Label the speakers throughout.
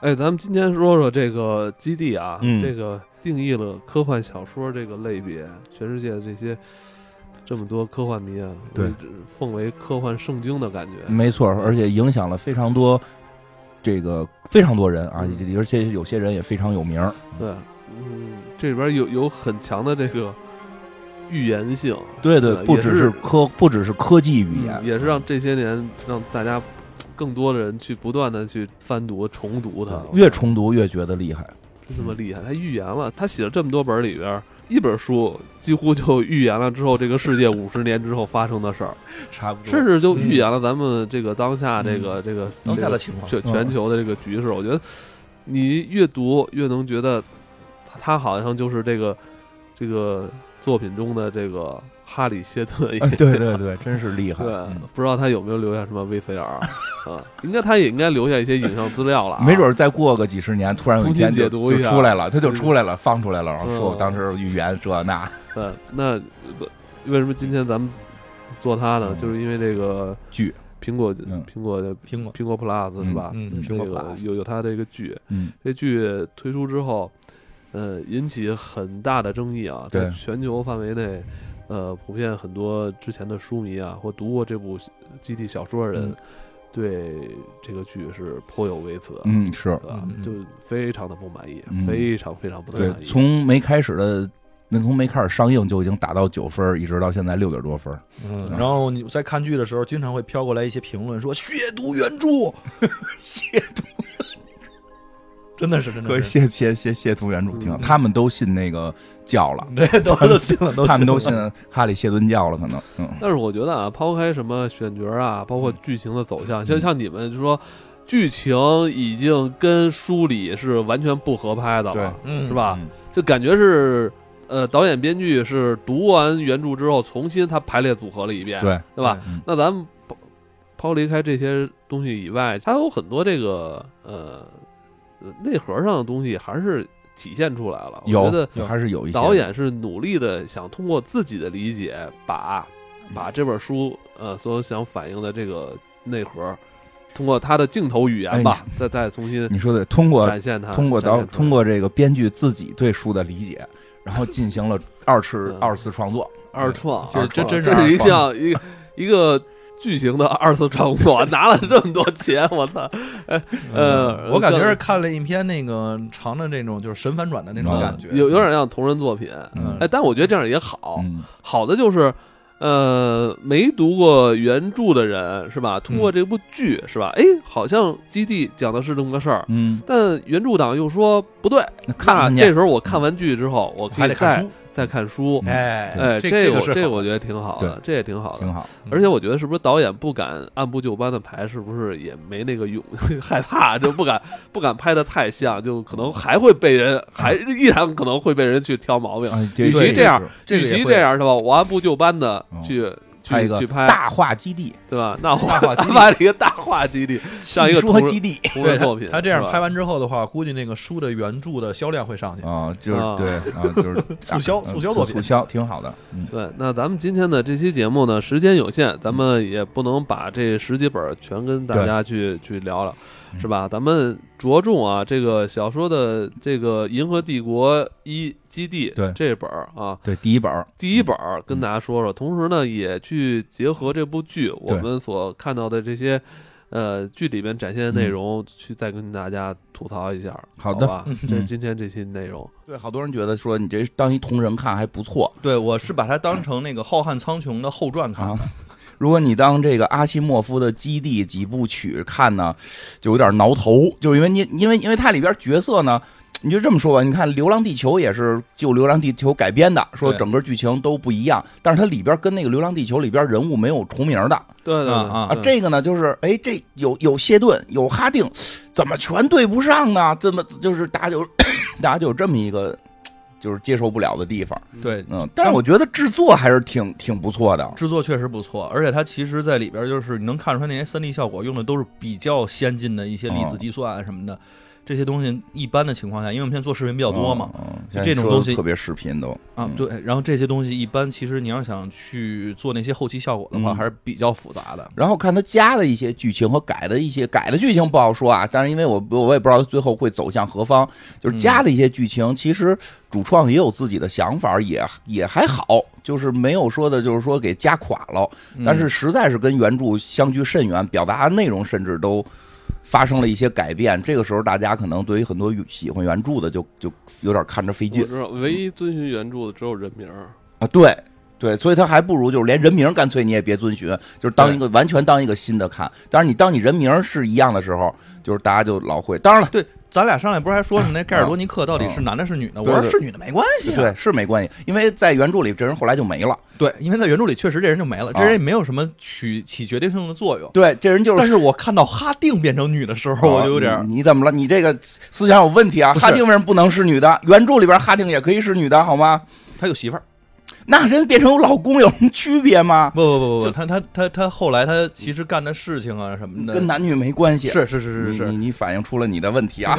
Speaker 1: 哎，咱们今天说说这个基地啊，
Speaker 2: 嗯
Speaker 1: 这个定义了科幻小说这个类别，全世界这些这么多科幻迷啊，
Speaker 2: 对
Speaker 1: 我一直奉为科幻圣经的感觉。
Speaker 2: 没错，而且影响了非常多这个非常多人啊
Speaker 1: 嗯，
Speaker 2: 而且有些人也非常有名儿。
Speaker 1: 对，嗯，这里边有有很强的这个预言性，
Speaker 2: 对对
Speaker 1: 呃，
Speaker 2: 不
Speaker 1: 也
Speaker 2: 只
Speaker 1: 是
Speaker 2: 是科，啊不只是科技语
Speaker 1: 嗯
Speaker 2: 言，
Speaker 1: 也是让这些年让大家更多的人去不断的去翻读、重读它
Speaker 2: 啊，越重读越觉得厉害。
Speaker 1: 真他妈厉害！他预言了，他写了这么多本里边，一本书几乎就预言了之后这个世界五十年之后发生的事儿，
Speaker 2: 差不
Speaker 1: 甚至就
Speaker 2: 嗯
Speaker 1: 预言了咱们这个当下这个这个
Speaker 3: 嗯当下的
Speaker 1: 这
Speaker 3: 情
Speaker 1: 个
Speaker 3: 况，
Speaker 1: 全
Speaker 2: 嗯
Speaker 1: 全球的这个局势。我觉得你越读越能觉得他他好像就是这个这个作品中的这个哈里谢顿一样
Speaker 2: 哎，对对对，真是厉害。
Speaker 1: 对
Speaker 2: 嗯，
Speaker 1: 不知道他有没有留下什么 VCR 啊？应该他也应该留下一些影像资料了啊，
Speaker 2: 没准儿再过个几十年，突然有一天就
Speaker 1: 重新解读一
Speaker 2: 就
Speaker 1: 下
Speaker 2: 出来了，他就出来了，放出来了，然后
Speaker 1: 嗯
Speaker 2: 说我当时预言这那，
Speaker 1: 对，那呃为什么今天咱们做它呢？
Speaker 2: 嗯
Speaker 1: 就是因为这个
Speaker 2: 剧，
Speaker 1: 苹果
Speaker 2: 嗯
Speaker 1: 苹果的
Speaker 3: 苹果，
Speaker 1: 苹果 Plus 是吧？
Speaker 3: 嗯，
Speaker 2: 嗯
Speaker 3: 苹
Speaker 1: 这
Speaker 3: 果
Speaker 1: 个
Speaker 3: Plus，
Speaker 1: 有有它这个剧，
Speaker 2: 嗯，
Speaker 1: 这剧推出之后，呃，引起很大的争议啊，
Speaker 2: 对
Speaker 1: 在全球范围内，呃，普遍很多之前的书迷啊，或读过这部基地小说的人，
Speaker 3: 嗯
Speaker 1: 对这个剧是颇有微词，啊
Speaker 2: 嗯，是
Speaker 1: 对吧？
Speaker 3: 嗯嗯
Speaker 1: 就非常的不满意，
Speaker 2: 嗯
Speaker 1: 非常非常不太
Speaker 2: 对
Speaker 1: 满，意。
Speaker 2: 从没开始的。那从没开始上映就已经打到九分儿，一直到现在六点多分儿。
Speaker 3: 嗯，然后你在看剧的时候，经常会飘过来一些评论说亵渎原 著，亵渎，真的是 真的是，
Speaker 2: 谢谢谢谢图原著挺好，
Speaker 1: 嗯
Speaker 2: 他们都信那个教了，
Speaker 3: 对， 都都信了，都
Speaker 2: 他们都
Speaker 3: 信
Speaker 2: 信
Speaker 3: 了，
Speaker 2: 哈利谢顿教了，可能。嗯，
Speaker 1: 但是我觉得啊，抛开什么选角啊，包括剧情的走向，像
Speaker 2: 嗯
Speaker 1: 像你们就说，剧情已经跟书里是完全不合拍的了，
Speaker 3: 嗯，
Speaker 1: 是？吧？
Speaker 2: 嗯
Speaker 1: 就感觉是，呃，导演编剧是读完原著之后，重新他排列组合了一
Speaker 3: 哎
Speaker 1: 遍，
Speaker 2: 对，
Speaker 1: 对吧？
Speaker 2: 嗯
Speaker 1: 那咱们抛抛离开这些东西以外，它有很多这个呃呃内核上的东西还是体现出来了。我觉得
Speaker 2: 有还是有一些
Speaker 1: 导演是努力的想通过自己的理解把，
Speaker 2: 嗯
Speaker 1: 把这本书呃所有想反映的这个内核，通过他的镜头语言
Speaker 2: 哎
Speaker 1: 吧，再再重新
Speaker 2: 你说的，通过
Speaker 1: 展现它，
Speaker 2: 通过
Speaker 1: 展
Speaker 2: 导
Speaker 1: 现出来
Speaker 2: 通过这个编剧自己对书的理 解，然后进行了二次
Speaker 1: 嗯
Speaker 2: 二次创作，
Speaker 1: 二创，
Speaker 3: 这
Speaker 2: 二
Speaker 3: 这
Speaker 2: 创
Speaker 3: 真
Speaker 1: 这是一
Speaker 3: 二创
Speaker 1: 项一个一个。巨型的 二次创作，拿了这么多钱，我操！呃
Speaker 3: 嗯我感觉
Speaker 1: 更
Speaker 3: 是看了一篇那个长的那种就是神反转的那种
Speaker 2: 嗯
Speaker 3: 感觉，
Speaker 1: 有有点像同人作品，
Speaker 2: 嗯
Speaker 1: 哎，但我觉得这样也好。
Speaker 2: 嗯，
Speaker 1: 好的就是，呃，没读过原著的人是吧？通过这部剧是
Speaker 3: 嗯
Speaker 1: 吧？哎，好像《基地》讲的是这么个事儿，
Speaker 2: 嗯，
Speaker 1: 但原著党又说不对。
Speaker 2: 那看看
Speaker 1: 那这
Speaker 2: 去，
Speaker 1: 时候我看完剧之后，我可
Speaker 3: 还
Speaker 1: 以
Speaker 3: 得看
Speaker 1: 再
Speaker 3: 书，
Speaker 1: 再看书。
Speaker 2: 嗯
Speaker 3: 哎
Speaker 1: 哎，
Speaker 3: 这
Speaker 1: 这
Speaker 3: 个是
Speaker 1: 我这
Speaker 3: 好
Speaker 1: 我觉得挺好的，这也挺好的
Speaker 2: 挺。好。
Speaker 3: 嗯
Speaker 1: 而且我觉得是不是导演不敢按部就班的排，是不是也没那个勇， 害怕就不敢不敢拍的太像，就可能还会被人还依然可能会被人去挑毛病。
Speaker 2: 哎
Speaker 1: 与其这样，
Speaker 3: 这
Speaker 1: 与
Speaker 3: 个也
Speaker 1: 其
Speaker 3: 会哦
Speaker 1: 这样是吧？我按部就班的去、
Speaker 2: 还有
Speaker 1: 去
Speaker 2: 一个
Speaker 1: 去拍，
Speaker 2: 大话基地，
Speaker 1: 对吧？那我
Speaker 3: 大话基地
Speaker 1: 把一个大话 基地像一个
Speaker 2: 戏说
Speaker 1: 同
Speaker 2: 基地
Speaker 1: 同
Speaker 3: 对
Speaker 1: 人
Speaker 3: 他
Speaker 1: 作品，
Speaker 3: 他这样拍
Speaker 1: 完
Speaker 3: 完之后的话，估计那个书的原著的销量会上去。
Speaker 2: 啊，就是
Speaker 1: 啊
Speaker 2: 对啊，就是
Speaker 3: 促销
Speaker 2: 嗯
Speaker 3: 促销作品
Speaker 2: 促销挺好的。嗯，
Speaker 1: 对。那咱们今天的这期节目呢，时间有限，咱
Speaker 3: 嗯
Speaker 1: 们也不能把这十几本全跟大家去去聊了，
Speaker 2: 嗯
Speaker 1: 是吧？咱们着重啊，这个小说的这个《银河帝国一基地》
Speaker 2: 对
Speaker 1: 这本儿啊，
Speaker 2: 对，第一本儿
Speaker 1: 第一本儿跟大家说说，同时呢也去结合这部剧我
Speaker 2: 嗯对
Speaker 1: 们所看到的这些，呃，剧里面展现的内容，去再跟大家吐槽一下。好
Speaker 2: 嗯好的嗯
Speaker 1: 吧，这是今天这期内容。
Speaker 2: 对，好多人觉得说你这当一同人看还不错
Speaker 3: 对，我是把它当成那个《浩瀚苍穹》的后传看
Speaker 2: 啊。。如果你当这个阿西莫夫的《基地》几部曲看呢，就有点挠头，就是因为你因为因为它里边角色呢，你就这么说吧，你看《流浪地球》也是就《流浪地球》改编的，说
Speaker 3: 对
Speaker 2: 整个剧情都不一样，但是它里边跟那个《流浪地球》里边人物没有重名的
Speaker 1: 对对对
Speaker 3: 啊
Speaker 2: 啊
Speaker 1: 嗯，
Speaker 2: 这个呢就是哎，这有有谢顿，有哈定，怎么全对不上呢？这么就是大 家就大家就有这么一个就是接受不了的地方。
Speaker 3: 对，
Speaker 2: 嗯，但是我觉得制作还是挺挺不错的。
Speaker 3: 制作确实不错，而且它其实在里边就是你能看出来那些三 D 效果用的都是比较先
Speaker 2: 嗯
Speaker 3: 进的一些粒子计算啊什么的，这些东西一般的情况下，因为我们现在做视频比较多嘛，
Speaker 2: 嗯，现在
Speaker 4: 这种
Speaker 2: 说得
Speaker 4: 东西
Speaker 2: 特别视频都
Speaker 4: 啊
Speaker 2: 嗯，
Speaker 4: 对，然后这些东西一般，其实你要想去做那些后期效果的话，
Speaker 2: 嗯
Speaker 4: 还是比较复杂的。
Speaker 2: 然后看他加的一些剧情和改的一些改的剧情不好说啊，但是因为我我也不知道最后会走向何方，就是加的一些剧情，其实主创也有自己的想法，也也还好，就是没有说的就是说给加垮了，
Speaker 4: 嗯
Speaker 2: 但是实在是跟原著相距甚远，表达的内容甚至都。发生了一些改变，这个时候大家可能对于很多喜欢原著的就就有点看着费
Speaker 1: 我
Speaker 2: 劲
Speaker 1: 知道，唯一遵循原著的只有人名儿。
Speaker 2: 啊，对对，所以他还不如就是连人名儿干脆你也别遵循，就是当一个完全当一个新的看。当然，你当你人名儿是一样的时候，就是大家就老会。当然了，
Speaker 4: 对，咱俩上来不是还说什么那盖尔多尼克到底是男的是女的？
Speaker 2: 对
Speaker 4: 我说
Speaker 2: 嗯对
Speaker 4: 是女的没关系、啊。
Speaker 2: 对是没关系，因为在原著里这人后来就没了。
Speaker 4: 对因为在原著里确实这人就没了，这
Speaker 2: 啊
Speaker 4: 人也没有什么起起决定性的作用。
Speaker 2: 对，这人就是。
Speaker 4: 但是我看到哈定变成女的时候，我就有点
Speaker 2: 啊
Speaker 4: 儿
Speaker 2: 你你怎么了？你这个思想有问题啊！
Speaker 4: 不是
Speaker 2: 哈定为什么不能是女的？原著里边哈定也可以是女的，好吗？
Speaker 4: 他有媳妇儿。
Speaker 2: 那人变成老公有什么区别吗？
Speaker 4: 不不不不
Speaker 1: 就
Speaker 4: 不，他他他他后来他其实干的事情啊什么的，
Speaker 2: 跟男女没关系。
Speaker 4: 是是是是
Speaker 2: 你你
Speaker 4: 是。
Speaker 2: 你反映出了你的问 题啊！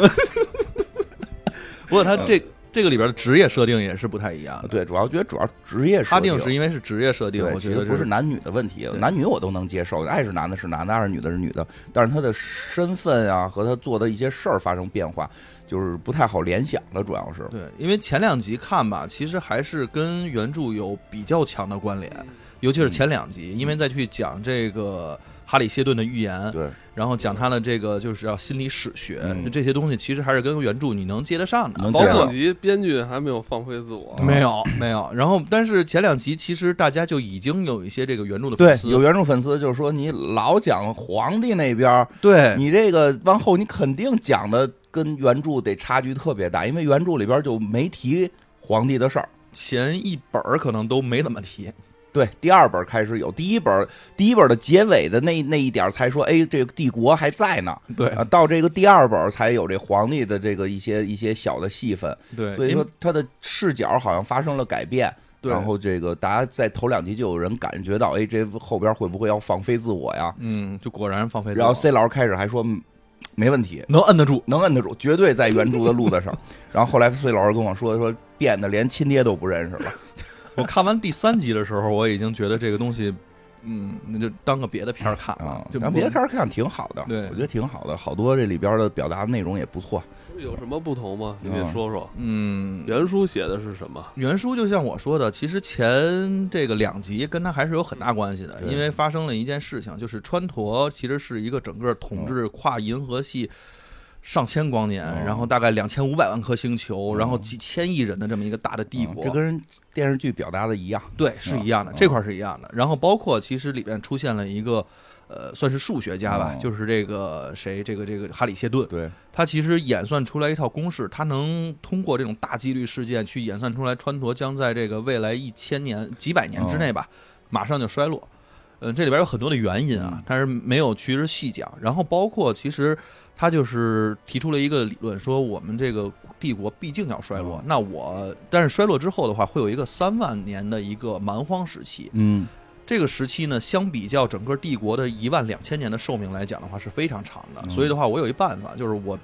Speaker 4: 不过他这这个里边的职业设定也是不太一样
Speaker 2: 嗯
Speaker 4: 的。，
Speaker 2: 对，主要觉得主要职业设
Speaker 4: 哈定
Speaker 2: 定
Speaker 4: 是因为是职业设定，
Speaker 2: 对，
Speaker 4: 我
Speaker 2: 其
Speaker 4: 觉
Speaker 2: 实
Speaker 4: 得
Speaker 2: 不是男女的问题，
Speaker 4: 对
Speaker 2: 男女我都能接受，爱是男的是男的，爱是女的是女的，但是他的身份啊和他做的一些事儿发生变化，就是不太好联想了，主要是。
Speaker 4: 对，因为前两集看吧，其实还是跟原著有比较强的关联，尤其是
Speaker 2: 嗯
Speaker 4: 前两集，因为再去讲这个哈里谢顿的预言，
Speaker 2: 对，
Speaker 4: 然后讲他的这个就是要心理史学，
Speaker 2: 嗯
Speaker 4: 就这些东西其实还是跟原著你能接得上的，
Speaker 2: 能
Speaker 4: 包
Speaker 2: 接得
Speaker 1: 两
Speaker 4: 括
Speaker 2: 上。
Speaker 1: 集编剧还没有放飞自
Speaker 2: 啊嗯
Speaker 1: 我，
Speaker 4: 没有，没有。然后，但是前两集其实大家就已经有一些这个原著的粉
Speaker 2: 对，
Speaker 4: 丝，
Speaker 2: 有原著粉丝就是说，你老讲皇帝那边儿，
Speaker 4: 对
Speaker 2: 你这个往后你肯定讲的跟原著得差距特别大，因为原著里边就没提皇帝的事儿。
Speaker 4: 前一本儿可能都没怎么提，
Speaker 2: 对，第二本开始有，第一本第一本的结尾的那那一点儿才说，哎，这个帝国还在呢。
Speaker 4: 对
Speaker 2: 啊，到这个第二本儿才有这皇帝的这个一些一些小的戏份，
Speaker 4: 对，
Speaker 2: 所以
Speaker 4: 因
Speaker 2: 说
Speaker 4: 为
Speaker 2: 他的视角好像发生了改变。
Speaker 4: 对
Speaker 2: 然后这个大家在头两集就有人感觉到，哎，这后边会不会要放飞自我呀？
Speaker 4: 嗯，就果然放飞自
Speaker 2: 然后
Speaker 4: 我，
Speaker 2: C 老师开始还说嗯没问题，
Speaker 4: 能摁得住，
Speaker 2: 能摁得住，绝对在原著的路子上。然后后来 C 老师跟我说，说变得连亲爹都不认识 了。
Speaker 4: 我看完第三集的时候，我已经觉得这个东西，嗯，那就当个别的片儿看
Speaker 2: 啊
Speaker 4: 吧，，就
Speaker 2: 咱
Speaker 4: 不
Speaker 2: 别的片儿看挺好的，
Speaker 4: 对
Speaker 2: 我觉得挺好的，好多这里边的表达内容也不错。
Speaker 1: 有什么不同吗？你给
Speaker 2: 嗯
Speaker 1: 说说，
Speaker 4: 嗯。
Speaker 1: 原书写的是什么？
Speaker 4: 原书就像我说的，其实前这个两集跟它还是有很大关系的，
Speaker 2: 对
Speaker 4: 因为发生了一件事情，就是川陀其实是一个整个统治跨银河系上千光年，
Speaker 2: 嗯
Speaker 4: 然后大概两千五百万颗星球，然后几千亿人哦的这么一个大的帝
Speaker 2: 嗯
Speaker 4: 国，
Speaker 2: 这跟人电视剧表达的一样。
Speaker 4: 对，是一样的，哦
Speaker 2: 嗯
Speaker 4: 这块儿是一样的。然后包括其实里面出现了一个，呃，算是数学家吧，
Speaker 2: 嗯
Speaker 4: 就是这个谁，这个这个哈里谢顿，
Speaker 2: 对，
Speaker 4: 他其实演算出来一套公式，他能通过这种大几率事件去演算出来川陀将在这个未来一千年、几百年之内吧，马上就衰落。嗯，这里边有很多的原因啊
Speaker 2: 嗯，
Speaker 4: 但是没有其实细讲。然后包括其实他就是提出了一个理论，说我们这个帝国毕竟要衰落
Speaker 2: 嗯，
Speaker 4: 那我但是衰落之后的话，会有一个三万年的一个蛮荒时期。
Speaker 2: 嗯，
Speaker 4: 这个时期呢，相比较整个帝国的一万两千年的寿命来讲的话，是非常长的。
Speaker 2: 嗯
Speaker 4: 所以的话，我有一办法，就是我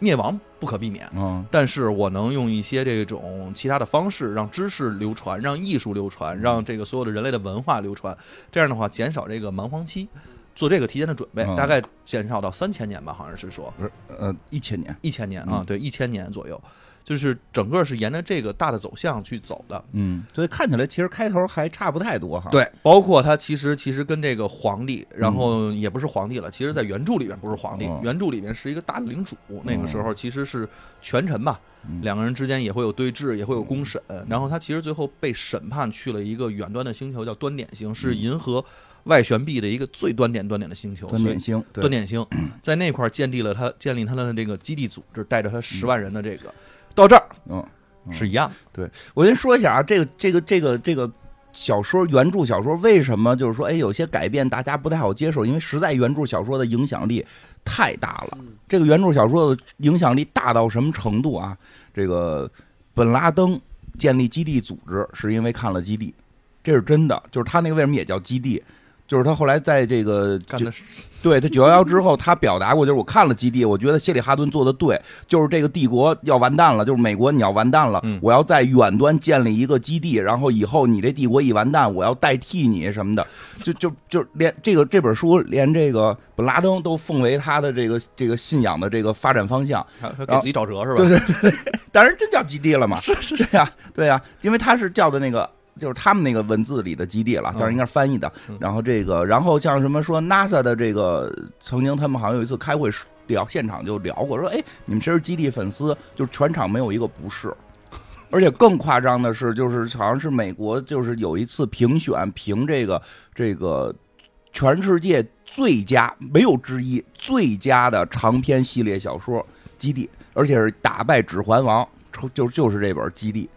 Speaker 4: 灭亡不可避免，
Speaker 2: 嗯，
Speaker 4: 但是我能用一些这种其他的方式，让知识流传，让艺术流传，让这个所有的人类的文化流传。这样的话，减少这个蛮荒期，做这个提前的准备，
Speaker 2: 嗯
Speaker 4: 大概减少到三千年吧，好像是说
Speaker 2: 不是，呃，一千年，
Speaker 4: 一千年啊，
Speaker 2: 嗯
Speaker 4: 对，一千年左右。就是整个是沿着这个大的走向去走的，
Speaker 2: 嗯，所以看起来其实开头还差不太多哈。，
Speaker 4: 对，啊包括他其实其实跟这个皇帝，然后也不是皇帝了，其实在原著里面不是皇帝
Speaker 2: 嗯，
Speaker 4: 原著里面是一个大领主，那个时候其实是权臣吧
Speaker 2: 嗯，
Speaker 4: 两个人之间也会有对峙，也会有公审，然后他其实最后被审判去了一个远端的星球，叫端点星，
Speaker 2: 嗯
Speaker 4: 是银河外旋臂的一个最端点端点的星球，
Speaker 2: 端
Speaker 4: 所以
Speaker 2: 点星，
Speaker 4: 端
Speaker 2: 对，
Speaker 4: 点星在那块儿建立了他建立他的这个基地组织，带着他十万人的这个到这儿
Speaker 2: 嗯，
Speaker 4: 是一样的，
Speaker 2: 我先说一下啊，这个这个这个这个小说原著小说为什么就是说，哎，有些改变大家不太好接受，因为实在原著小说的影响力太大了。这个原著小说的影响力大到什么程度啊？这个本拉登建立基地组织是因为看了《基地》，这是真的，就是他那个为什么也叫基地？就是他后来在这个
Speaker 4: 干
Speaker 2: 就
Speaker 4: 的是
Speaker 2: 对他九幺幺之后，他表达过，就是我看了《基地》，我觉得谢里哈顿做的对，就是这个帝国要完蛋了，就是美国你要完蛋了，
Speaker 4: 嗯
Speaker 2: 我要在远端建立一个基地，然后以后你这帝国一完蛋，我要代替你什么的，就就就连这个这本书，连这个本拉登都奉为他的这个这个信仰的这个发展方向。
Speaker 4: 他他
Speaker 2: 然
Speaker 4: 给
Speaker 2: 后
Speaker 4: 自己找辙是吧？
Speaker 2: 对对当然真叫基地了嘛，是是，对呀、对呀、因为他是叫的那个。就是他们那个文字里的基地了，当然应该是翻译的。
Speaker 4: 嗯
Speaker 2: 然后这个，然后像什么说 NASA 的这个，曾经他们好像有一次开会聊，现场就聊过，说哎，你们谁是基地粉丝？就是全场没有一个不是。而且更夸张的是，就是好像是美国，就是有一次评选评这个这个全世界最佳没有之一最佳的长篇系列小说《基地》，而且是打败《指环王》，抽就就是这本《基地》。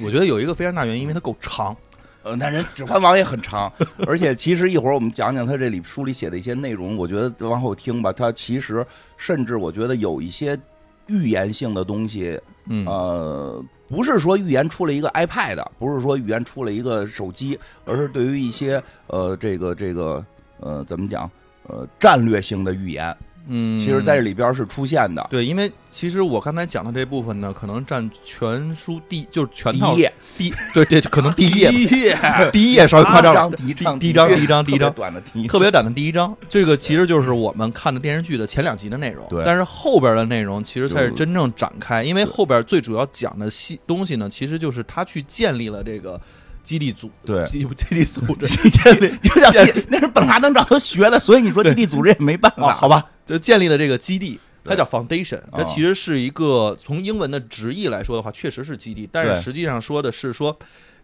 Speaker 4: 我觉得有一个非常大原因，因为它够长。
Speaker 2: 呃，但人《指环王》也很长，而且其实一会儿我们讲讲他这里书里写的一些内容，我觉得往后听吧，他其实甚至我觉得有一些预言性的东西，
Speaker 4: 嗯
Speaker 2: 呃，不是说预言出了一个 iPad，不是说预言出了一个手机，而是对于一些呃这个这个呃怎么讲呃战略性的预言，
Speaker 4: 嗯，
Speaker 2: 其实在这里边是出现的。
Speaker 4: 对，因为其实我刚才讲的这部分呢，可能占全书第就是全
Speaker 2: 第
Speaker 4: 套
Speaker 2: 一页，
Speaker 4: 第一对对，可 能第 一页吧
Speaker 1: 第一页，
Speaker 4: 第一页稍微啊夸张了，
Speaker 2: 第一章，
Speaker 4: 第一章第一章第一章
Speaker 2: 特别短的第一章，
Speaker 4: 特别短的第一章，这个其实就是我们看的电视剧的前两集的内容。
Speaker 2: 对
Speaker 4: 但是后边的内容其实才是
Speaker 2: 就
Speaker 4: 真正展开，因为后边最主要讲的西东西呢，其实就是他去建立了这个基地组，
Speaker 2: 对
Speaker 4: 基基地组织建立。
Speaker 2: 就叫地那是本拉登照他学的，所以你说基地组织也没办
Speaker 4: 啊，
Speaker 2: 法，
Speaker 4: 好吧，就建立了这个基地。它
Speaker 2: 对
Speaker 4: 叫 foundation，它
Speaker 2: 哦
Speaker 4: 其实是一个从英文的直译来说的话，确实是基地，但是
Speaker 2: 对
Speaker 4: 实际上说的是说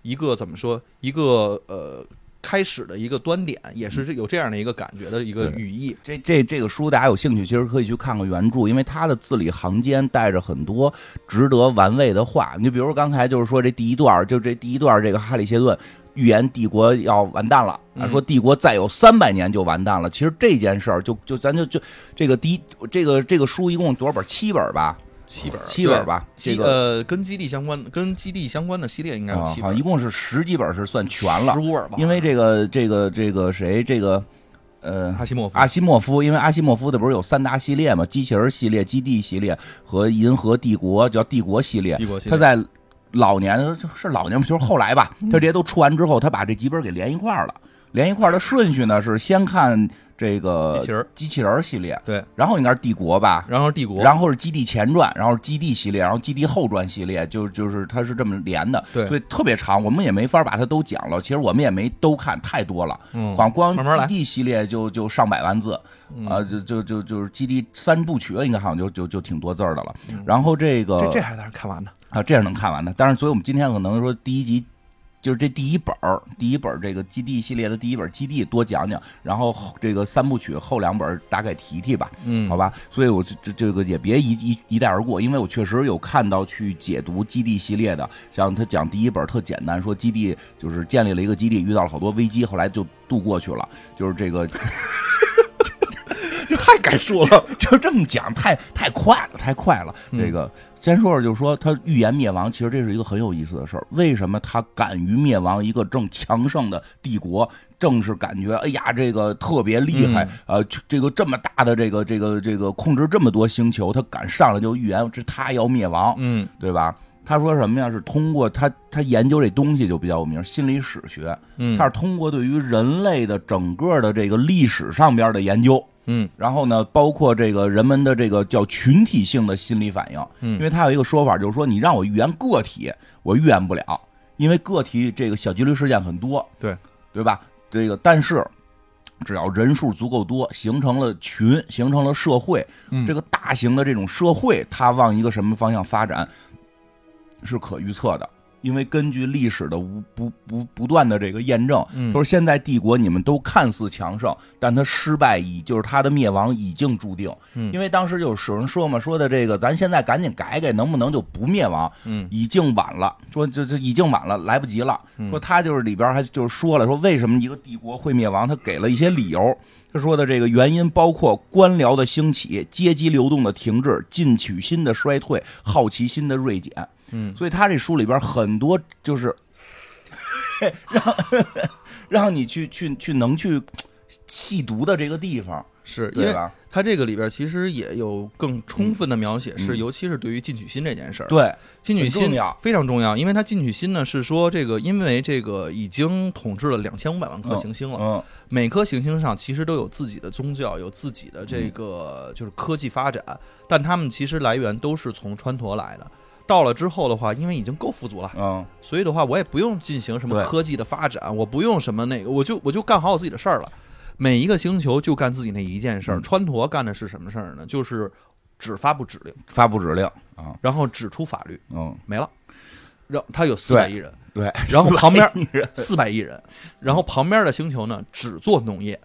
Speaker 4: 一个怎么说一个呃开始的一个端点，也是这有这样的一个感觉的一个
Speaker 2: 对
Speaker 4: 语义。
Speaker 2: 这这这个书大家有兴趣，其实可以去看看原著，因为它的字里行间带着很多值得玩味的话。你就比如刚才就是说这第一段儿，就这第一段儿，这个哈里谢顿预言帝国要完蛋了，啊
Speaker 4: 嗯
Speaker 2: 说帝国再有三百年就完蛋了。其实这件事儿就就咱就就这个第一这个这个书一共多少本？七本吧，
Speaker 4: 七本儿，
Speaker 2: 七本吧，
Speaker 4: 基
Speaker 2: 这个。
Speaker 4: 呃跟基地相关跟基地相关的系列应该
Speaker 2: 啊，
Speaker 4: 有
Speaker 2: 好
Speaker 4: 七本
Speaker 2: 像
Speaker 4: 儿，
Speaker 2: 一共是十几本是算全了
Speaker 4: 十，五本儿吧，
Speaker 2: 因为这个这个这个谁这个，呃，
Speaker 4: 阿西莫夫
Speaker 2: 阿西莫夫，因为阿西莫夫的不是有三大系列嘛，机器人系列、基地系列和银河帝国，叫帝国系列。
Speaker 4: 帝国系
Speaker 2: 他
Speaker 4: 列，
Speaker 2: 在老年是老年吗，就是后来吧，他这些都出完之后，他把这几本给连一块儿了。连一块儿的顺序呢是先看这个
Speaker 4: 机器人儿
Speaker 2: 机器人系列，
Speaker 4: 对，
Speaker 2: 然后应该是帝国吧，
Speaker 4: 然后帝国，
Speaker 2: 然后是基地前传，然后是基地系列，然后基地后传系列，就就是它是这么连的，
Speaker 4: 对
Speaker 2: 所以特别长，我们也没法把它都讲了。其实我们也没都看，太多了。
Speaker 4: 嗯
Speaker 2: 光光
Speaker 4: 慢慢来
Speaker 2: 基地系列就就上百万字，
Speaker 4: 嗯
Speaker 2: 啊，就就就就是基地三部曲，应该好像就就就挺多字儿的了。然后这个
Speaker 4: 嗯这这还在那看完呢，
Speaker 2: 啊，这样能看完的。但是，所以我们今天可能说第一集。就是这第一本儿，第一本儿这个基地系列的第一本儿基地多讲讲，然后后这个三部曲后两本儿大概提提吧。
Speaker 4: 嗯
Speaker 2: 好吧，所以我这这这个也别一一一带而过，因为我确实有看到去解读基地系列的，像他讲第一本特简单，说基地就是建立了一个基地，遇到了好多危机，后来就度过去了，就是这 个
Speaker 4: 这太敢说了，嗯
Speaker 2: 就这么讲，太太快了，太快了。这个先说说，就是说他预言灭亡，其实这是一个很有意思的事儿。为什么他敢于灭亡一个正强盛的帝国？正是感觉，哎呀，这个特别厉
Speaker 4: 嗯
Speaker 2: 害，呃，就这个这么大的这个这个这个控制这么多星球，他敢上来就预言，这他要灭亡，
Speaker 4: 嗯
Speaker 2: 对吧？他说什么呀？是通过他他研究这东西就比较有名，心理史学，
Speaker 4: 嗯，
Speaker 2: 他是通过对于人类的整个的这个历史上边的研究，
Speaker 4: 嗯
Speaker 2: 然后呢，包括这个人们的这个叫群体性的心理反应，
Speaker 4: 嗯
Speaker 2: 因为它有一个说法，就是说你让我预言个体，我预言不了，因为个体这个小几率事件很多，
Speaker 4: 对
Speaker 2: 对吧？这个但是只要人数足够多，形成了群，形成了社会，
Speaker 4: 嗯
Speaker 2: 这个大型的这种社会，它往一个什么方向发展是可预测的。因为根据历史的无不不不断的这个验证，
Speaker 4: 嗯
Speaker 2: 他说现在帝国你们都看似强盛，但它失败已就是它的灭亡已经注定。
Speaker 4: 嗯
Speaker 2: 因为当时有有人说嘛，说的这个咱现在赶紧改改，能不能就不灭亡？
Speaker 4: 嗯
Speaker 2: 已经晚了，说这这已经晚了，来不及了。
Speaker 4: 嗯
Speaker 2: 说他就是里边还就是说了，说为什么一个帝国会灭亡，他给了一些理由。他说的这个原因包括官僚的兴起、阶级流动的停滞、进取心的衰退、好奇心的锐减。
Speaker 4: 嗯
Speaker 2: 所以他这书里边很多就是让让你去去去能去细读的这个地方，
Speaker 4: 是因
Speaker 2: 对
Speaker 4: 为
Speaker 2: 吧？
Speaker 4: 它这个里边其实也有更充分的描写，
Speaker 2: 嗯
Speaker 4: 是尤其是对于进取心这件事儿。
Speaker 2: 对，
Speaker 4: 进取
Speaker 2: 很
Speaker 4: 心
Speaker 2: 重要
Speaker 4: 非常重要，因为它进取心呢是说这个，因为这个已经统治了两千五百万颗
Speaker 2: 嗯
Speaker 4: 行星了，
Speaker 2: 嗯
Speaker 4: 每颗行星上其实都有自己的宗教，有自己的
Speaker 2: 嗯
Speaker 4: 这个就是科技发展，但他们其实来源都是从川陀来的。到了之后的话，因为已经够富足了，
Speaker 2: 嗯，
Speaker 4: 所以的话，我也不用进行什么
Speaker 2: 对
Speaker 4: 科技的发展，我不用什么那个，我就我就干好我自己的事儿了。每一个星球就干自己那一件事儿。
Speaker 2: 嗯
Speaker 4: 川陀干的是什么事儿呢？就是只发布指令，
Speaker 2: 发布指令啊，
Speaker 4: 然后只出法律，
Speaker 2: 嗯，
Speaker 4: 没了。让他有四百亿人，
Speaker 2: 对，
Speaker 4: 然后旁边
Speaker 2: 女人，
Speaker 4: 四百亿人，然后旁边的星球呢只做农业，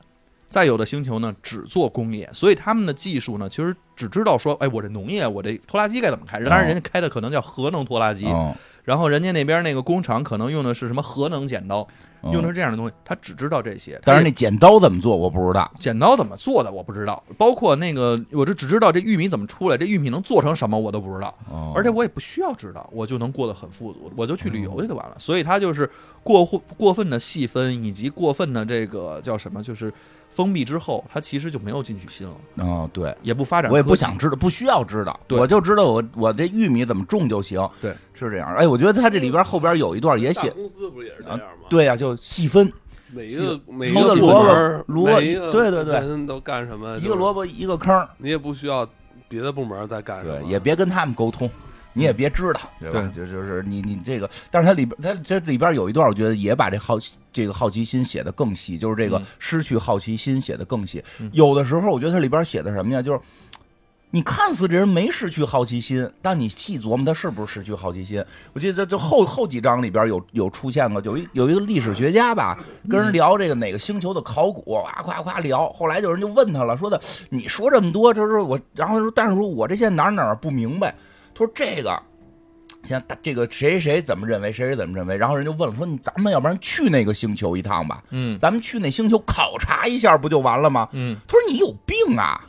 Speaker 4: 再有的星球呢只做工业，所以他们的技术呢其实只知道说，哎，我这农业，我这拖拉机该怎么开？当然，
Speaker 2: 哦
Speaker 4: 人家开的可能叫核能拖拉机，
Speaker 2: 嗯，
Speaker 4: 然后人家那边那个工厂可能用的是什么核能剪刀，
Speaker 2: 嗯
Speaker 4: 用的是这样的东西，他只知道这些。
Speaker 2: 当然
Speaker 4: 他
Speaker 2: 那
Speaker 4: 也
Speaker 2: 剪刀怎么做我不知道，
Speaker 4: 剪刀怎么做的我不知道，包括那个我这只知道这玉米怎么出来，这玉米能做成什么我都不知道。
Speaker 2: 嗯
Speaker 4: 而且我也不需要知道，我就能过得很富足，我就去旅游去就完了。所以他就是过户过分的细分，以及过分的这个叫什么，就是封闭之后，他其实就没有进取心了，
Speaker 2: 嗯，对。
Speaker 4: 也不发展，
Speaker 2: 我也不想，知道，不需要知道，
Speaker 4: 对
Speaker 2: 我就知道我我这玉米怎么种就行。
Speaker 4: 对，
Speaker 2: 是这样。哎，我觉得他这里边后边有一段也
Speaker 1: 大
Speaker 2: 写，
Speaker 1: 公司不也是这样吗？，
Speaker 2: 对呀、就细分，
Speaker 1: 每一个每一
Speaker 2: 除
Speaker 1: 个
Speaker 2: 了
Speaker 1: 部
Speaker 2: 萝卜
Speaker 1: 门儿
Speaker 2: 萝卜
Speaker 1: 每一个
Speaker 2: 对对对
Speaker 1: 人都干什么？
Speaker 2: 一个萝卜一个坑儿。
Speaker 1: 卜，你也不需要别的部门在干什么
Speaker 2: 对，，也别跟他们沟通，你也别知道，对吧？就就是你你这个，但是它里边它这里边有一段，我觉得也把这好奇这个好奇心写的更细，就是这个
Speaker 4: 嗯
Speaker 2: 失去好奇心写的更细。
Speaker 4: 嗯
Speaker 2: 有的时候我觉得它里边写的什么呀，就是。你看似这人没失去好奇心，但你细琢磨他是不是失去好奇心？我记得就后后几章里边有有出现过，有一有一个历史学家吧，跟人聊这个哪个星球的考古，哇夸夸聊。后来有人就问他了，说的你说这么多，就是我，然后说，但是说我这些哪儿哪儿不明白。他说这个，像大这个谁谁谁怎么认为，谁谁怎么认为。然后人就问了，说你咱们要不然去那个星球一趟吧，
Speaker 4: 嗯
Speaker 2: 咱们去那星球考察一下不就完了吗？
Speaker 4: 嗯，
Speaker 2: 他说你有病啊，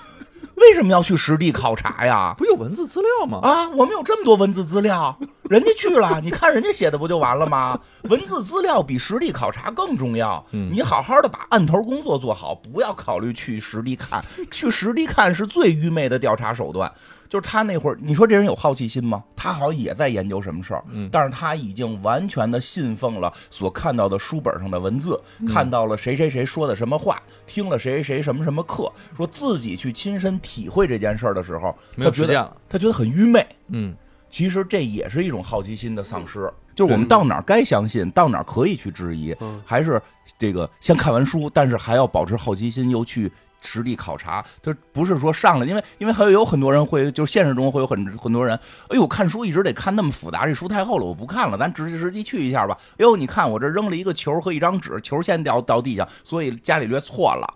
Speaker 2: 为什么要去实地考察呀？
Speaker 4: 不有文字资料吗？
Speaker 2: 啊，我们有这么多文字资料，人家去了，你看人家写的不就完了吗？文字资料比实地考察更重要。你好好的把案头工作做好，不要考虑去实地看，去实地看是最愚昧的调查手段。就是他那会儿，你说这人有好奇心吗？他好像也在研究什么事儿，
Speaker 4: 嗯
Speaker 2: 但是他已经完全的信奉了所看到的书本上的文字，
Speaker 4: 嗯
Speaker 2: 看到了谁谁谁说的什么话，听了谁谁谁什么什么课，说自己去亲身体会这件事儿的时候，
Speaker 4: 没有
Speaker 2: 他觉
Speaker 4: 实
Speaker 2: 得
Speaker 4: 践了，
Speaker 2: 他觉得很愚昧。
Speaker 4: 嗯，
Speaker 2: 其实这也是一种好奇心的丧失，就是我们到哪儿该相信，到哪儿可以去质疑，
Speaker 1: 嗯
Speaker 2: 还是这个先看完书，但是还要保持好奇心，又去实地考察。他不是说上来，因为因为还有很多人会，就是现实中会有很很多人，哎呦，看书一直得看那么复杂，这书太厚了，我不看了，咱直接实际去一下吧。哎呦，你看我这扔了一个球和一张纸，球先掉到地上，所以伽利略错了，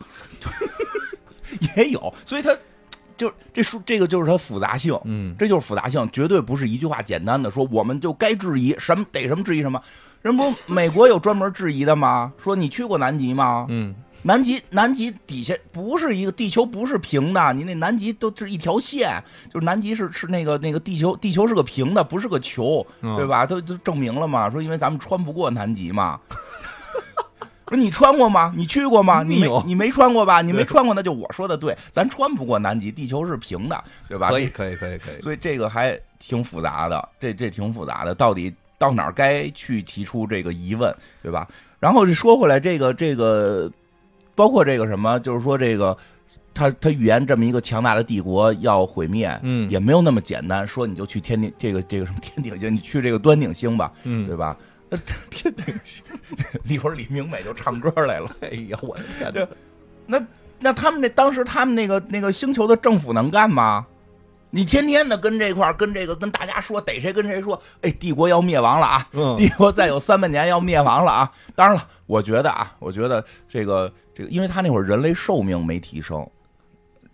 Speaker 2: 也有，所以他就这书这个就是它复杂性，
Speaker 4: 嗯，
Speaker 2: 这就是复杂性，绝对不是一句话简单的说我们就该质疑什么得什么质疑什么。人不是美国有专门质疑的吗？说你去过南极吗？
Speaker 4: 嗯，
Speaker 2: 南极南极底下不是一个地球，不是平的，你那南极都是一条线，就是南极是是那个那个地球，地球是个平的，不是个球，
Speaker 4: 嗯
Speaker 2: 对吧？都都证明了嘛，说因为咱们穿不过南极嘛。 不是你穿过吗？你去过吗？你
Speaker 4: 没
Speaker 2: 没
Speaker 4: 有
Speaker 2: 你没穿过吧？你没穿过，那就我说的对，咱穿不过南极，地球是平的，对吧？
Speaker 4: 可以，可以，可以，可以，
Speaker 2: 所以这个还挺复杂的，这这挺复杂的，到底到哪儿该去提出这个疑问，对吧？然后就说回来，这个这个，包括这个什么，就是说这个，他他语言这么一个强大的帝国要毁灭，
Speaker 4: 嗯
Speaker 2: 也没有那么简单，说你就去天顶这个这个什么天顶星，你去这个端顶星吧，对
Speaker 4: 嗯，
Speaker 2: 吧？那这天顶星， 一会儿李明美就唱歌来了。
Speaker 4: 哎呀，我的天
Speaker 2: 对那那他们那当时他们那个那个星球的政府能干吗？你天天的跟这块儿跟这个跟大家说逮谁跟谁说，哎，帝国要灭亡了啊！
Speaker 4: 嗯
Speaker 2: 帝国再有三百年要灭亡了啊！当然了，我觉得啊，我觉得这个这个，因为他那会儿人类寿命没提升，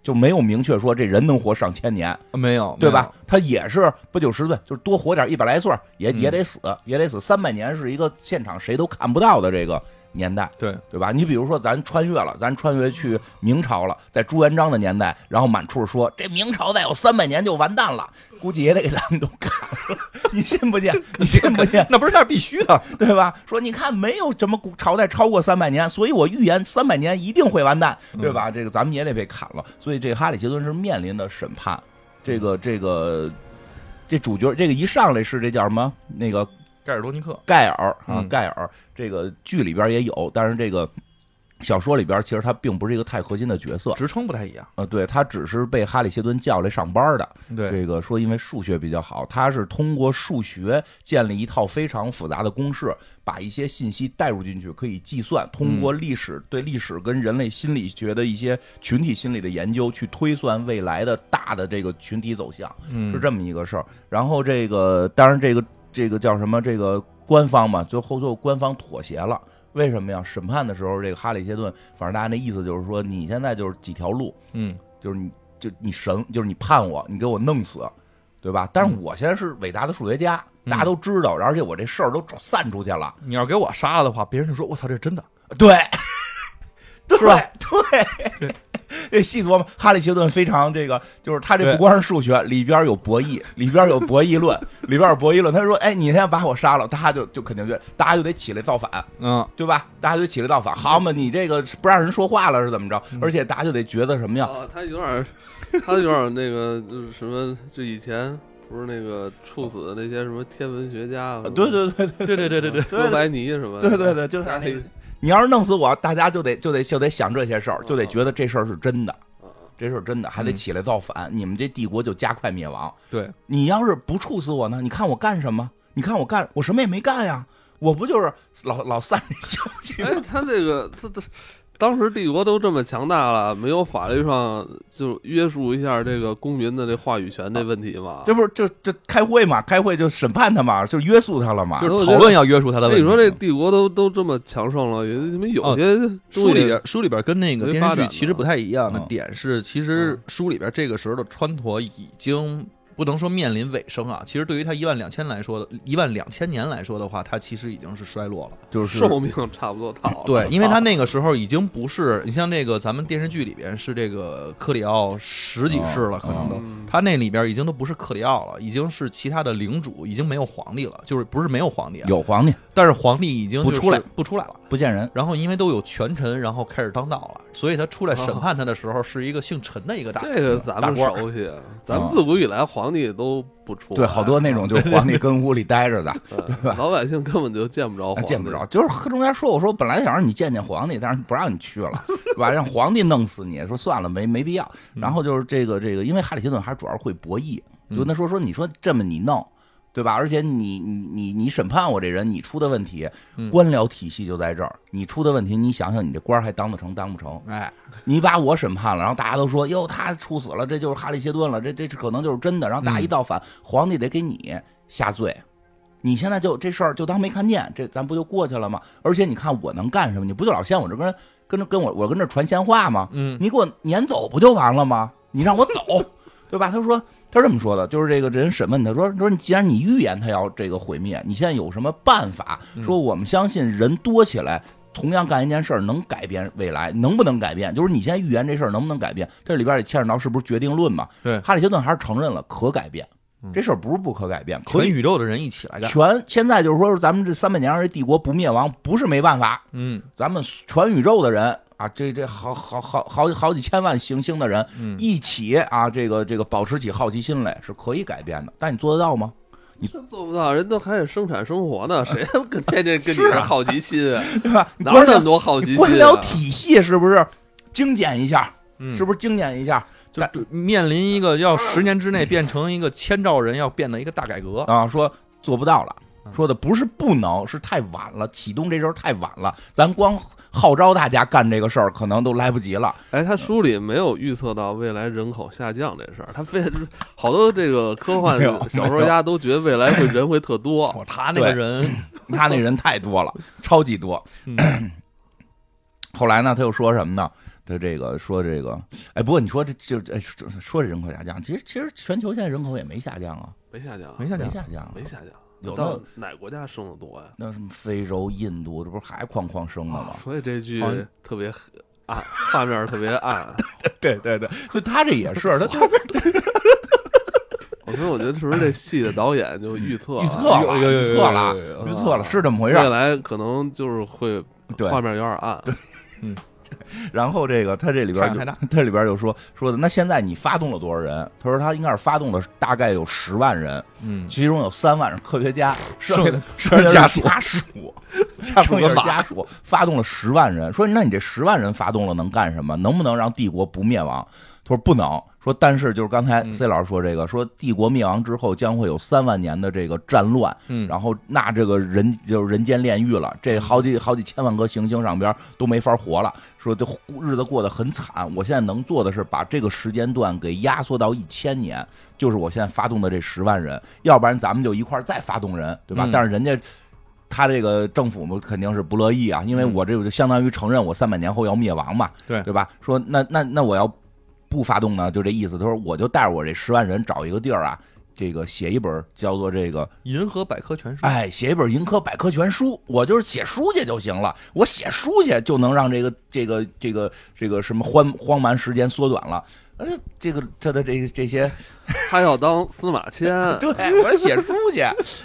Speaker 2: 就没有明确说这人能活上千年，
Speaker 4: 哪，没有，
Speaker 2: 对吧？他也是不九十岁，就是
Speaker 4: 嗯
Speaker 2: 多活点一百来岁儿也也得死，也得死。三百年是一个现场谁都看不到的这个年代，
Speaker 4: 对，
Speaker 2: 对吧？你比如说，咱穿越了，咱穿越去明朝了，在朱元璋的年代，然后满处说这明朝再有三百年就完蛋了，估计也得给咱们都砍了。 你信不信？你信不信？
Speaker 4: 那不是那是必须的，
Speaker 2: 对吧？说你看，没有什么古朝代超过三百年，所以我预言三百年一定会完蛋，对吧？这个咱们也得被砍了。所以这哈里杰顿是面临的审判，这个这个这主角这个一上来是这叫什么那个
Speaker 4: 盖尔多尼克，
Speaker 2: 盖尔啊
Speaker 4: 嗯，
Speaker 2: 盖尔这个剧里边也有，但是这个小说里边其实他并不是一个太核心的角色。
Speaker 4: 职称不太一样，
Speaker 2: 呃，对他只是被哈里谢顿叫来上班的。
Speaker 4: 对，
Speaker 2: 这个说因为数学比较好，他是通过数学建立一套非常复杂的公式，把一些信息带入进去，可以计算。通过历史对历史跟人类心理学的一些群体心理的研究，去推算未来的大的这个群体走向。
Speaker 4: 嗯
Speaker 2: 是这么一个事儿。然后这个，当然这个这个叫什么？这个官方嘛，最后最后官方妥协了。为什么呀？审判的时候，这个哈里谢顿，反正大家那意思就是说，你现在就是几条路，
Speaker 4: 嗯，
Speaker 2: 就是你就你神，就是你判我，你给我弄死，对吧？但是我现在是伟大的数学家，
Speaker 4: 嗯
Speaker 2: 大家都知道，而且我这事儿都散出去了，
Speaker 4: 你要给我杀了的话，别人就说我操，这是真的，
Speaker 2: 对， 对，对。这细琢磨，哈利·谢顿非常这个，就是他这
Speaker 4: 对
Speaker 2: 不光是数学，里边有博弈，里边有博弈论，里边有博弈论。他说：“哎，你现在把我杀了，大家就就肯定就大家就得起来造反，
Speaker 4: 嗯，
Speaker 2: 对吧？大家就起来造反。好嘛，你这个不让人说话了是怎么着？而且大家就得觉得什么呀？
Speaker 1: 啊，他有点 儿，他有点儿那个就是什么，就以前不是那个处死的那些什么天文学家啊，
Speaker 2: 对对对
Speaker 4: 对对对对对，
Speaker 1: 哥白尼什么的，
Speaker 2: 对对对，就是
Speaker 1: 大 家
Speaker 2: 你要是弄死我，大家就得就得就得想这些事儿，就得觉得这事儿是真的，
Speaker 1: 啊
Speaker 2: 这事儿真的，还得
Speaker 4: 嗯
Speaker 2: 起来造反，你们这帝国就加快灭亡。
Speaker 4: 对，
Speaker 2: 你要是不处死我呢？你看我干什么？你看我干，我什么也没干呀！我不就是老老散这消息吗？
Speaker 1: 哎，他这个这这，当时帝国都这么强大了，没有法律上就约束一下这个公民的这话语权这问题
Speaker 4: 啊
Speaker 1: 吗？
Speaker 2: 这不是就就开会嘛？开会就审判他嘛，就约束他了嘛？
Speaker 4: 就是讨论要约束他的
Speaker 1: 那
Speaker 4: 问题。啊
Speaker 1: 你说这帝国都都这么强盛了，也怎么有些
Speaker 4: 书
Speaker 1: 东
Speaker 4: 里
Speaker 1: 西
Speaker 4: 边书里边跟那个
Speaker 1: 没
Speaker 4: 电
Speaker 1: 发
Speaker 4: 视剧
Speaker 1: 展
Speaker 4: 其实不太一样的
Speaker 2: 呢嗯
Speaker 4: 点是，其实
Speaker 1: 嗯
Speaker 4: 书里边这个时候的川陀已经不能说面临尾声啊，其实对于他一万两千来说的，一万两千年来说的话，他其实已经是衰落了。
Speaker 2: 就是
Speaker 1: 寿命差不多到了，
Speaker 4: 对，因为他那个时候已经不是你像这个咱们电视剧里边是这个克里奥十几世了，
Speaker 2: 哦
Speaker 4: 可能都
Speaker 1: 嗯
Speaker 4: 他那里边已经都不是克里奥了，已经是其他的领主，已经没有皇帝了，就是不是没有皇帝啊，
Speaker 2: 有皇帝
Speaker 4: 但是皇帝已经
Speaker 2: 不
Speaker 4: 就是
Speaker 2: 出来
Speaker 4: 不出来了。
Speaker 2: 不见人，
Speaker 4: 然后因为都有权臣，然后开始当道了，所以他出来
Speaker 2: 哦
Speaker 4: 审判他的时候是一个姓陈的一个大。
Speaker 1: 这个
Speaker 2: 嗯
Speaker 1: 咱
Speaker 4: 大
Speaker 1: 们
Speaker 4: 官儿
Speaker 1: 熟悉，啊咱们自古以来皇帝都不出来，
Speaker 2: 啊对，好多那种就是皇帝跟屋里待着的，
Speaker 1: 嗯老百姓根本就见不着
Speaker 2: 啊
Speaker 1: 皇帝，
Speaker 2: 见不着。就是中间说，我说本来想让你见见皇帝，但是不让你去了，对吧？让皇帝弄死你，说算了，没没必要。然后就是这个这个，因为哈里杰顿还主要是会博弈，就跟他说说，你说这么你弄。对吧？而且你你你你审判我这人，你出的问题，官僚体系就在这儿。你出的问题，你想想，你这官儿还当得成当不成？
Speaker 4: 哎，
Speaker 2: 你把我审判了，然后大家都说哟，他处死了，这就是哈利谢顿了，这这可能就是真的。然后大家一造反，皇帝得给你下罪。你现在就这事儿就当没看见，这咱不就过去了吗？而且你看我能干什么？你不就老嫌我这跟人跟着跟我我跟这传闲话吗？
Speaker 4: 嗯，
Speaker 2: 你给我撵走不就完了吗？你让我 走，对吧？他说他是这么说的，就是这个这人审问他说说，你既然你预言他要这个毁灭，你现在有什么办法？
Speaker 4: 嗯
Speaker 2: 说我们相信人多起来。同样干一件事儿能改变未来，能不能改变？就是你现在预言这事儿能不能改变？这里边也牵扯到是不是决定论嘛？
Speaker 4: 对嗯
Speaker 2: 哈里杰顿还是承认了可改变，这事儿不是不可改变，可以
Speaker 4: 全宇宙的人一起来干。
Speaker 2: 全。现在就是说，咱们这三百年让这帝国不灭亡，不是没办法，
Speaker 4: 嗯，
Speaker 2: 咱们全宇宙的人啊，这这好好好好好几千万行星的人，
Speaker 4: 嗯
Speaker 2: 一起啊，这个这个保持起好奇心来是可以改变的，但你做得 到吗？
Speaker 1: 这做不到，人都还得生产生活呢，谁他妈跟天天跟你这好奇心啊？
Speaker 2: 对吧？你
Speaker 1: 哪有
Speaker 2: 官
Speaker 1: 那
Speaker 2: 僚
Speaker 1: 么多好奇
Speaker 2: 你
Speaker 1: 心、
Speaker 2: 官
Speaker 1: 啊？
Speaker 2: 僚体系是不是精简一下？
Speaker 4: 嗯
Speaker 2: 是不是精简一下？
Speaker 4: 就对面临一个要十年之内变成一个千兆人要变的一个大改革。
Speaker 2: 啊，说做不到了，
Speaker 4: 嗯
Speaker 2: 说的不是不能，是太晚了，启动这事儿太晚了，咱光号召大家干这个事儿，可能都来不及了。
Speaker 1: 哎，他书里没有预测到未来人口下降这事儿，他非好多这个科幻
Speaker 2: 没有
Speaker 1: 小说家都觉得未来会人会特多，
Speaker 4: 我哦他那
Speaker 2: 对
Speaker 4: 个人，
Speaker 2: 他那人太多了，超级多。嗯 后来呢，他又说什么呢？他这个说这个，哎，不过你说这就哎说说这人口下降，其实其实全球现在人口也没下降啊，
Speaker 1: 没下降，
Speaker 4: 没下
Speaker 2: 没下
Speaker 4: 降，
Speaker 2: 降啊，
Speaker 1: 没下降，
Speaker 2: 有
Speaker 1: 到
Speaker 2: 那
Speaker 1: 哪国家生的多呀？
Speaker 2: 那什么非洲、印度，这不是还哐哐生的吗？
Speaker 1: 所以这剧
Speaker 2: 啊
Speaker 1: 特别黑暗，画面特别暗。
Speaker 2: 对对对，所以他这也 是，他就
Speaker 1: 我所以我觉得是不是这戏的导演就预测了啊
Speaker 2: 预测了，
Speaker 3: 有有有有
Speaker 2: 预测了
Speaker 3: 有有有，
Speaker 2: 预测了，是这么回事
Speaker 1: 未
Speaker 2: 儿。
Speaker 1: 来可能就是会
Speaker 2: 对，
Speaker 1: 画面有点暗，
Speaker 2: 然后这个他这里边
Speaker 4: 太阳太
Speaker 2: 就
Speaker 4: 大
Speaker 2: 他里边就说说的，那现在你发动了多少人？他说他应该是发动了大概有十万人，
Speaker 4: 嗯，
Speaker 2: 其中有三万是科学家，剩下的
Speaker 4: 剩
Speaker 2: 剩
Speaker 4: 下的
Speaker 2: 下
Speaker 4: 家
Speaker 2: 的是
Speaker 4: 属
Speaker 2: 家属，
Speaker 4: 家属
Speaker 2: 剩下
Speaker 4: 干
Speaker 2: 是
Speaker 4: 嘛
Speaker 2: 家属发动了十万人。说那你这十万人发动了能干什么？能不能让帝国不灭亡？他说不能。说但是就是刚才
Speaker 4: 嗯
Speaker 2: C 老师说这个，说帝国灭亡之后将会有三万年的这个战乱，
Speaker 4: 嗯，
Speaker 2: 然后那这个人就是人间炼狱了，这好几好几千万颗行星上边都没法活了，说这日子过得很惨。我现在能做的是把这个时间段给压缩到一千年，就是我现在发动的这十万人，要不然咱们就一块儿再发动人，对吧？
Speaker 4: 嗯
Speaker 2: 但是人家。他这个政府嘛，肯定是不乐意啊，因为
Speaker 4: 嗯
Speaker 2: 我这就相当于承认我三百年后要灭亡嘛，
Speaker 4: 对
Speaker 2: 对吧？说那那那我要不发动呢，就这意思。他说我就带着我这十万人找一个地儿啊，这个写一本叫做这个
Speaker 4: 银河百科全书，
Speaker 2: 哎，写一本银科百科全书，我就是写书去就行了。我写书去就能让这个这个这个这个什么荒荒蛮时间缩短了。呃，这个他的这这些，
Speaker 1: 他要当司马迁，
Speaker 2: 对我写书去，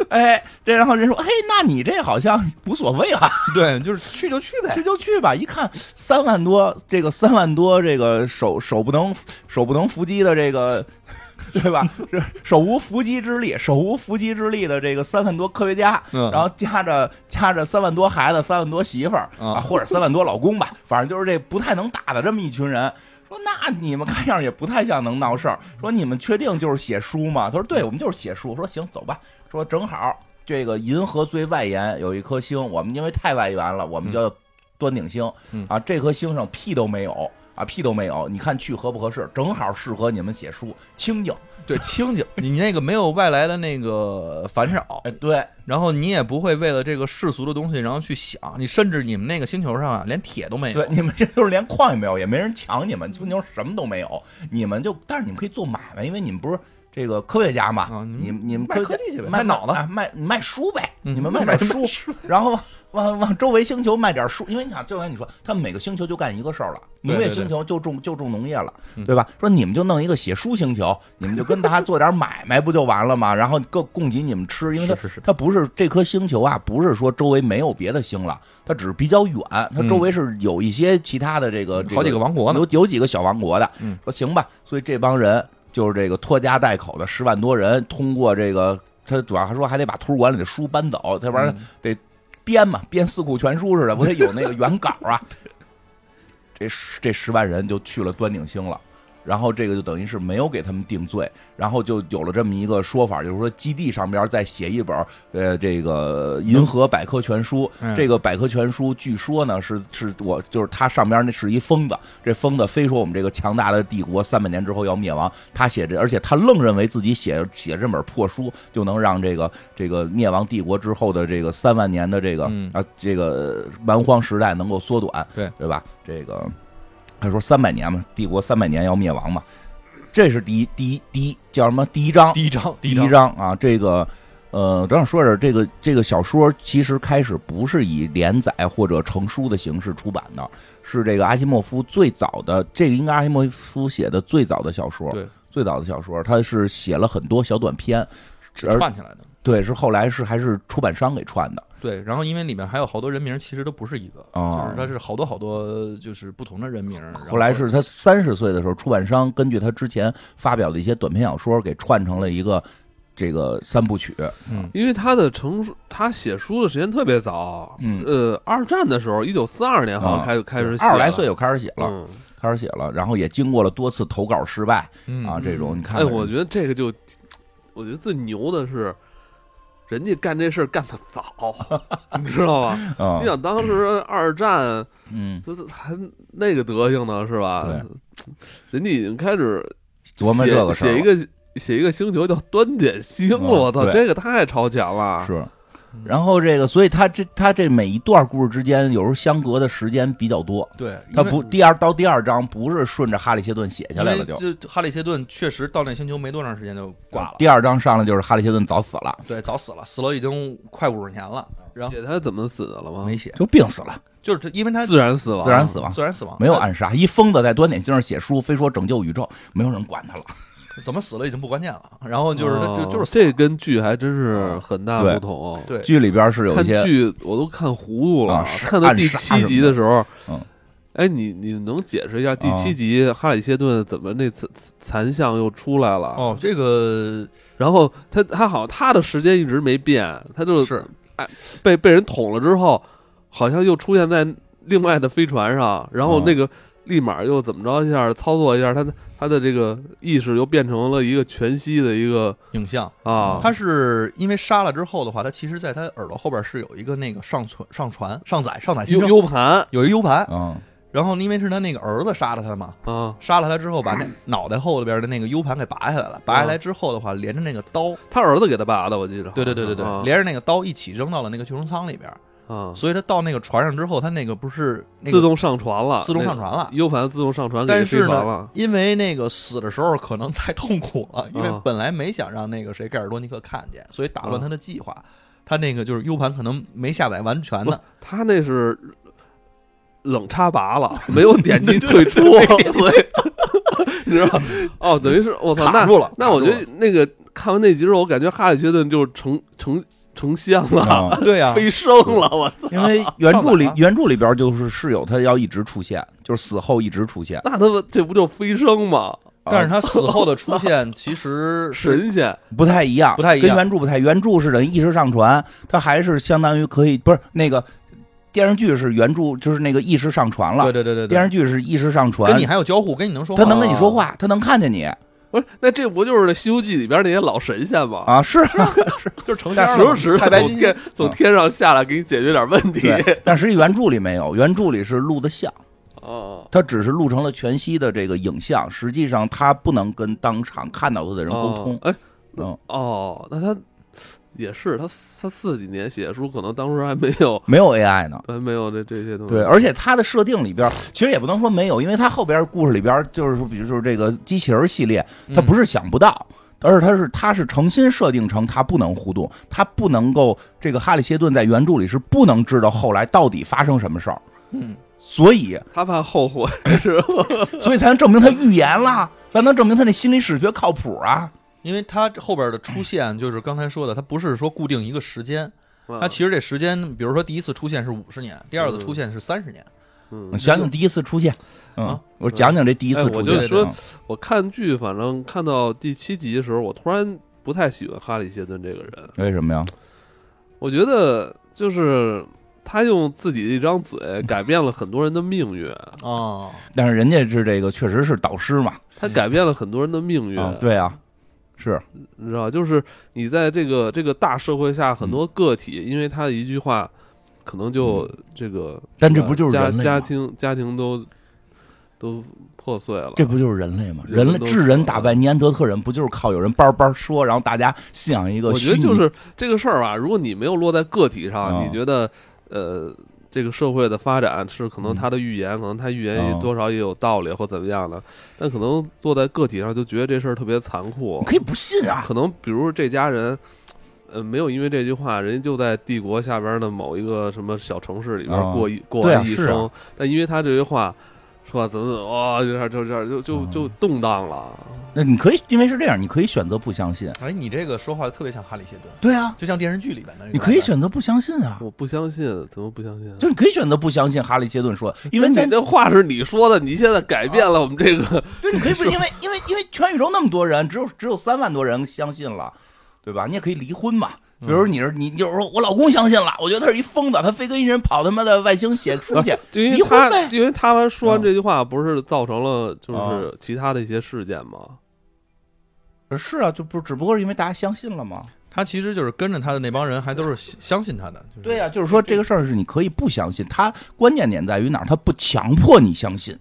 Speaker 2: 哎，这然后人说，嘿，那你这好像无所谓啊，
Speaker 4: 对，就是去就去呗
Speaker 2: 去，就去吧。一看三万多，这个三万多，这个手手不能手不能伏击的这个， 对吧？是手无缚鸡之力，手无缚鸡之力的这个三万多科学家，
Speaker 4: 嗯
Speaker 2: 然后加着加着三万多孩子，三万多媳妇儿
Speaker 4: 啊
Speaker 2: 啊，或者三万多老公吧，反正就是这不太能打的这么一群人。说那你们看样儿也不太像能闹事儿。说你们确定就是写书吗？他说对，我们就是写书。说行，走吧。说正好这个银河最外沿有一颗星，我们因为太外缘了，我们叫端顶星、
Speaker 4: 嗯
Speaker 2: 啊。这颗星上屁都没有啊，屁都没有。你看去合不合适？正好适合你们写书，清静。
Speaker 4: 对，清静，你那个没有外来的那个烦扰，
Speaker 2: 哎，对，
Speaker 4: 然后你也不会为了这个世俗的东西然后去想，你甚至你们那个星球上啊，连铁都没有
Speaker 2: 对，，你们这就是连矿也没有，也没人抢你们，金牛什么都没有，你们就但是你们可以做买卖，因为你们不是这个科学家嘛，
Speaker 4: 啊
Speaker 2: 你
Speaker 4: 你们
Speaker 2: 们你们
Speaker 4: 卖
Speaker 2: 科
Speaker 4: 科
Speaker 2: 学
Speaker 4: 技去呗
Speaker 2: 卖
Speaker 4: 卖脑子
Speaker 2: 啊卖你卖书呗，
Speaker 4: 嗯
Speaker 2: 你们卖
Speaker 4: 卖
Speaker 2: 点书，然后往往往周围星球卖点书，因为你想，就像你说，他们每个星球就干一个事儿了，农
Speaker 4: 对
Speaker 2: 业
Speaker 4: 对
Speaker 2: 星球就种就种农业了，
Speaker 4: 嗯
Speaker 2: 对吧？说你们就弄一个写书星球，你们就跟大家做点买卖不就完了吗？然后各供给你们吃，因为它
Speaker 4: 是是是
Speaker 2: 它不是这颗星球啊，不是说周围没有别的星了，它只是比较远，它周围是有一些其他的这个、这
Speaker 4: 嗯好几个王国呢
Speaker 2: 有有几个小王国的。
Speaker 4: 嗯
Speaker 2: 说行吧，所以这帮人就是这个拖家带口的十万多人，通过这个他主要还说还得把图书馆里的书搬走，这玩意儿
Speaker 4: 嗯
Speaker 2: 得编嘛，编四库全书似的，不得有那个原稿 啊。这十这十万人就去了端顶星了。然后这个就等于是没有给他们定罪，然后就有了这么一个说法，就是说基地上边再写一本呃这个《银河百科全书》
Speaker 4: 嗯
Speaker 2: 这个百科全书据说呢是是我就是它上边那是一疯子，这疯子非说我们这个强大的帝国三百年之后要灭亡，他写这，而且他愣认为自己写写这本破书就能让这个这个灭亡帝国之后的这个三万年的这个、
Speaker 4: 嗯
Speaker 2: 啊这个蛮荒时代能够缩短，
Speaker 4: 对
Speaker 2: 对吧？这个。他说三百年嘛，帝国三百年要灭亡嘛，这是第一第一第一叫什么？第一章，
Speaker 4: 第一章，
Speaker 2: 第一，章啊，这个。呃，我想说说这个这个小说，其实开始不是以连载或者成书的形式出版的，是这个阿西莫夫最早的，这个应该阿西莫夫写的最早的小说，
Speaker 4: 对，
Speaker 2: 最早的小说，他是写了很多小短篇，而
Speaker 4: 串起来的，
Speaker 2: 对是后来是还是出版商给串的，
Speaker 4: 对，然后因为里面还有好多人名，其实都不是一个，
Speaker 2: 哦
Speaker 4: 就是它是好多好多就是不同的人名，然
Speaker 2: 后来是他三十岁的时候，出版商根据他之前发表的一些短篇小说给串成了一个这个三部曲，
Speaker 4: 嗯
Speaker 1: 因为他的成书，他写书的时间特别早，
Speaker 2: 嗯
Speaker 1: 呃，二战的时候，一九四二年好
Speaker 2: 啊
Speaker 1: 像开开始写了
Speaker 2: 二十来岁就开始写了，
Speaker 1: 嗯，
Speaker 2: 开始写了，然后也经过了多次投稿失败
Speaker 4: 嗯
Speaker 2: 啊，这种你看
Speaker 1: 哎，
Speaker 2: 看，
Speaker 1: 我觉得这个就，我觉得最牛的是，人家干这事儿干的 早，你知道吗？
Speaker 2: 啊
Speaker 1: 你，想当时二战，
Speaker 2: 嗯，
Speaker 1: 这这还那个德行呢，是吧
Speaker 2: 对？
Speaker 1: 人家已经开始
Speaker 2: 琢磨这个事儿
Speaker 1: 写
Speaker 2: 了
Speaker 1: 写一个写一个星球叫端点星了，
Speaker 2: 嗯
Speaker 1: 我操，
Speaker 2: 对
Speaker 1: 这个太超前了。
Speaker 2: 是。然后这个，所以他这他这每一段故事之间，有时候相隔的时间比较多。
Speaker 4: 对，
Speaker 2: 他不第二到第二章不是顺着哈利切顿写下
Speaker 4: 因
Speaker 2: 来
Speaker 4: 为
Speaker 2: 了就，
Speaker 4: 就嗯哈利切顿确实到那星球没多长时间就挂了，
Speaker 2: 第二章上来就是哈利切顿早死了，
Speaker 4: 对，早死了，死了已经快五十年了，然后
Speaker 1: 写他怎么死的了吗？
Speaker 4: 没写，
Speaker 2: 就病死了，
Speaker 4: 就是他因为他
Speaker 1: 自然死亡，
Speaker 2: 自然死亡，
Speaker 4: 自然死亡，
Speaker 2: 没有暗杀。一疯子在端点星上写书，非说拯救宇宙，没有人管他了。
Speaker 4: 怎么死了已经不关键了，然后就是他就
Speaker 1: 哦
Speaker 4: 就是死
Speaker 1: 这
Speaker 4: 了
Speaker 1: 跟剧还真是很大
Speaker 2: 嗯对
Speaker 1: 不同。
Speaker 4: 对
Speaker 2: 剧里边是有
Speaker 1: 看
Speaker 2: 一些，
Speaker 1: 剧我都看糊涂了
Speaker 2: 啊，是
Speaker 1: 看到第七集的时候
Speaker 2: 暗杀什么的嗯，
Speaker 1: 哎，你你能解释一下第
Speaker 2: 啊
Speaker 1: 七集哈里谢顿怎么那残残像又出来了？
Speaker 4: 哦，这个
Speaker 1: 然后他他好像他的时间一直没变，他就是被被人捅了之后，好像又出现在另外的飞船上，然后
Speaker 2: 哦
Speaker 1: 那个立马又怎么着一下操作一下，他的他的这个意识又变成了一个全息的一个
Speaker 4: 影像，
Speaker 1: 啊，
Speaker 4: 他是因为杀了之后的话，他其实在他耳朵后边是有一个那个上存上传上载上载
Speaker 1: U
Speaker 4: 新生
Speaker 1: U 盘
Speaker 4: 有一 U 盘，
Speaker 2: 嗯，
Speaker 4: 然后因为是他那个儿子杀了他嘛，
Speaker 1: 啊，
Speaker 4: 杀了他之后把 那脑袋后边的那个 U 盘给拔下来了，拔下
Speaker 1: 啊
Speaker 4: 来之后的话，连着那个刀，
Speaker 1: 他儿子给他拔的，我记着。
Speaker 4: 对对对对对，
Speaker 1: 啊
Speaker 4: 连着那个刀一起扔到了那个救生舱里边，
Speaker 1: 啊，
Speaker 4: 所以他到那个船上之后，他那个不是那个
Speaker 1: 自动上传了，
Speaker 4: 自动上传了
Speaker 1: 那个 U 盘自动上传给
Speaker 4: 但是
Speaker 1: 飞船
Speaker 4: 呢
Speaker 1: 了，，
Speaker 4: 因为那个死的时候可能太痛苦了，因为
Speaker 1: 啊
Speaker 4: 本来没想让那个谁盖尔多尼克看见，所以打乱
Speaker 1: 啊
Speaker 4: 他的计划。他那个就是 U 盘可能没下载完全呢，
Speaker 1: 他那是冷插拔了，没有点击退出，所以你知道哦，等于是我操，
Speaker 4: 卡
Speaker 1: 那
Speaker 4: 住了。
Speaker 1: 那我
Speaker 4: 卡
Speaker 1: 觉
Speaker 4: 住
Speaker 1: 得那个看完那集之后，我感觉哈里·薛顿就成成成仙了，
Speaker 2: 嗯
Speaker 4: 了对呀、
Speaker 1: 飞升了，我操！
Speaker 2: 因为原著里
Speaker 4: 上载了
Speaker 2: 原著里边就是是有他要一直出现，就是死后一直出现。呃
Speaker 1: 那他妈这不就飞升吗？
Speaker 4: 但是他死后的 出现其实是
Speaker 1: 神仙
Speaker 2: 不太一样，
Speaker 4: 不太一样
Speaker 2: 跟原著不太。原著是等于意识上传，它还是相当于可以，不是那个电视剧是原著，就是那个意识上传了。
Speaker 4: 对对对对
Speaker 2: 电
Speaker 4: 对，
Speaker 2: 视剧是意识上传
Speaker 4: 跟你，还有交互，跟你能说
Speaker 2: 他
Speaker 4: 话啊
Speaker 2: 能跟你说话，他能看见你
Speaker 1: 不是？那这不就是那《西游记》里边那些老神仙吗？
Speaker 2: 啊， 是啊，
Speaker 4: 就是成仙
Speaker 1: 但
Speaker 4: 了
Speaker 1: 时
Speaker 4: 嘛，
Speaker 1: 不时
Speaker 4: 太
Speaker 1: 的
Speaker 4: 白
Speaker 1: 从
Speaker 4: 金星
Speaker 1: 天从天上下来给你解决点问题
Speaker 2: 对。但实际原著里没有，原著里是录的像，
Speaker 1: 啊。
Speaker 2: 他只是录成了全息的这个影像，实际上他不能跟当场看到他的人沟通
Speaker 1: 哦。哎，
Speaker 2: 嗯，
Speaker 1: 哦，那他也是，他他四几年写的书，可能当时还没有
Speaker 2: 没有 AI 呢。
Speaker 1: 还没有这这些东西。
Speaker 2: 对，而且它的设定里边儿，其实也不能说没有，因为它后边故事里边儿就是说，比如说这个机器人儿系列，它不是想不到，而是它是它是诚心设定成它不能互动，它不能够这个哈里谢顿在原著里是不能知道后来到底发生什么事儿，
Speaker 4: 嗯，
Speaker 2: 所以
Speaker 1: 他怕后悔，是吧？
Speaker 2: 所以才能证明他预言啦，才能证明他那心理史学靠谱啊。
Speaker 4: 因为他后边的出现就是刚才说的，他不是说固定一个时间，
Speaker 1: 啊
Speaker 4: 他其实这时间，比如说第一次出现是五十年，第二次出现是三十年，
Speaker 1: 嗯
Speaker 2: 你，想想第一次出现，嗯
Speaker 4: 啊，
Speaker 2: 我讲讲这第一
Speaker 1: 哎
Speaker 2: 次
Speaker 1: 我
Speaker 2: 出
Speaker 1: 就
Speaker 2: 现。
Speaker 1: 说
Speaker 2: 嗯
Speaker 1: 我看剧，反正看到第七集的时候，我突然不太喜欢哈里谢顿这个人。
Speaker 2: 为什么呀？
Speaker 1: 我觉得就是他用自己的一张嘴改变了很多人的命 运，
Speaker 4: 哦，
Speaker 2: 但是人家是这个确实是导师嘛，
Speaker 1: 他改变了很多人的命运。
Speaker 2: 啊，对啊，是
Speaker 1: 你知道，就是你在这个这个大社会下，很多个体、因为他的一句话，可能就这个，
Speaker 2: 嗯但这不就是
Speaker 1: 家
Speaker 2: 人类
Speaker 1: 家
Speaker 2: 吗
Speaker 1: 庭家庭都都破碎了。
Speaker 2: 这不就是人类吗？
Speaker 1: 人们
Speaker 2: 人类
Speaker 1: 都
Speaker 2: 智
Speaker 1: 死
Speaker 2: 人
Speaker 1: 了
Speaker 2: 打败尼安德特人，不就是靠有人叭叭说，然后大家信仰一个
Speaker 1: 我
Speaker 2: 虚
Speaker 1: 觉
Speaker 2: 拟？
Speaker 1: 得就是这个事儿吧，如果你没有落在个体上，
Speaker 2: 啊
Speaker 1: 你觉得呃，这个社会的发展是可能
Speaker 2: 嗯
Speaker 1: 他的预言，可能他预言
Speaker 2: 啊
Speaker 1: 也多少也有道理或怎么样的，但可能落在个体上就觉得这事儿特别残酷
Speaker 2: 你。可以不信啊。
Speaker 1: 可能比如这家人，呃，没有因为这句话，人家就在帝国下边的某一个什么小城市里边
Speaker 2: 啊
Speaker 1: 过一、过
Speaker 2: 对啊
Speaker 1: 完一
Speaker 2: 是啊
Speaker 1: 生，但因为他这句话。是吧？怎么怎么哇、就这样就这样就
Speaker 2: 嗯
Speaker 1: 就就动荡了。
Speaker 2: 那你可以，因为是这样，你可以选择不相信。
Speaker 4: 哎，你这个说话特别像哈里谢顿，
Speaker 2: 对啊，
Speaker 4: 就像电视剧里边的那个。
Speaker 2: 你可以，选择不相信啊，
Speaker 1: 我不相信，怎么不相信啊？
Speaker 2: 就是你可以选择不相信哈利·切顿说的，因为
Speaker 1: 你
Speaker 2: 在
Speaker 1: 这话是你说的，你现在改变了我们这个，
Speaker 2: 对，你可以 不，因为因为因为全宇宙那么多人，只有只有三万多人相信了，对吧？你也可以离婚嘛。比如你是你，你就是说我老公相信了，我觉得他是一疯子，他非跟一人跑他妈的外星写书去，
Speaker 1: 就因为
Speaker 2: 离婚
Speaker 1: 他
Speaker 2: 呗
Speaker 1: 因为他们说完这句话，不是造成了就
Speaker 2: 啊
Speaker 1: 是其他的一些事件吗？
Speaker 2: 是啊，就不只不过是因为大家相信了嘛。
Speaker 4: 他其实就是跟着他的那帮人，还都是相相信他的。就是
Speaker 2: 对呀、就是说这个事儿是你可以不相信，它关键点在于哪儿？它不强迫你相信。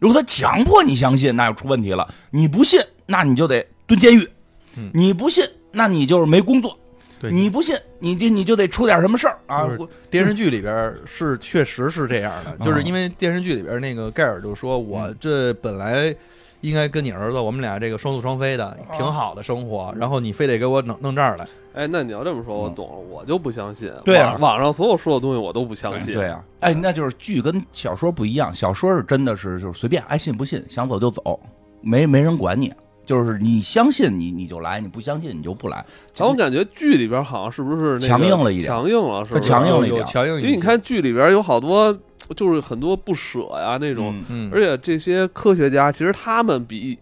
Speaker 2: 如果他强迫你相信，那就出问题了。你不信，那你就得蹲监狱
Speaker 4: 嗯；
Speaker 2: 你不信，那你就是没工作。
Speaker 4: 对
Speaker 2: 你不信，你就你就得出点什么事儿啊
Speaker 4: 不！是
Speaker 2: 我
Speaker 4: 电视剧里边儿是确实是这样的，
Speaker 2: 哦
Speaker 4: 就是因为电视剧里边儿那个盖尔就说：“
Speaker 2: 嗯
Speaker 4: 我这本来应该跟你儿子，我们俩这个双宿双飞的，
Speaker 1: 哦
Speaker 4: 挺好的生活，然后你非得给我弄弄这儿来。
Speaker 1: 哎，那你要这么说，我懂了，我就不相信。
Speaker 2: 嗯对啊
Speaker 1: 网网上所有说的东西我都不相信。
Speaker 2: 对啊，哎，那就是剧跟小说不一样，小说是真的是就是随便爱信不信，想走就走，没没人管你，就是你相信你你就来，你不相信你就不来。
Speaker 1: 然后我感觉剧里边好像是不是那个
Speaker 2: 强硬了一点
Speaker 1: 强硬了，是不是
Speaker 2: 他”强硬了一
Speaker 4: 有
Speaker 2: 点
Speaker 4: 有强硬一
Speaker 1: 因
Speaker 4: 些，
Speaker 1: 为你看剧里边有好多就是很多不舍呀、那种，
Speaker 2: 嗯
Speaker 4: 嗯，
Speaker 1: 而且这些科学家其实他们比一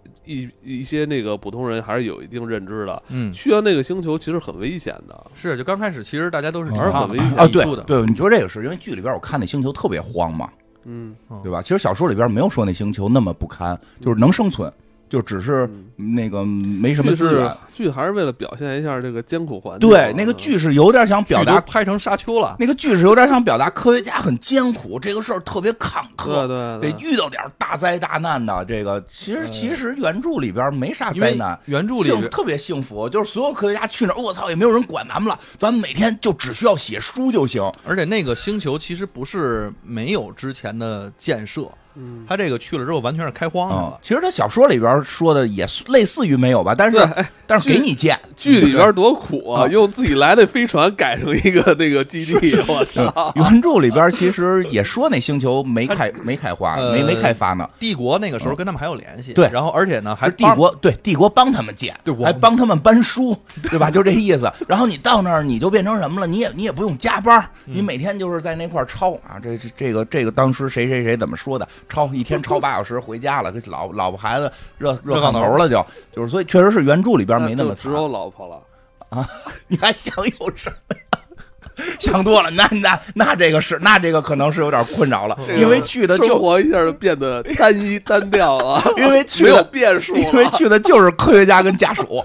Speaker 1: 一一些那个普通人还是有一定认知的。
Speaker 4: 嗯
Speaker 1: 去到那个星球其实很危险的，
Speaker 4: 是就刚开始其实大家都是
Speaker 2: 玩
Speaker 1: 儿很危险
Speaker 2: 啊，
Speaker 4: 抵
Speaker 2: 对
Speaker 4: 触的，
Speaker 2: 对，你说这个是因为剧里边我看那星球特别荒嘛，
Speaker 1: 嗯，
Speaker 2: 对吧？其实小说里边没有说那星球那么不堪，就是能生存，就只是
Speaker 1: 嗯
Speaker 2: 那个没什么
Speaker 1: 剧啊
Speaker 2: 资
Speaker 1: 是
Speaker 2: 源。
Speaker 1: 剧还是为了表现一下这个艰苦环境啊。
Speaker 2: 对，那个剧是有点想表
Speaker 4: 剧都
Speaker 2: 达，
Speaker 4: 拍成沙丘了，
Speaker 2: 那个剧是有点想表达科学家很艰苦，这个事儿特别坎
Speaker 1: 对，
Speaker 2: 坷，
Speaker 1: 对
Speaker 2: 得
Speaker 4: 嗯
Speaker 1: 对
Speaker 2: 遇到点大灾大难的。这个其实其实原著里边没啥
Speaker 4: 因
Speaker 2: 灾
Speaker 4: 为
Speaker 2: 难。
Speaker 4: 原著里
Speaker 2: 幸
Speaker 4: 边
Speaker 2: 特别幸福，就是所有科学家去那儿，我操，也没有人管咱们了，咱们每天就只需要写书就行。
Speaker 4: 而且那个星球其实不是没有之前的建设，
Speaker 1: 嗯，
Speaker 4: 他这个去了之后完全是开荒上
Speaker 2: 啊，
Speaker 4: 了。
Speaker 2: 其实他小说里边说的也类似于没有吧，但是
Speaker 1: 对，哎，
Speaker 2: 但是给你建，
Speaker 1: 剧里边多苦啊，
Speaker 2: 啊
Speaker 1: 用自己来的飞船改成一个那个基地，我操！
Speaker 2: 嗯原著里边其实也说那星球没开没开花，
Speaker 4: 呃
Speaker 2: 没没开发呢，
Speaker 4: 帝国那个时候跟他们还有联系，
Speaker 2: 嗯对
Speaker 4: 然后而且呢还
Speaker 2: 是帝
Speaker 4: 帮
Speaker 2: 国对帝国帮他们建，
Speaker 4: 对我
Speaker 2: 还帮他们搬书，对吧？就这意思。然后你到那儿你就变成什么了？你也你也不用加班，
Speaker 4: 嗯
Speaker 2: 你每天就是在那块儿抄啊。这这这个这个当时谁谁谁怎么说的？抄一天抄八小时回家了，给老老婆孩子热热炕头了就，就是所以确实是原著里边没那么
Speaker 1: 就只
Speaker 2: 惨。
Speaker 1: 有老婆了。
Speaker 2: 你还想有什么呀？ 想多了，那那那这个是那这个可能是有点困扰了，因为去的
Speaker 1: 生
Speaker 2: 就
Speaker 1: 活一下就变得单一单调 了，
Speaker 2: 因为去
Speaker 1: 没有
Speaker 2: 的
Speaker 1: 变数
Speaker 2: 因为
Speaker 1: 了。
Speaker 2: 去的就是科学家跟家属，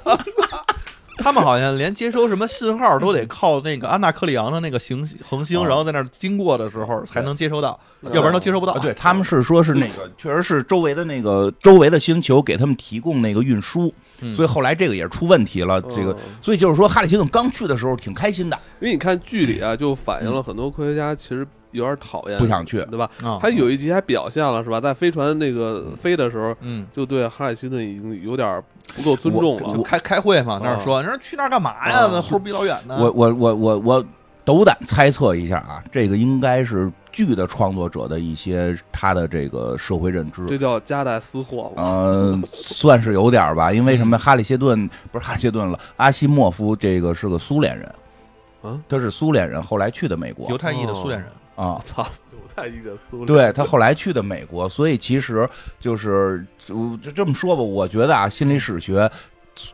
Speaker 4: 他们好像连接收什么信号都
Speaker 1: 嗯
Speaker 4: 得靠那个安纳克里昂的那个行恒星，
Speaker 2: 哦
Speaker 4: 然后在那儿经过的时候才能接收到，
Speaker 1: 对
Speaker 4: 要不然都接收不到。
Speaker 2: 啊对，他们是说是那个确实是周围的那个周围的星球给他们提供那个运输，
Speaker 4: 嗯
Speaker 2: 所以后来这个也是出问题了，这个。所以就是说，哈里奇顿刚去的时候挺开心的，
Speaker 1: 因为你看剧里啊，就反映了很多科学家其实有点讨厌，
Speaker 2: 不想去
Speaker 1: 对吧？
Speaker 4: 啊，
Speaker 1: 他有一集还表现了，是吧？在飞船那个飞的时候，
Speaker 4: 嗯，
Speaker 1: 就对哈里希顿已经有点不够尊重
Speaker 4: 就
Speaker 1: 了。
Speaker 4: 开开会嘛，那儿
Speaker 1: 啊
Speaker 4: 说，你说去那儿干嘛呀？
Speaker 1: 啊
Speaker 4: 那齁逼老远呢。
Speaker 2: 哦我我我我我斗胆猜测一下啊，这个应该是剧的创作者的一些他的这个社会认知，
Speaker 1: 这叫夹带私货嘛。
Speaker 2: 呃，算是有点儿吧，因为什么？哈里谢顿不是哈里谢顿了，阿西莫夫这个是个苏联人，
Speaker 1: 啊，
Speaker 2: 他是苏联人，后来去的美国
Speaker 4: 犹太裔的苏联人，
Speaker 2: 啊
Speaker 1: 我， 操！我太一个思路。
Speaker 2: 对他后来去的美国，所以其实就是就就这么说吧，我觉得啊，心理史学。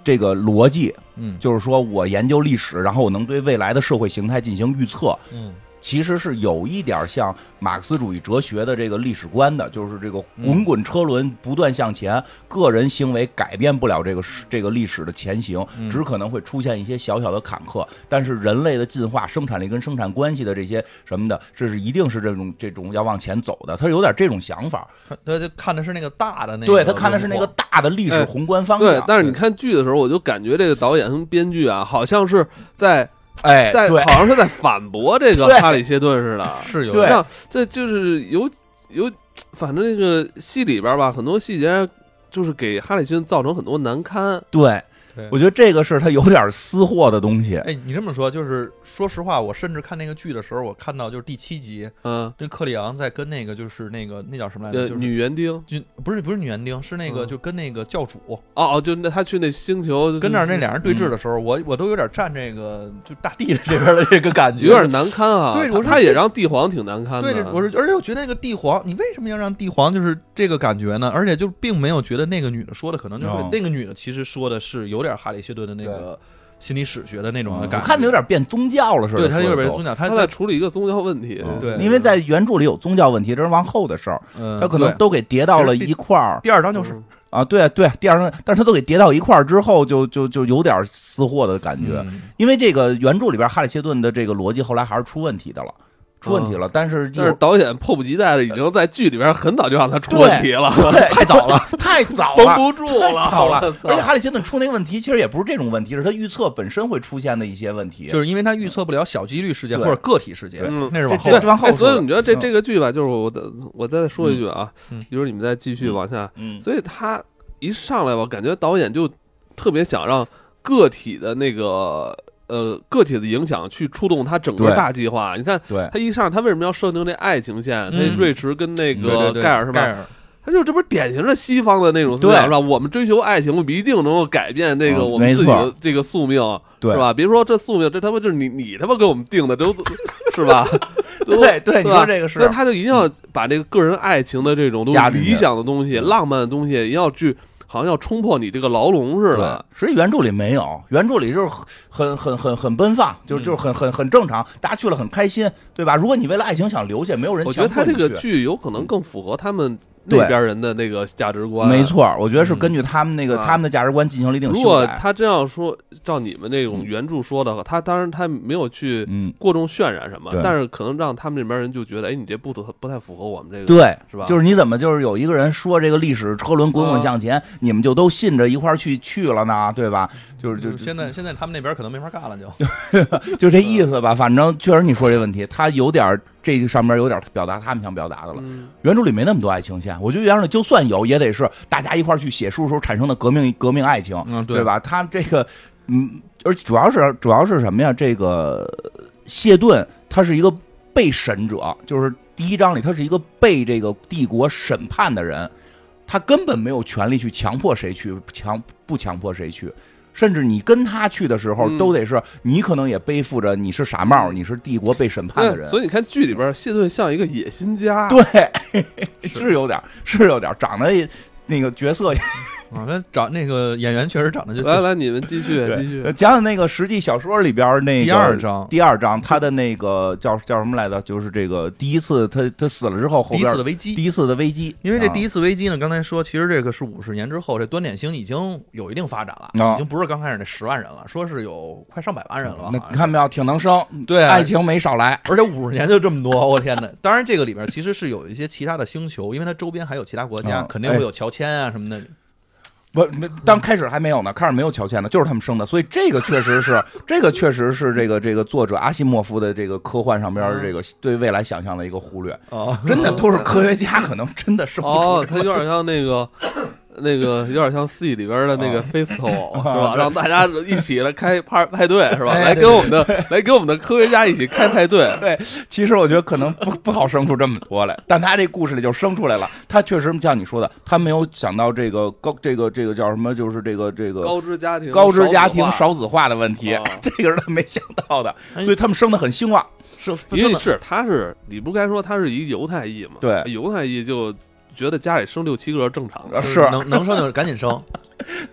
Speaker 2: 这个逻辑
Speaker 4: 嗯
Speaker 2: 就是说，我研究历史，然后我能对未来的社会形态进行预测，
Speaker 4: 嗯
Speaker 2: 其实是有一点像马克思主义哲学的这个历史观的，就是这个滚滚车轮不断向前，个人行为改变不了这个时这个历史的前行，
Speaker 4: 嗯
Speaker 2: 只可能会出现一些小小的坎坷。但是人类的进化、生产力跟生产关系的这些什么的，这是一定是这种这种要往前走的。他有点这种想法，
Speaker 4: 他他就看的是那个大的那个，
Speaker 2: 对他看的是那个，大的历史
Speaker 1: 哎
Speaker 2: 宏观方向。
Speaker 1: 对，但是你看剧的时候，我就感觉这个导演跟编剧啊，好像是在
Speaker 2: 哎，
Speaker 1: 在
Speaker 2: 对
Speaker 1: 好像是在反驳这个
Speaker 2: 对
Speaker 1: 哈里谢顿似的。
Speaker 4: 是有
Speaker 2: 对
Speaker 1: 让这就是有有，反正那个戏里边吧，很多细节就是给哈里逊造成很多难堪。
Speaker 2: 对
Speaker 4: 对，
Speaker 2: 我觉得这个是他有点私货的东西。
Speaker 4: 哎，你这么说，就是说实话，我甚至看那个剧的时候，我看到就是第七集，
Speaker 1: 嗯，
Speaker 4: 这克里昂在跟那个就是那个那叫什么来
Speaker 1: 呃
Speaker 4: 着？，就是
Speaker 1: 女园丁
Speaker 4: 就不是不是女园丁，是那个
Speaker 1: 嗯
Speaker 4: 就跟那个教主
Speaker 1: 哦，就那他去那星球，
Speaker 4: 跟那儿那俩人对峙的时候，我我都有点站这个就大地的这边的这个感觉，
Speaker 1: 有点难堪啊。
Speaker 4: 对我说
Speaker 1: 他他
Speaker 4: 这
Speaker 1: 也让帝皇挺难堪的。
Speaker 4: 对，这我是，而且我觉得那个帝皇，你为什么要让帝皇就是这个感觉呢？而且就并没有觉得那个女的说的可能就是、
Speaker 2: 哦
Speaker 4: 那个女的，其实说的是有点哈里谢顿的那个心理史学的那种
Speaker 2: 嗯我
Speaker 4: 的感觉，
Speaker 2: 看着有点变宗教了似的，
Speaker 4: 对他有
Speaker 2: 说
Speaker 4: 点
Speaker 2: 的
Speaker 4: 宗
Speaker 2: 都
Speaker 4: 教，他
Speaker 1: 他在处理一个宗教问题。
Speaker 2: 嗯
Speaker 4: 对
Speaker 2: 因为在原著里有宗教问题，这是往后的事儿，
Speaker 4: 嗯，
Speaker 2: 他可能
Speaker 4: 对
Speaker 2: 都给叠到了一块儿
Speaker 4: 第二
Speaker 1: 嗯
Speaker 4: 章就是、
Speaker 2: 啊。对对，第二张，但是他都给叠到一块儿之后，就就就有点私货的感觉。
Speaker 4: 嗯
Speaker 2: 因为这个原著里边哈里谢顿的这个逻辑后来还是出问题的了，出问题
Speaker 4: 嗯
Speaker 2: 了。但是
Speaker 1: 但是
Speaker 2: 有
Speaker 1: 导演迫不及待的已经在剧里边很早就让他出问题了，
Speaker 2: 对太早了，太 早
Speaker 1: 绷
Speaker 2: 了。
Speaker 1: 不住了，
Speaker 2: 太早了
Speaker 1: 我操
Speaker 2: 而且哈里金顿出那个问题，其实也不是这种问题，是他预测本身会出现的一些问题。
Speaker 4: 就是因为他预测不了小几率事件
Speaker 2: 嗯对
Speaker 4: 或者个体事件
Speaker 1: 嗯，
Speaker 4: 那是往
Speaker 2: 这
Speaker 4: 后
Speaker 2: 这往后
Speaker 1: 哎，所以
Speaker 2: 说
Speaker 1: 你觉得这
Speaker 2: 嗯
Speaker 1: 这个剧吧，就是我的，我再说一句啊，
Speaker 4: 嗯嗯
Speaker 1: 一会儿你们再继续往下。
Speaker 2: 嗯，
Speaker 1: 所以他一上来，我感觉导演就特别想让个体的那个呃个体的影响去触动他整个
Speaker 2: 对哎
Speaker 1: 大计划。你看
Speaker 2: 对
Speaker 1: 他一上来，他为什么要设定这爱情线？那
Speaker 4: 嗯
Speaker 1: 瑞驰跟那
Speaker 4: 对对
Speaker 1: 个
Speaker 4: 对
Speaker 1: 盖尔是吧？
Speaker 4: 盖尔
Speaker 1: 他就这不是典型的西方的那种思想
Speaker 2: 对
Speaker 1: 是吧？我们追求爱情，我们一定能够改变这个
Speaker 2: 嗯
Speaker 1: 我们自己
Speaker 2: 没
Speaker 1: 的这个宿命，
Speaker 2: 对
Speaker 1: 是吧？别说这宿命，这他妈就是你你他妈给我们定的，都 是 吧？都
Speaker 2: 对对，你
Speaker 1: 吧
Speaker 2: 说这个是
Speaker 1: 那他就一定要把这个个人爱情的这种东
Speaker 2: 加
Speaker 1: 西、
Speaker 2: 进去嗯
Speaker 1: 理想的东西、浪漫的东西，也要去好像要冲破你这个牢笼似的。
Speaker 2: 对，实际原著里没有，原著里就是很很很很奔放，就是就是很很很正常，大家去了很开心，对吧？如果你为了爱情想留下，没有人
Speaker 1: 我觉
Speaker 2: 强
Speaker 1: 得他
Speaker 2: 迫
Speaker 1: 这
Speaker 2: 你
Speaker 1: 个
Speaker 2: 去
Speaker 1: 剧有可能更符合他们
Speaker 2: 对
Speaker 1: 那边人的那个价值观。啊
Speaker 2: 没。错，我觉得是根据他们那个
Speaker 1: 嗯
Speaker 2: 他们的价值观进行了一定
Speaker 1: 如
Speaker 2: 修
Speaker 1: 果
Speaker 2: 改。
Speaker 1: 他这样说，照你们那种
Speaker 2: 嗯
Speaker 1: 原著说的话，他当然他没有去
Speaker 2: 嗯，
Speaker 1: 过重渲染什么
Speaker 2: 对，
Speaker 1: 但是可能让他们那边人就觉得，哎，你这不符不太符合我们这个，
Speaker 2: 对，
Speaker 1: 是吧嗯
Speaker 2: 就是你怎么就是有一个人说这个历史车轮滚滚向前，你们就都信着一块儿去去了呢，对吧？就是
Speaker 4: 就
Speaker 1: 嗯
Speaker 2: 就是
Speaker 4: 现在现在他们那边可能没法干了， 就
Speaker 2: 就这意思吧。反正确实你说这问题，他有点儿这上面有点儿表达他们想表达的了。
Speaker 1: 嗯，
Speaker 2: 原著里没那么多爱情线，我觉得原著里就算有，也得是大家一块儿去写书时候产生的革命革命爱情，
Speaker 4: 嗯
Speaker 2: 对？吧？他这个，嗯，而且主要是主要是什么呀？这个谢顿他是一个被审者，就是第一章里他是一个被这个帝国审判的人，他根本没有权利去强迫谁去强不强迫谁去。甚至你跟他去的时候，
Speaker 1: 嗯
Speaker 2: 都得是你可能也背负着你是傻帽，你是帝国被审判的
Speaker 1: 对，
Speaker 2: 人。
Speaker 1: 所以你看剧里边，谢顿像一个野心家，
Speaker 4: 啊
Speaker 2: 对， 是有点儿，是有点儿，长得也那个角色也
Speaker 4: 啊，那长那个演员确实长得就
Speaker 1: 来来，你们继续继
Speaker 2: 对。呃
Speaker 1: 续，
Speaker 2: 讲讲那个实际小说里边儿那个
Speaker 4: 第二，章，
Speaker 2: 第二章他的那个叫叫什么来着？就是这个第一次他他死了之后，后
Speaker 4: 第一
Speaker 2: 边
Speaker 4: 次
Speaker 2: 儿
Speaker 4: 的危机，
Speaker 2: 第一次的危机，啊
Speaker 4: 因为这第
Speaker 2: 一
Speaker 4: 一次危机呢，刚才说，其实这个是五十年之后，这端点星已经有一定发展
Speaker 2: 啊
Speaker 4: 了，已经不是刚开始那十万人了，说是有快上百万人了。
Speaker 2: 那
Speaker 4: 好像
Speaker 2: 你看没有，挺能生，
Speaker 4: 对
Speaker 2: 爱情没少来，
Speaker 4: 而且五十年就这么多，我天哪！当然，这个里边其实是有一些其他的星球，因为它周边还有其他国家，
Speaker 2: 啊
Speaker 4: 肯定会有乔迁啊什么的。
Speaker 2: 不，没当开始还没有呢，开始没有乔迁的，就是他们生的，所以这个确实是，这个确实是这个这个作者阿西莫夫的这个科幻上边
Speaker 4: 嗯
Speaker 2: 儿这个对未来想象的一个忽略，
Speaker 4: 哦，
Speaker 2: 真 的都是科学家可能真的生不出
Speaker 1: 哦，他有点像那个。那个有点像 C 里边的那
Speaker 2: 啊
Speaker 1: 个 Festival 是吧？让大家一起来开派派对是吧？
Speaker 2: 哎
Speaker 1: 来
Speaker 2: 对
Speaker 1: 跟我们的来跟我们的科学家一起开派 对，
Speaker 2: 对，其实我觉得可能不 不好生出这么多来，但他这故事里就生出来了。他确实像你说的，他没有想到这个高这个这个叫什么，就是这个这个
Speaker 1: 高知家庭
Speaker 2: 高知家庭
Speaker 1: 少
Speaker 2: 少子化的问题，
Speaker 1: 啊
Speaker 2: 这个是他没想到的，
Speaker 4: 哎
Speaker 2: 所以他们生的很兴旺。
Speaker 4: 是
Speaker 1: 子化，因
Speaker 4: 真
Speaker 1: 为
Speaker 4: 的，
Speaker 1: 是他是你不该说他是一犹太裔嘛？
Speaker 2: 对
Speaker 1: 犹太裔就觉得家里生六七个正常的，
Speaker 2: 是
Speaker 4: 能能生就赶紧生。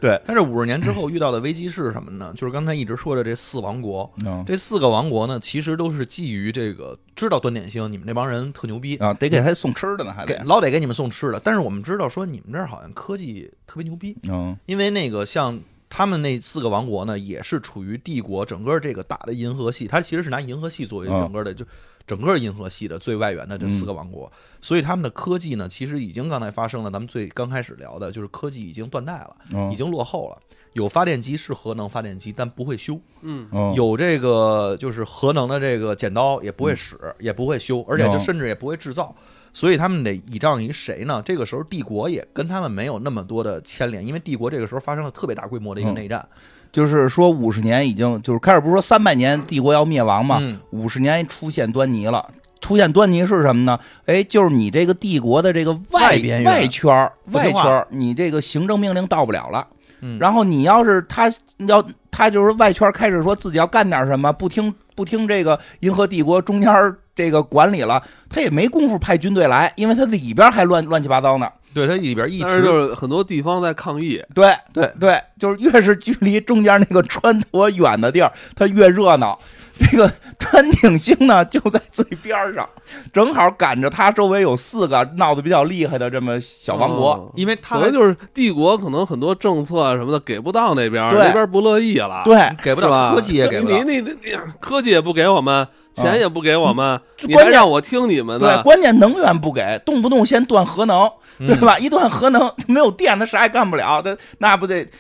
Speaker 2: 对，
Speaker 4: 但是五十年之后遇到的危机是什么呢？就是刚才一直说的这四王国，
Speaker 2: 嗯
Speaker 4: 这四个王国呢，其实都是基于这个知道端点星，你们这帮人特牛逼，
Speaker 2: 啊，得给他送吃的呢，还
Speaker 4: 给
Speaker 2: 得
Speaker 4: 老得给你们送吃的。但是我们知道说你们这儿好像科技特别牛逼，
Speaker 2: 嗯
Speaker 4: 因为那个像他们那四个王国呢，也是处于帝国整个这个大的银河系，它其实是拿银河系作为
Speaker 2: 嗯
Speaker 4: 整个的、就整个银河系的最外缘的这四个王国，所以他们的科技呢，其实已经刚才发生了咱们最刚开始聊的，就是科技已经断代了，
Speaker 2: 嗯
Speaker 4: 已经落后了。有发电机是核能发电机，但不会修；
Speaker 1: 嗯，
Speaker 2: 嗯
Speaker 4: 有这个就是核能的这个剪刀也不会使，也不会修，而且就
Speaker 2: 嗯
Speaker 4: 甚至也不会制造。所以他们得倚仗于谁呢？这个时候帝国也跟他们没有那么多的牵连，因为帝国这个时候发生了特别大规模的一个
Speaker 2: 嗯
Speaker 4: 内战。
Speaker 2: 就是说五十年已经就是开始不是说三百年帝国要灭亡吗？
Speaker 4: 嗯
Speaker 2: 五十年出现端倪了。出现端倪是什么呢？哎，就是你这个帝国的这个外
Speaker 4: 外边缘
Speaker 2: 外圈儿
Speaker 4: 不
Speaker 2: 外
Speaker 4: 听话
Speaker 2: 圈儿，你这个行政命令到不了了。
Speaker 4: 嗯
Speaker 2: 然后你要是他要他就是外圈儿开始说自己要干点什么，不听不听这个银河帝国中间儿这个管理了，他也没工夫派军队来，因为他里边儿还乱乱七八糟呢。
Speaker 4: 对它里边一
Speaker 1: 但是
Speaker 4: 直
Speaker 1: 就是很多地方在抗议，
Speaker 2: 对
Speaker 4: 对
Speaker 2: 对，就是越是距离中间那个川沱远的地儿，它越热闹。这个川鼎星呢，就在最边儿上，正好赶着它周围有四个闹得比较厉害的这么小王国。
Speaker 1: 哦
Speaker 4: 因为它
Speaker 1: 可能就是帝国可能很多政策啊什么的给不到那边儿，
Speaker 2: 对
Speaker 1: 那边儿不乐意了，
Speaker 2: 对
Speaker 4: 给不
Speaker 1: 是吧，
Speaker 4: 到科技也给不到
Speaker 1: 你，你你你科技也不给我们，钱也不给我们，
Speaker 2: 就
Speaker 1: 你
Speaker 2: 关
Speaker 1: 还
Speaker 2: 键
Speaker 1: 让我听你们
Speaker 2: 对，
Speaker 1: 的，
Speaker 2: 关键能源不给，动不动先断核能，对吧？一断核能没有电，他啥也干不了，他那不得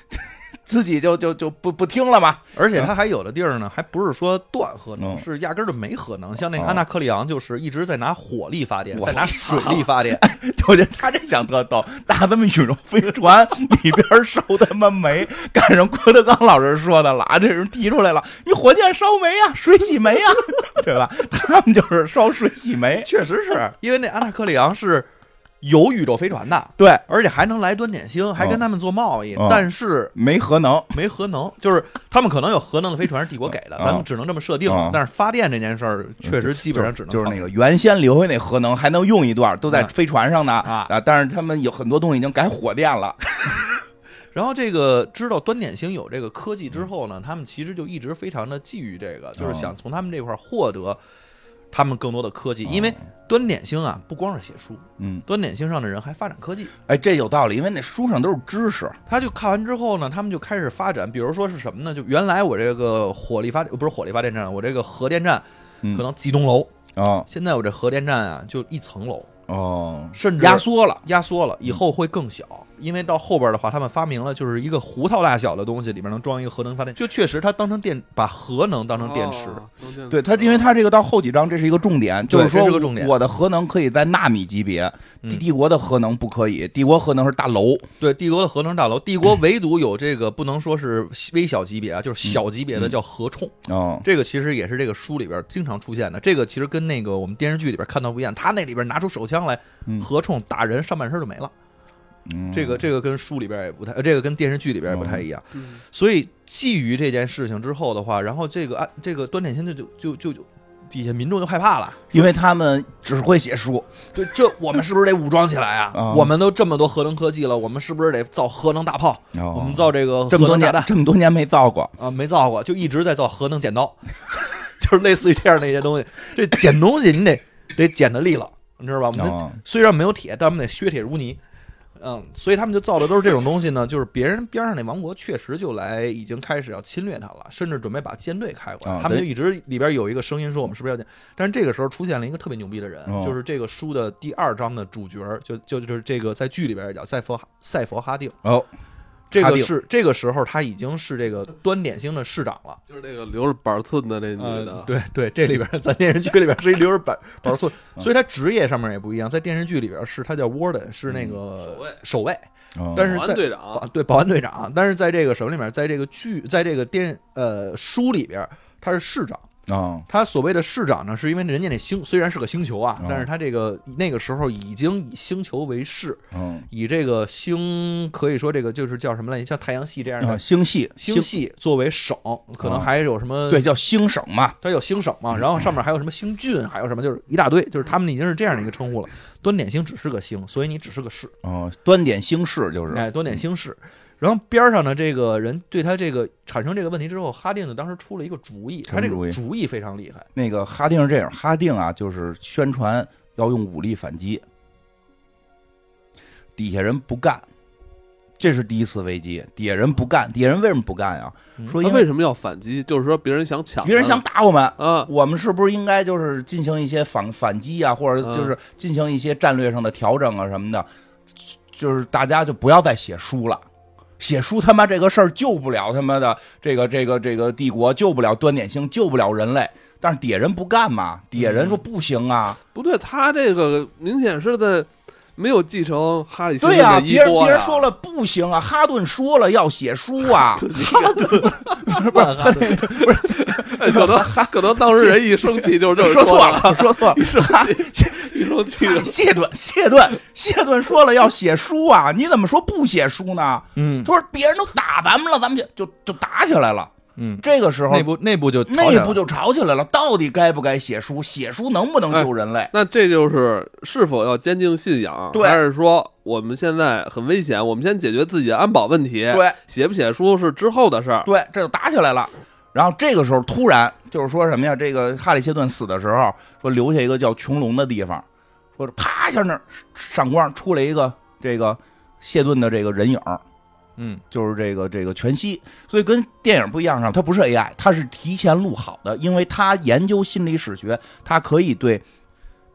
Speaker 2: 自己就就就不不听了吗？
Speaker 4: 而且它还有的地儿呢，还不是说断核能，
Speaker 2: 嗯
Speaker 4: 是压根儿就没核能。像那个
Speaker 2: 哦
Speaker 4: 安纳克利昂就是一直在拿火力发电，
Speaker 2: 我
Speaker 4: 在拿水力发电，
Speaker 2: 我觉得他这想特逗，搭他们羽绒飞船里边烧他妈煤，赶上郭德纲老师说的了啊，这人提出来了，你火箭烧煤呀、水洗煤呀、 对吧？他们就是烧水洗煤，
Speaker 4: 确实是因为那安纳克利昂是有宇宙飞船的，
Speaker 2: 对，
Speaker 4: 而且还能来端点星，还跟他们做贸易，
Speaker 2: 嗯
Speaker 4: 但是
Speaker 2: 没核能，
Speaker 4: 没核能，就是他们可能有核能的飞船是帝国给的，
Speaker 2: 嗯
Speaker 4: 咱们只能这么设定
Speaker 2: 嗯
Speaker 4: 了。但是发电这件事儿，确实基本上只能
Speaker 2: 就是
Speaker 4: 靠
Speaker 2: 那个原先留下那核能还能用一段，都在
Speaker 4: 嗯
Speaker 2: 飞船上呢
Speaker 4: 啊
Speaker 2: 啊，但是他们有很多东西已经改火电了，
Speaker 4: 然后这个知道端点星有这个科技
Speaker 2: 嗯
Speaker 4: 之后呢，他们其实就一直非常的觊觎这个，
Speaker 2: 哦
Speaker 4: 就是想从他们这块儿获得他们更多的科技，
Speaker 2: 哦
Speaker 4: 因为端点星啊不光是写书，
Speaker 2: 嗯，
Speaker 4: 端点星上的人还发展科技。
Speaker 2: 哎，这有道理，因为那书上都是知识，
Speaker 4: 他就看完之后呢，他们就开始发展，比如说是什么呢？就原来我这个火力发不是火力发电站，我这个核电站
Speaker 2: 嗯
Speaker 4: 可能几栋楼，
Speaker 2: 哦
Speaker 4: 现在我这核电站啊就一层楼，
Speaker 2: 哦，
Speaker 4: 甚至
Speaker 2: 压缩了，嗯
Speaker 4: 压缩了，以后会更小，因为到后边的话，他们发明了就是一个胡桃大小的东西，里面能装一个核能发电，就确实它当成电，把核能当成电池。
Speaker 1: 哦，当电池
Speaker 2: 对它，因为它这个到后几章，这是一个重点，就
Speaker 4: 嗯对
Speaker 2: 是说
Speaker 4: 这是个重点
Speaker 2: 我的核能可以在纳米级别，帝
Speaker 4: 嗯
Speaker 2: 帝国的核能不可以，帝国核能是大楼，
Speaker 4: 对，帝国的核能大楼，帝国唯独有这个不能说是微小级别啊，就是小级
Speaker 2: 嗯
Speaker 4: 别的叫核冲，
Speaker 2: 哦，
Speaker 4: 这个其实也是这个书里边经常出现的。这个其实跟那个我们电视剧里边看到不一样，他那里边拿出手枪来
Speaker 2: 嗯
Speaker 4: 核冲打人，上半身就没了。
Speaker 2: 嗯
Speaker 4: 这个这个跟书里边也不太，呃这个跟电视剧里边也不太一样。
Speaker 1: 嗯
Speaker 4: 所以基于这件事情之后的话，然后这个啊，这个端点星就就就就就底下民众就害怕了，
Speaker 2: 因为他们只会写书，
Speaker 4: 对，这我们是不是得武装起来啊？
Speaker 2: 啊
Speaker 4: 我们都这么多核能科技了，我们是不是得造核能大炮？我
Speaker 2: 我
Speaker 4: 们造这个
Speaker 2: 哦这么
Speaker 4: 核
Speaker 2: 多
Speaker 4: 能炸
Speaker 2: 年
Speaker 4: 弹
Speaker 2: 这么多年没造过，
Speaker 4: 啊，没造过，就一直在造核能剪刀， 就是类似于这样的一些东西。这剪东西你得得剪的利落，你知道吧？我们得
Speaker 2: 哦
Speaker 4: 虽然没有铁，但我们得削铁如泥。嗯，所以他们就造的都是这种东西呢，就是别人边上那王国确实就来，已经开始要侵略它了，甚至准备把舰队开过来。
Speaker 2: 啊
Speaker 4: 他们就
Speaker 2: 对
Speaker 4: 一直里边有一个声音说我们是不是要建？但是这个时候出现了一个特别牛逼的人，
Speaker 2: 哦
Speaker 4: 就是这个书的第二章的主角，就就就是这个在剧里边也叫赛佛哈赛佛哈定。
Speaker 2: 哦，
Speaker 4: 这
Speaker 2: 哈
Speaker 4: 个
Speaker 2: 定
Speaker 4: 是这个时候他已经是这个端点星的市长了。
Speaker 1: 就是那个留着板寸的那女
Speaker 4: 呃
Speaker 1: 的，，
Speaker 4: 对对，这里边儿在电视剧里边儿是一留着 板板儿寸，所以他职业上面也不一样，在电视剧里边儿是他叫 warden，是那个
Speaker 1: 守卫啊
Speaker 4: 守卫，
Speaker 2: 哦
Speaker 4: 但是
Speaker 1: 保安
Speaker 4: 在
Speaker 1: 队
Speaker 4: 保
Speaker 1: 长，
Speaker 4: 对保安队长，啊但是在这个什么里面，在这个剧，在这个电呃书里边儿，他是市长。
Speaker 2: 哦
Speaker 4: 他所谓的市长呢，是因为人家那星虽然是个星球啊
Speaker 2: 哦，
Speaker 4: 但是他这个那个时候已经以星球为市，
Speaker 2: 嗯，
Speaker 4: 以这个星可以说这个就是叫什么来，像太阳系这样
Speaker 2: 啊
Speaker 4: 的
Speaker 2: 星系
Speaker 4: 星系作为省，可能
Speaker 2: 哦
Speaker 4: 还有什么
Speaker 2: 对叫星省嘛，
Speaker 4: 它有星省嘛，然后上面还有什么星郡，还有什么就是一大堆，就是他们已经是这样的一个称呼了。端点星只是个星，所以你只是个市，
Speaker 2: 哦，端点星市就是，啊
Speaker 4: 哎，端点星市。然后边上呢，这个人对他这个产生这个问题之后，哈定呢当时出了一个主意，他这
Speaker 2: 什么主
Speaker 4: 个
Speaker 2: 意
Speaker 4: 主意非常厉害，
Speaker 2: 那个哈定是这样，哈定啊，就是宣传要用武力反击，底下人不干，这是第一次危机，底下人不干，底下人为什么不干呀、
Speaker 4: 嗯
Speaker 2: 说
Speaker 1: 他
Speaker 2: 因
Speaker 1: 啊为
Speaker 2: 为
Speaker 1: 什么要反击？就是说别人想抢，
Speaker 2: 别人想打我们。
Speaker 1: 啊，
Speaker 2: 我们是不是应该就是进行一些反反击啊，或者就是进行一些战略上的调整啊什么的？就是大家就不要再写书了，写书他妈这个事儿救不了他妈的这个这个这个帝国，救不了端点星，救不了人类。但是底下人不干嘛，底下人说不行啊，
Speaker 1: 不对，他这个明显是在没有继承哈里逊
Speaker 2: 对
Speaker 1: 的
Speaker 2: 呀、
Speaker 1: 衣
Speaker 2: 别人
Speaker 1: 钵
Speaker 2: 别
Speaker 1: 呀
Speaker 2: 人说了不行啊，哈顿说了要写书啊，
Speaker 4: 不是
Speaker 1: 哎可 能可能当时人一生气就是这么
Speaker 2: 说错
Speaker 1: 了，
Speaker 2: 了，说 错了，是哈
Speaker 1: 一生气就
Speaker 2: 谢顿，谢顿，谢顿说了要写书啊，你怎么说不写书呢？
Speaker 4: 嗯
Speaker 2: 他说别人都打咱们了，咱们就就就打起来了。
Speaker 4: 嗯，
Speaker 2: 这个时候
Speaker 4: 内部内部就吵起
Speaker 2: 内
Speaker 4: 来了
Speaker 2: 部就吵起来了，到底该不该写书？写书能不能救
Speaker 4: 哎
Speaker 2: 人类？
Speaker 1: 那这就是是否要坚定信仰，
Speaker 2: 对
Speaker 1: 还是说我们现在很危险，我们先解决自己的安保问题？
Speaker 4: 哎
Speaker 2: 对，
Speaker 1: 写不写书是之后的事儿。
Speaker 2: 对，这就打起来了。然后这个时候突然就是说什么呀？这个哈里谢顿死的时候，说留下一个叫穹窿的地方，说是啪一下那儿闪光出来一个这个谢顿的这个人影儿，
Speaker 4: 嗯
Speaker 2: 就是这个这个全息，所以跟电影不一样上，它不是 AI，它是提前录好的，因为它研究心理史学，它可以对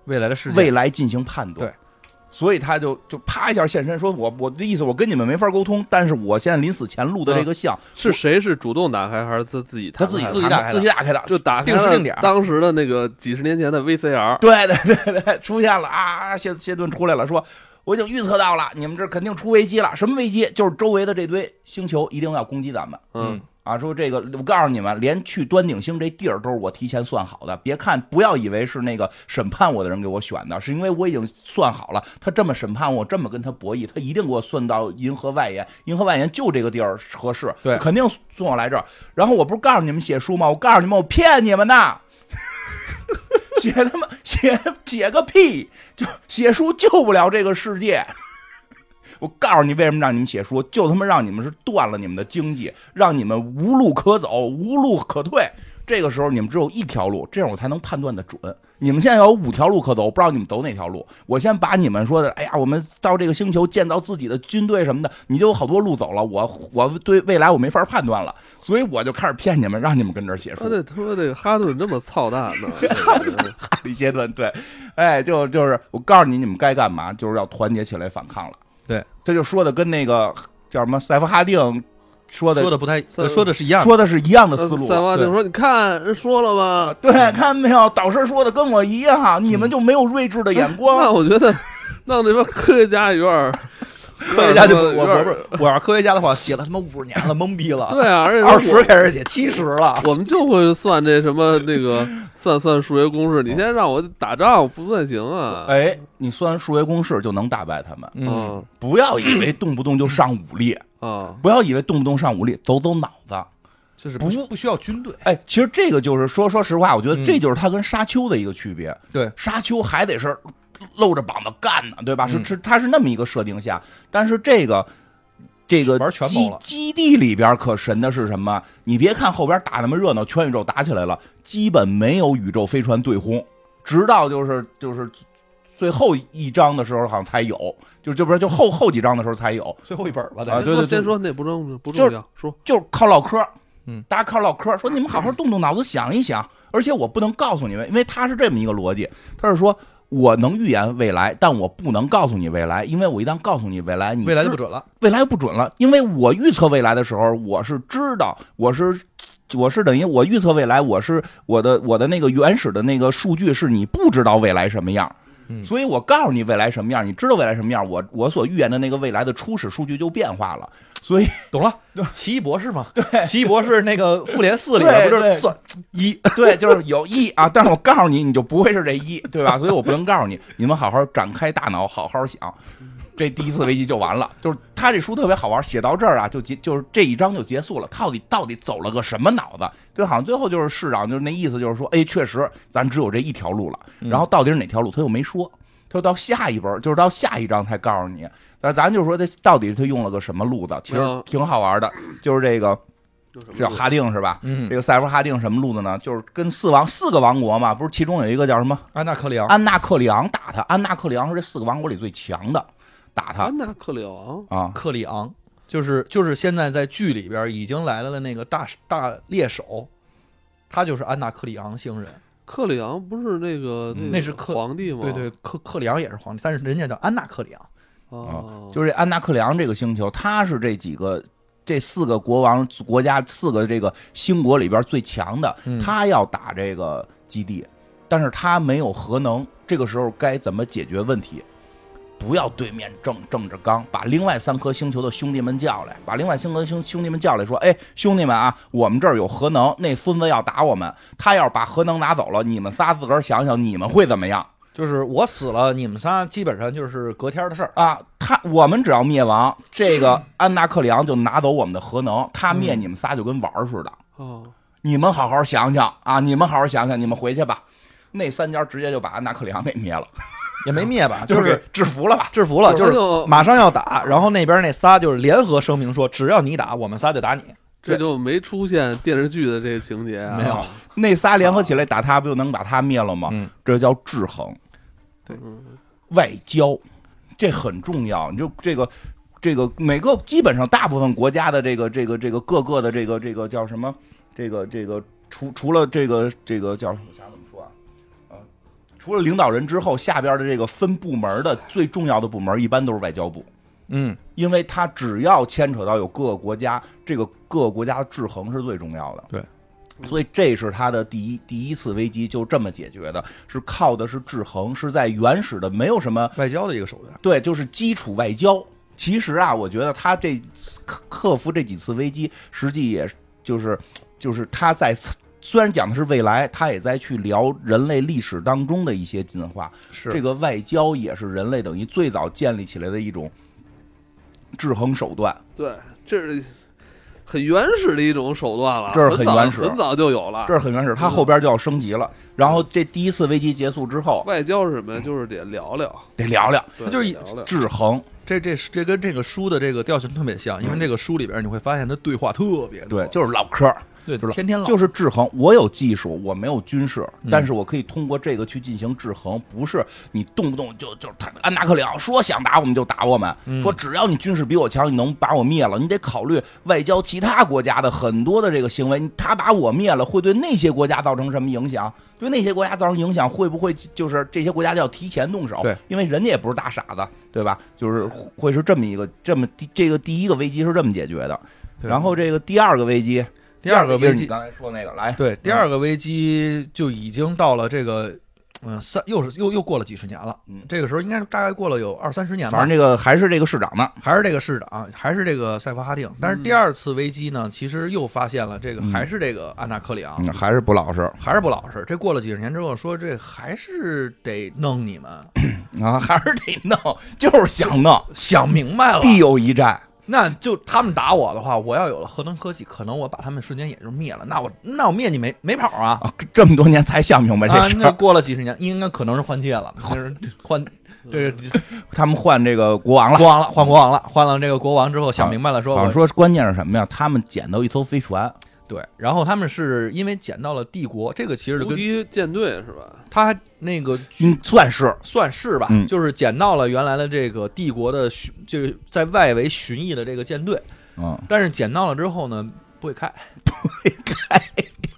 Speaker 4: 未来的世界，
Speaker 2: 未来进行判断。
Speaker 4: 对
Speaker 2: 所以他就就啪一下现身，说我我的意思我跟你们没法沟通，但是我现在临死前录的这个像，
Speaker 1: 是谁是主动打开还是自自己
Speaker 2: 他
Speaker 1: 弹
Speaker 2: 自己
Speaker 1: 开的
Speaker 4: 自己打开的
Speaker 2: 自己打开的，
Speaker 1: 就打开
Speaker 4: 定时
Speaker 1: 了
Speaker 4: 定点儿
Speaker 1: 当时的那个几十年前的 VCR，
Speaker 2: 对对对对，出现了啊！谢谢顿出来了，说我已经预测到了，你们这肯定出危机了。什么危机？就是周围的这堆星球一定要攻击咱们
Speaker 1: 嗯，
Speaker 2: 啊！说这个，我告诉你们，连去端顶星这地儿都是我提前算好的。别看，不要以为是那个审判我的人给我选的，是因为我已经算好了，他这么审判我，这么跟他博弈，他一定给我算到银河外延，银河外延就这个地儿合适，
Speaker 4: 对
Speaker 2: 肯定送我来这儿。然后我不是告诉你们写书吗？我告诉你们，我骗你们的。写他妈写写个屁！就写书救不了这个世界。 我告诉你，为什么让你们写书，就他妈让你们是断了你们的经济，让你们无路可走，无路可退。这个时候你们只有一条路，这样我才能判断的准。你们现在有五条路可走，我不知道你们走哪条路。我先把你们说的，哎呀，我们到这个星球建造自己的军队什么的，你就有好多路走了。我我对未来我没法判断了，所以我就开始骗你们，让你们跟这儿写书。
Speaker 1: 他这他妈这个哈顿这么操蛋 呢，
Speaker 2: 一阶段，对，哎，就就是我告诉你，你们该干嘛，就是要团结起来反抗了。
Speaker 4: 对，
Speaker 2: 他就说的跟那个叫什么塞夫哈定说的
Speaker 4: 说的不太，
Speaker 1: 三
Speaker 4: 说的是一样的，
Speaker 2: 说的是一样的思路。
Speaker 1: 三八
Speaker 4: 对
Speaker 1: 就说你看人说了吧，
Speaker 2: 对，看见没有，导师说的跟我一样，啊你们就没有睿智的眼
Speaker 1: 那
Speaker 2: 光。
Speaker 1: 我觉得让那边科学家有点儿，
Speaker 3: 科学家就
Speaker 1: 有
Speaker 3: 我
Speaker 1: 点
Speaker 3: 我
Speaker 1: 儿
Speaker 3: 不是我要是科学家的话，写了他妈五十年了，懵逼了，
Speaker 1: 对啊，而且说
Speaker 3: 二十开始写七十 了，
Speaker 1: 我们就会算这什么那个算算数学公式，你先让我打仗不算行啊，
Speaker 2: 哎，你算数学公式就能打败他们，
Speaker 4: 嗯，
Speaker 1: 嗯
Speaker 2: 不要以为动不动就上武力，
Speaker 1: 啊，
Speaker 2: 不要以为动不动上武力，走走脑子。
Speaker 4: 就是不不需要军队，
Speaker 2: 哎，其实这个就是说，说实话，我觉得
Speaker 4: 嗯
Speaker 2: 这就是他跟沙丘的一个区别。
Speaker 4: 对，
Speaker 2: 沙丘还得是露着膀子干呢，对吧？是
Speaker 4: 嗯
Speaker 2: 是，它是那么一个设定下，但是这个。这个
Speaker 4: 玩全
Speaker 2: 基
Speaker 4: 貌了
Speaker 2: 基地里边可神的是什么？你别看后边打那么热闹，全宇宙打起来了，基本没有宇宙飞船对轰，直到就是就是最后一章的时候好像才有，就就不是就后后几章的时候才有，
Speaker 3: 最后一本吧，
Speaker 2: 啊
Speaker 3: 得
Speaker 1: 先
Speaker 2: 对
Speaker 1: 说
Speaker 2: 对
Speaker 1: 先
Speaker 2: 对
Speaker 1: 说哎那不重不
Speaker 2: 就
Speaker 1: 重
Speaker 2: 是
Speaker 1: 要，说
Speaker 2: 就是靠唠嗑，
Speaker 4: 嗯，
Speaker 2: 大家靠唠嗑，说你们好好动动脑子想一想，而且我不能告诉你们，因为他是这么一个逻辑，他是说我能预言未来，但我不能告诉你未来，因为我一旦告诉你未来，你
Speaker 4: 未来
Speaker 2: 知
Speaker 4: 就不准了，
Speaker 2: 未来不准了，因为我预测未来的时候，我是知道，我是我是等于我预测未来，我是我的我的那个原始的那个数据是你不知道未来什么样。
Speaker 4: 嗯
Speaker 2: 所以我告诉你未来什么样，你知道未来什么样，我我所预言的那个未来的初始数据就变化了，所以
Speaker 4: 懂了？奇异博士嘛，奇异博士那个复联四里
Speaker 2: 对
Speaker 4: 边不
Speaker 2: 对
Speaker 4: 是算一，
Speaker 2: 对，就是有一啊，但是我告诉你，你就不会是这一，对吧？所以我不能告诉你，你们好好展开大脑，好好想。这第一次危机就完了，就是他这书特别好玩，写到这儿啊，就结就是这一章就结束了。到底到底走了个什么脑子？对，好像最后就是市长就是那意思就是说，哎，确实咱只有这一条路了。
Speaker 1: 嗯
Speaker 2: 然后到底是哪条路，他又没说，他又到下一本，就是到下一章才告诉你。咱咱就说这到底他用了个什么路子，其实
Speaker 1: 没有
Speaker 2: 挺好玩的，就是这个
Speaker 1: 有什么
Speaker 2: 是叫
Speaker 1: 路
Speaker 2: 哈定是吧？
Speaker 4: 嗯
Speaker 2: 这，个塞夫哈定什么路子呢？就是跟四王四个王国嘛，不是其中有一个叫什么
Speaker 4: 安娜克里昂，
Speaker 2: 安纳克里昂打他，安纳克里昂是这四个王国里最强的，打他
Speaker 1: 安娜克里昂
Speaker 2: 啊，
Speaker 4: 克里昂，就是就是现在在剧里边已经来了的那个大大猎手，他就是安娜克里昂星人。
Speaker 1: 克里昂不是那个
Speaker 2: 嗯
Speaker 1: 个
Speaker 4: 那是克
Speaker 1: 皇帝吗？
Speaker 4: 对对，克克里昂也是皇帝，但是人家叫安娜克里昂。
Speaker 1: 啊，
Speaker 2: 就是这安纳克里昂这个星球，他是这几个这四个国王国家四个这个星国里边最强的，
Speaker 4: 嗯
Speaker 2: 他要打这个基地，但是他没有核能，这个时候该怎么解决问题？不要对面正正着刚，把另外三颗星球的兄弟们叫来，把另外三颗兄兄弟们叫来，说：“哎，兄弟们啊，我们这儿有核能，那孙子要打我们，他要是把核能拿走了，你们仨自个儿想想，你们会怎么样
Speaker 4: 就是我死了，你们仨基本上就是隔天的事儿。
Speaker 2: 啊？他我们只要灭亡，这个安纳克里昂就拿走我们的核能，他灭你们仨就跟玩儿似的。
Speaker 1: 哦，
Speaker 2: 你们好好想想啊，你们好好想想，你们回去吧。”那三家直接就把安纳克里昂给灭了。
Speaker 4: 也没灭吧，
Speaker 2: 就
Speaker 4: 啊就是是
Speaker 2: 给制服了吧？
Speaker 4: 制服了，
Speaker 1: 就
Speaker 4: 就是是马上要打，然后那边那仨就是联合声明说，只要你打，我们仨就打你。
Speaker 1: 这就没出现电视剧的这个情节啊，
Speaker 4: 没有，
Speaker 2: 那仨联合起来打他，不就能把他灭了吗？
Speaker 4: 嗯
Speaker 2: 这叫制衡，
Speaker 4: 对
Speaker 2: 外交，这很重要。你就这个这个每个基本上大部分国家的这个这个这个各个的这个这个叫什么？这个这个除除了这个这个叫我想怎么说啊？啊，除了领导人之后，下边的这个分部门的最重要的部门一般都是外交部。
Speaker 4: 嗯，
Speaker 2: 因为它只要牵扯到有各个国家，这个各个国家的制衡是最重要的。
Speaker 1: 对
Speaker 2: 所以这是它的第一第一次危机，就这么解决的，是靠的是制衡，是在原始的没有什么
Speaker 4: 外交的一个手段。
Speaker 2: 对，就是基础外交。其实啊，我觉得他这克克服这几次危机，实际也就是就是他在虽然讲的是未来，他也在去聊人类历史当中的一些进化。
Speaker 4: 是
Speaker 2: 这个外交也是人类等于最早建立起来的一种制衡手段。
Speaker 1: 对，这是很原始的一种手段了，
Speaker 2: 这是
Speaker 1: 很
Speaker 2: 很
Speaker 1: 早
Speaker 2: 原始
Speaker 1: 很早就有了。
Speaker 2: 这是很原始，它后边就要升级了。然后这第一次危机结束之后，
Speaker 1: 外交是什么呀？就是得聊聊，
Speaker 2: 得聊聊
Speaker 1: 对
Speaker 4: 就是
Speaker 1: 得聊聊。
Speaker 2: 制衡。
Speaker 4: 这这这跟这个书的这个调性特别像，因为这个书里边你会发现他对话特别多，
Speaker 2: 对，就是唠嗑儿，
Speaker 4: 对，
Speaker 2: 就是
Speaker 4: 天天唠，
Speaker 2: 就是制衡。我有技术，我没有军事，但是我可以通过这个去进行制衡，不是你动不动就就是他安达克里奥说想打我们就打我们，说只要你军事比我强，你能把我灭了，你得考虑外交其他国家的很多的这个行为，你他把我灭了会对那些国家造成什么影响？对那些国家造成影响，会不会就是这些国家就要提前动手？
Speaker 4: 对，
Speaker 2: 因为人家也不是大傻子，对吧？就是会是这么一个这么第这个第一个危机是这么解决的，
Speaker 4: 对
Speaker 2: 然后这个第二个危机。
Speaker 4: 第二个危
Speaker 2: 就是你
Speaker 4: 机，
Speaker 2: 刚才说那个来，
Speaker 4: 对，第二个危机就已经到了这个，嗯、三又是又又过了几十年了，
Speaker 2: 嗯
Speaker 4: 这个时候应该大概过了有二三十年吧，
Speaker 2: 反正这个还是这个市长呢，
Speaker 4: 还是这个市长，还是这个塞夫哈定，但是第二次危机呢，其实又发现了这个
Speaker 2: 嗯
Speaker 4: 还是这个安纳克里昂。
Speaker 2: 还是不老实
Speaker 4: 还是不老实，这过了几十年之后，说这还是得弄你们，
Speaker 2: 啊，还是得弄，就是想弄，
Speaker 4: 想明白了，
Speaker 2: 必有一战。
Speaker 4: 那就他们打我的话，我要有了核能科技，可能我把他们瞬间也就灭了。那我那我灭你没没跑啊？
Speaker 2: 啊这么多年才想明白
Speaker 4: 啊
Speaker 2: 这，事
Speaker 4: 那
Speaker 2: 儿，
Speaker 4: 过了几十年，应该可能是换届了，就是换这个
Speaker 2: 他们换这个国王了
Speaker 4: 国。王了，换国王了，换了这个国王之后，想明白了，说
Speaker 2: 好像
Speaker 4: 我
Speaker 2: 说关键是什么呀？他们捡到一艘飞船，
Speaker 4: 对，然后他们是因为捡到了帝国，这个其实就
Speaker 1: 无
Speaker 4: 跟
Speaker 1: 敌舰队是吧？
Speaker 4: 他那个
Speaker 2: 嗯，算是
Speaker 4: 算是吧，
Speaker 2: 嗯
Speaker 4: 就是捡到了原来的这个帝国的巡，就是在外围巡弋的这个舰队，
Speaker 2: 嗯，
Speaker 4: 但是捡到了之后呢，不会开，不会开，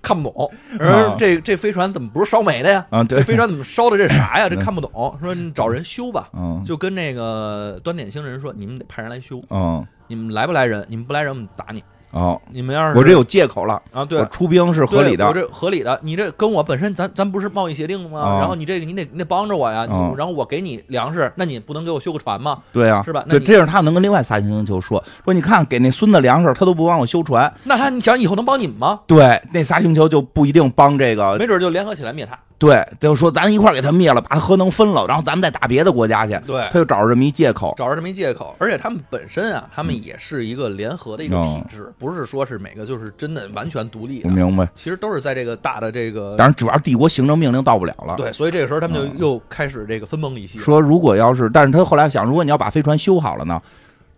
Speaker 4: 看不懂。
Speaker 2: 啊
Speaker 4: 而这这飞船怎么不是烧煤的呀？
Speaker 2: 啊，
Speaker 4: 这
Speaker 2: 对，
Speaker 4: 飞船怎么烧的？这啥呀？这
Speaker 2: 嗯
Speaker 4: 看不懂。说你找人修吧，
Speaker 2: 嗯，
Speaker 4: 就跟那个端点星人说，你们得派人来修。
Speaker 2: 嗯
Speaker 4: 你们来不来人？你们不来人，我们打你。
Speaker 2: 哦，
Speaker 4: 你们要是
Speaker 2: 我这有借口了，
Speaker 4: 啊，对
Speaker 2: 我，出兵是合理
Speaker 4: 对我
Speaker 2: 的，
Speaker 4: 这合理的。你这跟我本身咱咱不是贸易协定吗？
Speaker 2: 啊
Speaker 4: 然后你这个你得你得帮着我呀，你
Speaker 2: 啊
Speaker 4: 然后我给你粮食，那你不能给我修个船吗？
Speaker 2: 对啊，
Speaker 4: 是吧那
Speaker 2: 对，
Speaker 4: 你
Speaker 2: 这样他能跟另外仨星球说说，你看给那孙子粮食，他都不帮我修船，
Speaker 4: 那他你想以后能帮你们吗？
Speaker 2: 对，那仨星球就不一定帮这个
Speaker 4: 没准就联合起来灭他。
Speaker 2: 对，就说咱一块儿给他灭了，把他核能分了，然后咱们再打别的国家去。
Speaker 4: 对
Speaker 2: 他就找着这么一借口。
Speaker 4: 找着这么一借口，而且他们本身啊，他
Speaker 2: 嗯
Speaker 4: 们也是一个联合的一个体制，不是说是每个就是真的完全独立
Speaker 2: 哦我
Speaker 4: 的，
Speaker 2: 明白，
Speaker 4: 其实都是在这个大的这个
Speaker 2: 当然主要帝国行政命令到不了了。，
Speaker 4: 对，所以这个时候他们就又开始这个分崩离析了。
Speaker 2: 说如果要是，但是他后来想，如果你要把飞船修好了呢，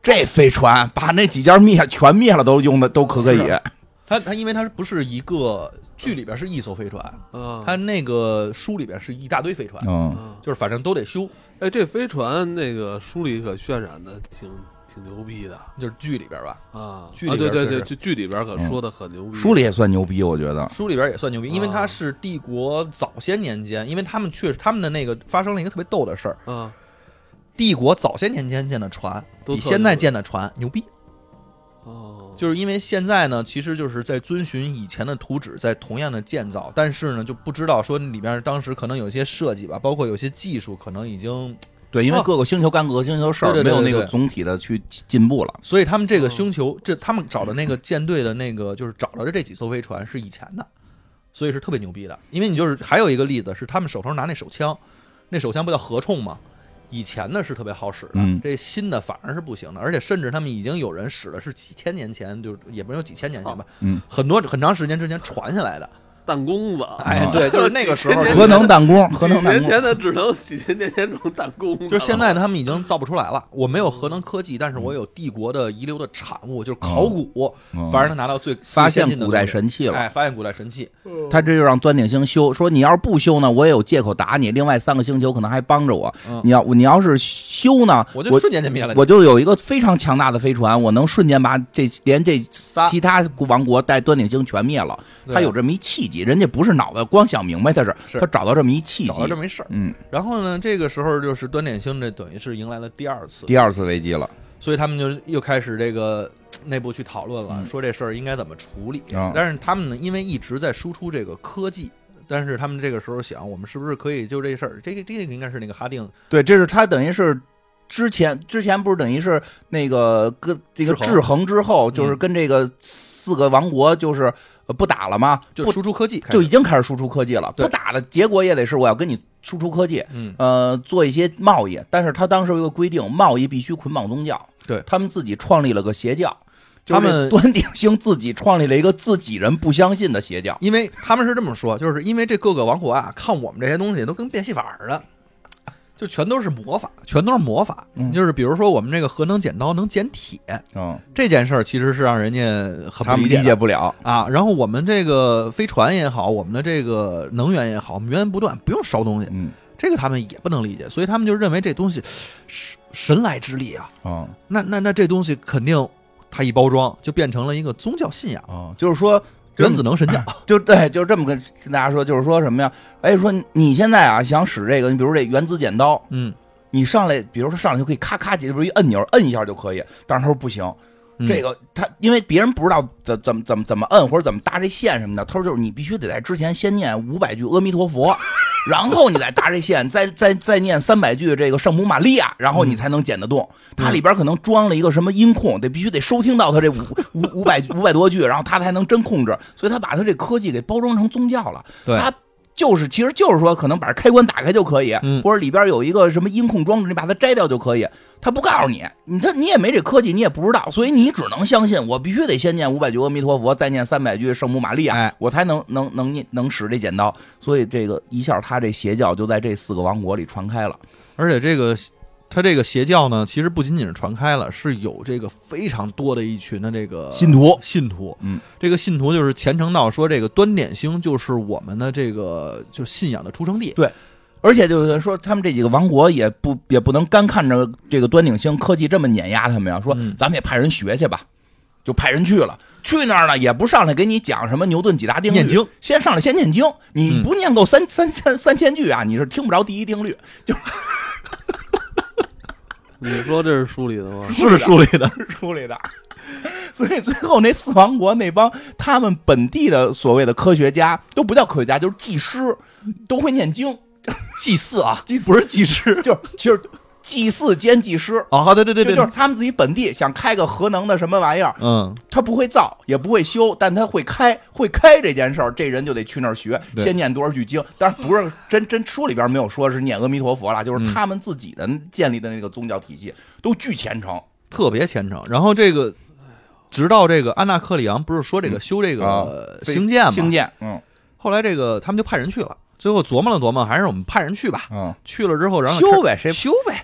Speaker 2: 这飞船把那几家灭全灭了都用的都可可以。
Speaker 4: 是啊他他因为他不是一个剧里边是一艘飞船，
Speaker 1: 啊，
Speaker 4: 他那个书里边是一大堆飞船，
Speaker 2: 嗯，
Speaker 1: 嗯
Speaker 4: 就是反正都得修，
Speaker 1: 哎，这飞船那个书里可渲染的挺挺牛逼的
Speaker 4: 就是剧里边吧，
Speaker 1: 啊，
Speaker 4: 剧
Speaker 1: 啊
Speaker 4: 里
Speaker 1: 对
Speaker 4: 边
Speaker 1: 对
Speaker 4: 确
Speaker 1: 对，剧
Speaker 4: 实
Speaker 1: 剧里边可说的很牛
Speaker 4: 嗯
Speaker 1: 逼，
Speaker 2: 嗯书里也算牛逼，我觉得。
Speaker 4: 书里边也算牛逼，因为
Speaker 1: 啊
Speaker 2: 嗯
Speaker 4: 他是帝国早些年间，因为他们确实他们的那个发生了一个特别逗的事儿，
Speaker 1: 啊，
Speaker 4: 帝国早些年间建的船
Speaker 1: 都
Speaker 4: 比
Speaker 1: 特
Speaker 4: 现在
Speaker 1: 牛
Speaker 4: 建的船牛逼。
Speaker 1: 哦，
Speaker 4: 就是因为现在呢，其实就是在遵循以前的图纸，在同样的建造，但是呢，就不知道说里边当时可能有一些设计吧，包括有些技术可能已经，
Speaker 2: 对，因为
Speaker 1: 哦
Speaker 2: 各个星球干各个星球事儿，
Speaker 4: 对对
Speaker 2: 没
Speaker 4: 对
Speaker 2: 有那
Speaker 4: 对
Speaker 2: 个
Speaker 4: 对
Speaker 2: 总体的去进步了。
Speaker 4: 所以他们这个
Speaker 1: 嗯
Speaker 4: 星球，这他们找的那个舰队的那个，就是找着的这几艘飞船是以前的，所以是特别牛逼的。因为你就是还有一个例子是他们手头拿那手枪，那手枪不叫合冲吗？以前的是特别好使的，
Speaker 2: 嗯
Speaker 4: 这新的反而是不行的，而且甚至他们已经有人使的是几千年前，就是也没有几千年前吧，
Speaker 2: 嗯，
Speaker 4: 很多很长时间之前传下来的，
Speaker 1: 弹弓 子，，
Speaker 3: 哎，对，就是那个时候
Speaker 2: 核能弹弓，核能
Speaker 1: 几
Speaker 2: 弹
Speaker 1: 年
Speaker 2: 弓
Speaker 1: 前的只能几千年前只能弹弓子了，
Speaker 4: 就是现在他们已经造不出来了。我没有核能科技，但是我有帝国的遗留的产物，就是考古，
Speaker 2: 嗯
Speaker 4: 反而能拿到最
Speaker 2: 发
Speaker 4: 最
Speaker 2: 现
Speaker 4: 先进的
Speaker 2: 古代
Speaker 4: 东西
Speaker 2: 神器了。
Speaker 4: 哎，发现古代神器，
Speaker 2: 他这就让端鼎星修，说你要是不修呢，我也有借口打你。另外三个星球可能还帮着我。
Speaker 4: 嗯
Speaker 2: 你要你要是修呢，
Speaker 4: 我
Speaker 2: 我
Speaker 4: 就瞬间就灭了你。
Speaker 2: 我就有一个非常强大的飞船，我能瞬间把这连这
Speaker 4: 仨
Speaker 2: 其他王国带端鼎星全灭了。
Speaker 4: 对啊
Speaker 2: 他有这么一契机，人家不是脑袋光想明白的事，
Speaker 4: 是
Speaker 2: 他找到这么一契机
Speaker 4: 找。到这么一事儿，
Speaker 2: 嗯，
Speaker 4: 然后呢，这个时候就是端点星这等于是迎来了第二次，
Speaker 2: 第二次危机了。
Speaker 4: 所以他们就又开始这个嘖内部去讨论了，
Speaker 2: 嗯
Speaker 4: 说这事儿应该怎么处理。
Speaker 2: 啊
Speaker 4: 但是他们呢，因为一直在输出这个科技，但是他们这个时候想，我们是不是可以就这事儿，这个这个应该是那个哈定
Speaker 2: 对，这是他等于是之前之前不是等于是那个跟这个
Speaker 4: 制衡嗯
Speaker 2: 制衡之后，就是跟这个四个王国就是呃不打了吗？
Speaker 4: 就
Speaker 2: 不
Speaker 4: 输出科技开始，
Speaker 2: 就已经开始输出科技了，
Speaker 4: 对
Speaker 2: 不打了，结果也得是我要跟你输出科技。
Speaker 4: 嗯
Speaker 2: 呃，做一些贸易，但是他当时有一个规定，贸易必须捆绑宗教。
Speaker 4: 对
Speaker 2: 他们自己创立了个邪教，就
Speaker 4: 他
Speaker 2: 是
Speaker 4: 们
Speaker 2: 端鼎星自己创立了一个自己人不相信的邪教。
Speaker 4: 因为他们是这么说，就是因为这各个王国啊，看我们这些东西都跟变戏法儿似的，就全都是魔法，全都是魔法。
Speaker 2: 嗯
Speaker 4: 就是比如说我们这个核能剪刀能剪铁
Speaker 2: 嗯，
Speaker 4: 这件事儿，其实是让人家很
Speaker 2: 他
Speaker 4: 不
Speaker 2: 们
Speaker 4: 理解
Speaker 2: 理
Speaker 4: 的
Speaker 2: 解不了。
Speaker 4: 啊。然后我们这个飞船也好，我们的这个能源也好，我们源源不断，不用烧东西，
Speaker 2: 嗯
Speaker 4: 这个他们也不能理解，所以他们就认为这东西神神来之力啊，
Speaker 2: 啊
Speaker 4: 那那那这东西肯定。它一包装就变成了一个宗教信仰，
Speaker 2: 啊，就是说
Speaker 4: 原子能神 教。
Speaker 2: 就对，就这么跟跟大家说，就是说什么呀？哎，说你现在啊想使这个，你比如这原子剪刀，
Speaker 4: 嗯，
Speaker 2: 你上来，比如说上来就可以咔咔几，不是一按钮，摁一下就可以。但是他说不行，
Speaker 4: 嗯
Speaker 2: 这个他因为别人不知道怎怎么怎么怎么摁或者怎么搭这线什么的，他说就是你必须得在之前先念五百句阿弥陀佛，然后你再搭这线，再再再念三百句这个圣母玛利亚，然后你才能剪得动。它里边可能装了一个什么音控，得必须得收听到他这五五五百五百多句，然后他才能真控制。所以他把他这科技给包装成宗教了。
Speaker 4: 对
Speaker 2: 他就是，其实就是说，可能把开关打开就可以，
Speaker 4: 嗯
Speaker 2: 或者里边有一个什么音控装置，你把它摘掉就可以。他不告诉你，你这你也没这科技，你也不知道，所以你只能相信我必须得先念五百句阿弥陀佛，再念三百句圣母玛利亚，
Speaker 4: 哎
Speaker 2: 我才能能能念能使这剪刀。所以这个一下，他这邪教就在这四个王国里传开了。
Speaker 4: 而且这个他这个邪教呢，其实不仅仅是传开了，是有这个非常多的一群的这个
Speaker 2: 信徒
Speaker 4: 信徒，
Speaker 2: 嗯，
Speaker 4: 这个信徒就是虔诚到说这个端点星就是我们的这个就信仰的出生地，
Speaker 2: 而且就是说，他们这几个王国也不也不能干看着这个端鼎星科技这么碾压他们呀，说
Speaker 4: 嗯
Speaker 2: 咱们也派人学去吧，就派人去了。去那儿呢，也不上来给你讲什么牛顿几大定律，
Speaker 4: 念经
Speaker 2: 先上来先念经，你
Speaker 4: 嗯
Speaker 2: 不念够三、三千三千句啊，你是听不着第一定律。
Speaker 1: 你说这是书里的吗？
Speaker 2: 是书里的，是书里的。 所以最后那四王国那帮他们本地的所谓的科学家都不叫科学家，就是技 师，都会念经，
Speaker 4: 祭祀啊，
Speaker 2: 祭祀
Speaker 4: 不是祭 师
Speaker 2: 就是其实祭祀兼技师。
Speaker 4: 啊，好对对对
Speaker 2: 就
Speaker 4: 对，
Speaker 2: 就是他们自己本地想开个核能的什么玩意儿，
Speaker 4: 嗯，
Speaker 2: 他不会造，也不会修，但他会开，会开这件事儿，这人就得去那儿学，
Speaker 4: 对
Speaker 2: 先念多少句经。当然不是真 真书里边没有说是念阿弥陀佛了，就是
Speaker 4: 嗯
Speaker 2: 他们自己的建立的那个宗教体系都巨虔诚，
Speaker 4: 特别虔诚。然后这个。直到这个安纳克里昂不是说这
Speaker 2: 嗯
Speaker 4: 个修这
Speaker 2: 啊
Speaker 4: 个
Speaker 2: 非
Speaker 4: 星舰
Speaker 2: 兴
Speaker 4: 嘛，
Speaker 2: 建，嗯
Speaker 4: 后来这个他们就派人去了，最后琢磨了琢磨，还是我们派人去吧。
Speaker 2: 嗯，
Speaker 4: 去了之后，然后
Speaker 2: 修呗谁
Speaker 4: 修呗。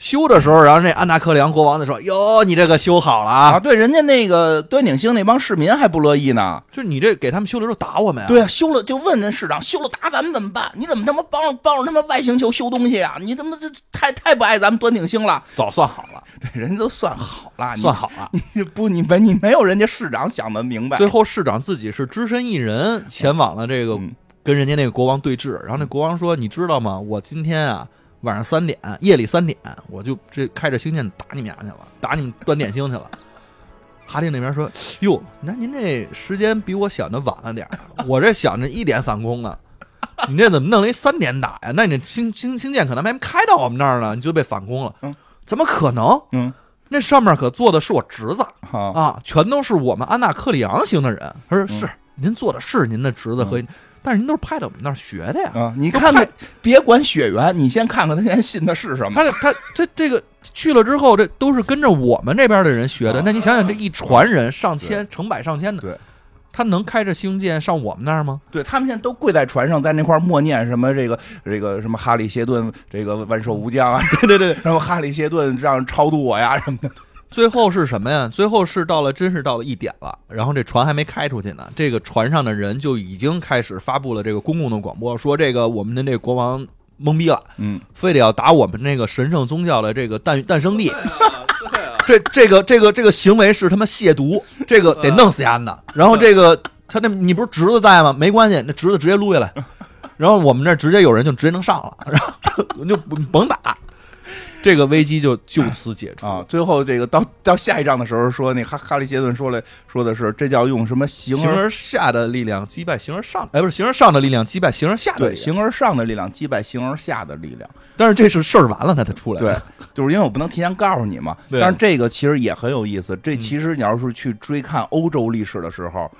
Speaker 4: 修的时候，然后那安纳克良国王就说：“哟，你这个修好了
Speaker 2: 啊，
Speaker 4: 啊，
Speaker 2: 对，人家那个端鼎星那帮市民还不乐意呢。
Speaker 4: 就是你这给他们修了之后打我们啊。”
Speaker 2: 对啊，修了就问人市长，修了打咱们怎么办？你怎么他妈帮着帮着他妈外星球修东西啊？你他妈这太太不爱咱们端鼎星了。
Speaker 4: 早算好了，
Speaker 2: 对，人家都算好了，哎你
Speaker 4: 算好了。
Speaker 2: 你不你没你没有人家市长想的明白。
Speaker 4: 最后市长自己是只身一人前往了这个
Speaker 2: 嗯
Speaker 4: 跟人家那个国王对峙，然后那国王说：“你知道吗？我今天啊晚上三点，夜里三点，我就这开着星舰打你们俩去了，打你们端点星去了。” 哈利那边说：“哟，那您这时间比我想的晚了点儿，我这想着一点返工呢。”你这怎么弄了一三点打呀？那你这星星星舰可能还没开到我们那儿呢，你就被返工了。
Speaker 2: 嗯，
Speaker 4: 怎么可能？
Speaker 2: 嗯，
Speaker 4: 那上面可坐的是我侄子，
Speaker 2: 好，
Speaker 4: 啊，全都是我们安纳克里昂型的人。
Speaker 2: 嗯
Speaker 4: 他说是，您做的是您的侄子和，但是您都是派到我们那儿学的呀。
Speaker 2: 啊，你看看，别管血缘，你先看看他现在信的是什么。
Speaker 4: 他这他这这个去了之后，这都是跟着我们这边的人学的。
Speaker 2: 啊
Speaker 4: 那你想想，这一船人上千成百上千的，
Speaker 2: 对，
Speaker 4: 他能开着星舰上我们那儿吗？
Speaker 2: 对他们现在都跪在船上，在那块儿默念什么这个这个什么哈利谢顿这个万寿无疆啊，对对对，然后哈利谢顿让超度我呀什么的，
Speaker 4: 最后是什么呀？最后是到了，真是到了一点了，然后这船还没开出去呢，这个船上的人就已经开始发布了这个公共的广播，说这个我们的这个国王懵逼了，
Speaker 2: 嗯，
Speaker 4: 非得要打我们那个神圣宗教的这个诞诞生地，
Speaker 1: 对啊，
Speaker 4: 这这个这个这个行为是他妈亵渎，这个得弄死丫的。然后这个他那，你不是侄子在吗？没关系，那侄子直接撸下来。然后我们这儿直接有人就直接能上了，然后就甭甭打，这个危机就就此解除。
Speaker 2: 啊，最后这个到到下一章的时候说，那哈哈利谢顿说了说的是这叫用什么形
Speaker 4: 形而下的力量击败形而上，哎，不是形而上的力量击败形而下的
Speaker 2: 对
Speaker 4: 力量。
Speaker 2: 形而上的力量击败形而下的力量。
Speaker 4: 但是这是事儿完了，他才出来。
Speaker 2: 对，就是因为我不能提前告诉你嘛。
Speaker 4: 对嗯
Speaker 2: 但是这个其实也很有意思。这其实你要是去追看欧洲历史的时候，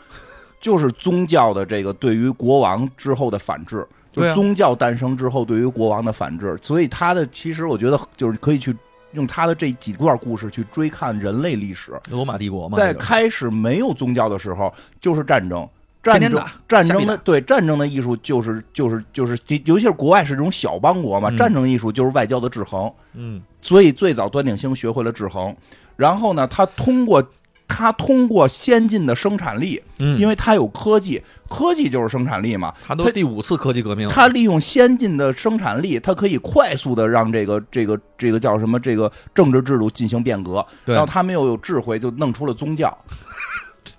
Speaker 2: 就是宗教的这个对于国王之后的反制，就
Speaker 4: 对
Speaker 2: 是
Speaker 4: 啊
Speaker 2: 宗教诞生之后对于国王的反制。所以他的其实我觉得就是可以去用他的这几段故事去追看人类历史。
Speaker 4: 罗马帝国嘛，
Speaker 2: 在
Speaker 4: 这个
Speaker 2: 开始没有宗教的时候，就是战争。战
Speaker 4: 天天
Speaker 2: 争
Speaker 4: 打
Speaker 2: 战
Speaker 4: 瞎
Speaker 2: 争
Speaker 4: 逼
Speaker 2: 的对战争的艺术就是就是就是，尤其是国外是这种小邦国嘛，
Speaker 4: 嗯
Speaker 2: 战争艺术就是外交的制衡。
Speaker 4: 嗯，
Speaker 2: 所以最早端鼎兴学会了制衡，然后呢，他通过他通过先进的生产力，
Speaker 4: 嗯
Speaker 2: 因
Speaker 4: 为
Speaker 2: 为他有科技，科技就是生产力嘛，
Speaker 4: 他都第五次科技革命了，
Speaker 2: 他利用先进的生产力，他可以快速的让这个这个这个叫什么这个政治制度进行变革，
Speaker 4: 对
Speaker 2: 然后他们又有智慧，就弄出了宗教，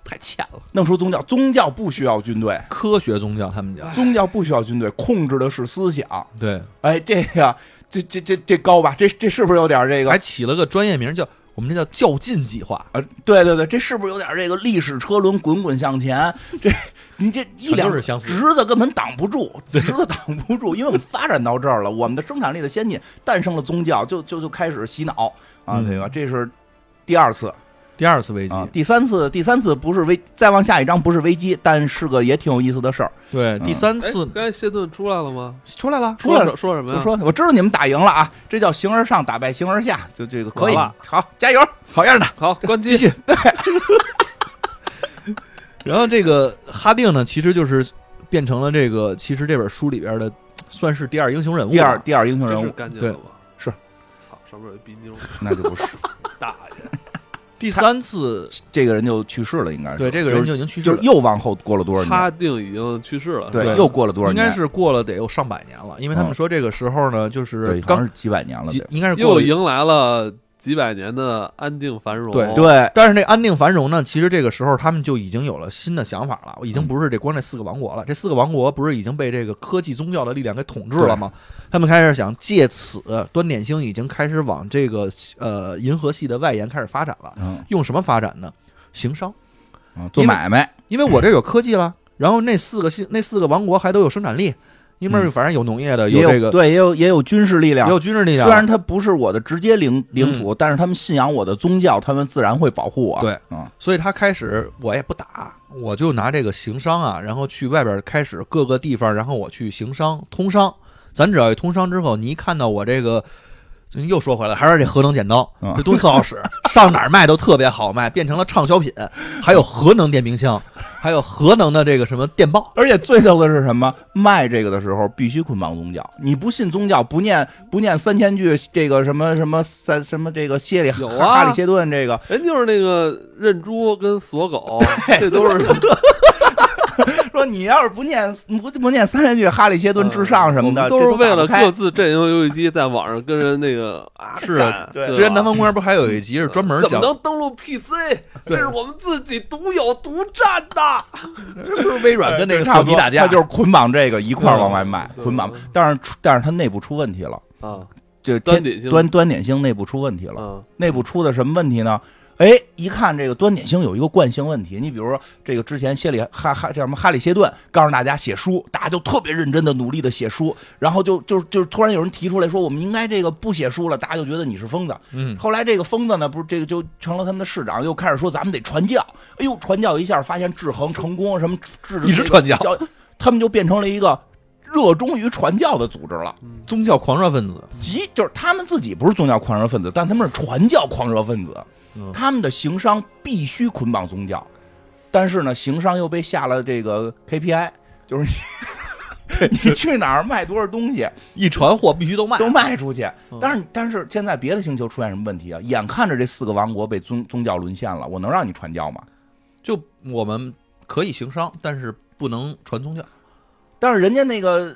Speaker 4: 太欠了。
Speaker 2: 弄出宗教，宗教不需要军队，
Speaker 4: 科学宗教他们讲，
Speaker 2: 宗教不需要军队，控制的是思想，
Speaker 4: 对，
Speaker 2: 哎，这个这这这这高吧，这这是不是有点这个
Speaker 4: 还起了个专业名叫我们这叫较劲计划。
Speaker 2: 啊，对对对，这是不是有点这个历史车轮滚滚向前？这你这一
Speaker 4: 全都
Speaker 2: 两
Speaker 4: 是相似
Speaker 2: 侄子根本挡不住，侄子挡不住，因为我们发展到这儿了，我们的生产力的先进诞生了宗教，就就就开始洗脑啊，
Speaker 4: 嗯
Speaker 2: 对吧？这是第二次
Speaker 4: 第二次危机，
Speaker 2: 啊，第三次第三次不是危，再往下一章不是危机，但是个也挺有意思的事儿。
Speaker 4: 对，
Speaker 2: 嗯
Speaker 4: 第三
Speaker 1: 哎
Speaker 4: 次
Speaker 1: 刚才谢顿出来了吗？
Speaker 4: 出来了，
Speaker 2: 出来了
Speaker 1: 说什么
Speaker 2: 就
Speaker 1: 呀？
Speaker 2: 说我知道你们打赢了啊，这叫形而上打败形而下，就这个可以
Speaker 1: 完了，
Speaker 2: 好，加油，
Speaker 4: 好样的，
Speaker 1: 好，关机
Speaker 4: 继。续。 对，然后这个哈定呢，其实就是变成了这个，其实这本书里边的算是第二英雄人物了，
Speaker 2: 第二第二英雄
Speaker 1: 这
Speaker 2: 人
Speaker 1: 是
Speaker 2: 物，
Speaker 1: 干净
Speaker 4: 对
Speaker 1: 的吧？
Speaker 2: 是。
Speaker 1: 操，上面有一逼妞，
Speaker 2: 那就不是
Speaker 1: 大爷！
Speaker 4: 第三次，
Speaker 2: 这个人就去世了，应该是
Speaker 4: 对这个
Speaker 2: 就是
Speaker 4: 人就已经去世
Speaker 2: 就是
Speaker 4: 了，
Speaker 2: 又往后过了多少年？
Speaker 1: 哈定已经去世了，
Speaker 2: 对，
Speaker 4: 对
Speaker 2: 又过了多少
Speaker 4: 应
Speaker 2: 年？
Speaker 4: 该是过了得有上百年了，因为他们
Speaker 2: 嗯
Speaker 4: 说这个时候呢，就是
Speaker 2: 对，好像
Speaker 4: 刚
Speaker 2: 是几百年了。
Speaker 4: 几应该是过
Speaker 1: 又
Speaker 4: 了。
Speaker 1: 迎来了几百年的安定繁荣。
Speaker 4: 对
Speaker 2: 对，
Speaker 4: 但是这安定繁荣呢，其实这个时候他们就已经有了新的想法了，已经不是这光这四个王国
Speaker 2: 嗯
Speaker 4: 了，这四个王国不是已经被这个科技宗教的力量给统治了吗？他们开始想借此端点星已经开始往这个呃银河系的外延开始发展了，
Speaker 2: 嗯，
Speaker 4: 用什么发展呢？行商，
Speaker 2: 嗯做买卖，
Speaker 4: 因为我这有科技了，然后那四个星那四个王国还都有生产力，因为
Speaker 2: 嗯
Speaker 4: 反呃正有农业的，
Speaker 2: 也
Speaker 4: 这个
Speaker 2: 对，也有也有军事力
Speaker 4: 也
Speaker 2: 量。
Speaker 4: 有军事力
Speaker 2: 虽
Speaker 4: 量，嗯
Speaker 2: 然它不是我的直接领领土，但是他们信仰我的宗教，他们自然会保护我。
Speaker 4: 对，
Speaker 2: 嗯，
Speaker 4: 所以他开始我也不打，我就拿这个行商啊，然后去外边开始各个地方，然后我去行商通商。咱只要一通商之后，你一看到我这个，又说回来，还是这核能剪刀
Speaker 2: 嗯，
Speaker 4: 这东西特好使，上哪儿卖都特别好卖，变成了畅销品。还有核能电冰箱，还有核能的这个什么电报，
Speaker 2: 而且最逗的是什么？卖这个的时候必须捆绑宗教，你不信宗教，不念不念三千句这个什么什么三什么这个谢里、
Speaker 1: 有啊
Speaker 2: 哈里谢顿这个，
Speaker 1: 人哎就是那个认猪跟锁狗，这都是
Speaker 2: 说你要是不念不不念三千句哈 里谢顿
Speaker 4: 呃
Speaker 2: 至上什么的，
Speaker 1: 嗯我们都是
Speaker 2: 这打
Speaker 1: 为
Speaker 2: 不
Speaker 1: 了
Speaker 2: 开
Speaker 1: 各自阵营游戏机在网上跟人那个啊
Speaker 4: 是
Speaker 1: 干
Speaker 2: 对
Speaker 1: 吧
Speaker 4: 之前南方公园不还有一集是专门
Speaker 1: 怎么
Speaker 4: 讲，
Speaker 1: 能登录 PC？这是我们自己独有独占的。
Speaker 4: 是不是微软跟那个
Speaker 2: 呃哎差
Speaker 4: 索
Speaker 2: 不
Speaker 4: 尼
Speaker 2: 多
Speaker 4: 打架？
Speaker 2: 他就是捆绑这个一块儿往外卖，
Speaker 1: 对
Speaker 2: 捆绑
Speaker 1: 嗯对。
Speaker 2: 但是出但是他内部出问题了，
Speaker 1: 啊，
Speaker 2: 就是
Speaker 1: 端
Speaker 2: 天
Speaker 1: 点星
Speaker 2: 端端点星内部出问题了。
Speaker 1: 嗯，
Speaker 2: 内部出的什么问题呢？哎，一看这个端点星有一个惯性问题，你比如说这个之前谢里哈哈叫什么哈里谢顿告诉大家写书，大家就特别认真的努力的写书，然后就就就突然有人提出来说我们应该这个不写书了，大家就觉得你是疯子，
Speaker 4: 嗯，
Speaker 2: 后来这个疯子呢，不是这个就成了他们的市长，又开始说咱们得传教。哎呦，传教一下发现制衡成功，什么制
Speaker 4: 一直传教
Speaker 2: 教，他们就变成了一个热衷于传教的组织了。
Speaker 4: 宗教狂热分子，
Speaker 2: 即就是他们自己不是宗教狂热分子，但他们是传教狂热分子
Speaker 4: 嗯。
Speaker 2: 他们的行商必须捆绑宗教，但是呢，行商又被下了这个 KPI，就是你 你去哪儿卖多少东西
Speaker 4: 一船货必须都卖，
Speaker 2: 都卖出去
Speaker 3: 嗯。
Speaker 2: 但是但是现在别的星球出现什么问题啊？眼看着这四个王国被宗宗教沦陷了，我能让你传教吗？
Speaker 4: 就我们可以行商，但是不能传宗教。
Speaker 2: 但是人家那个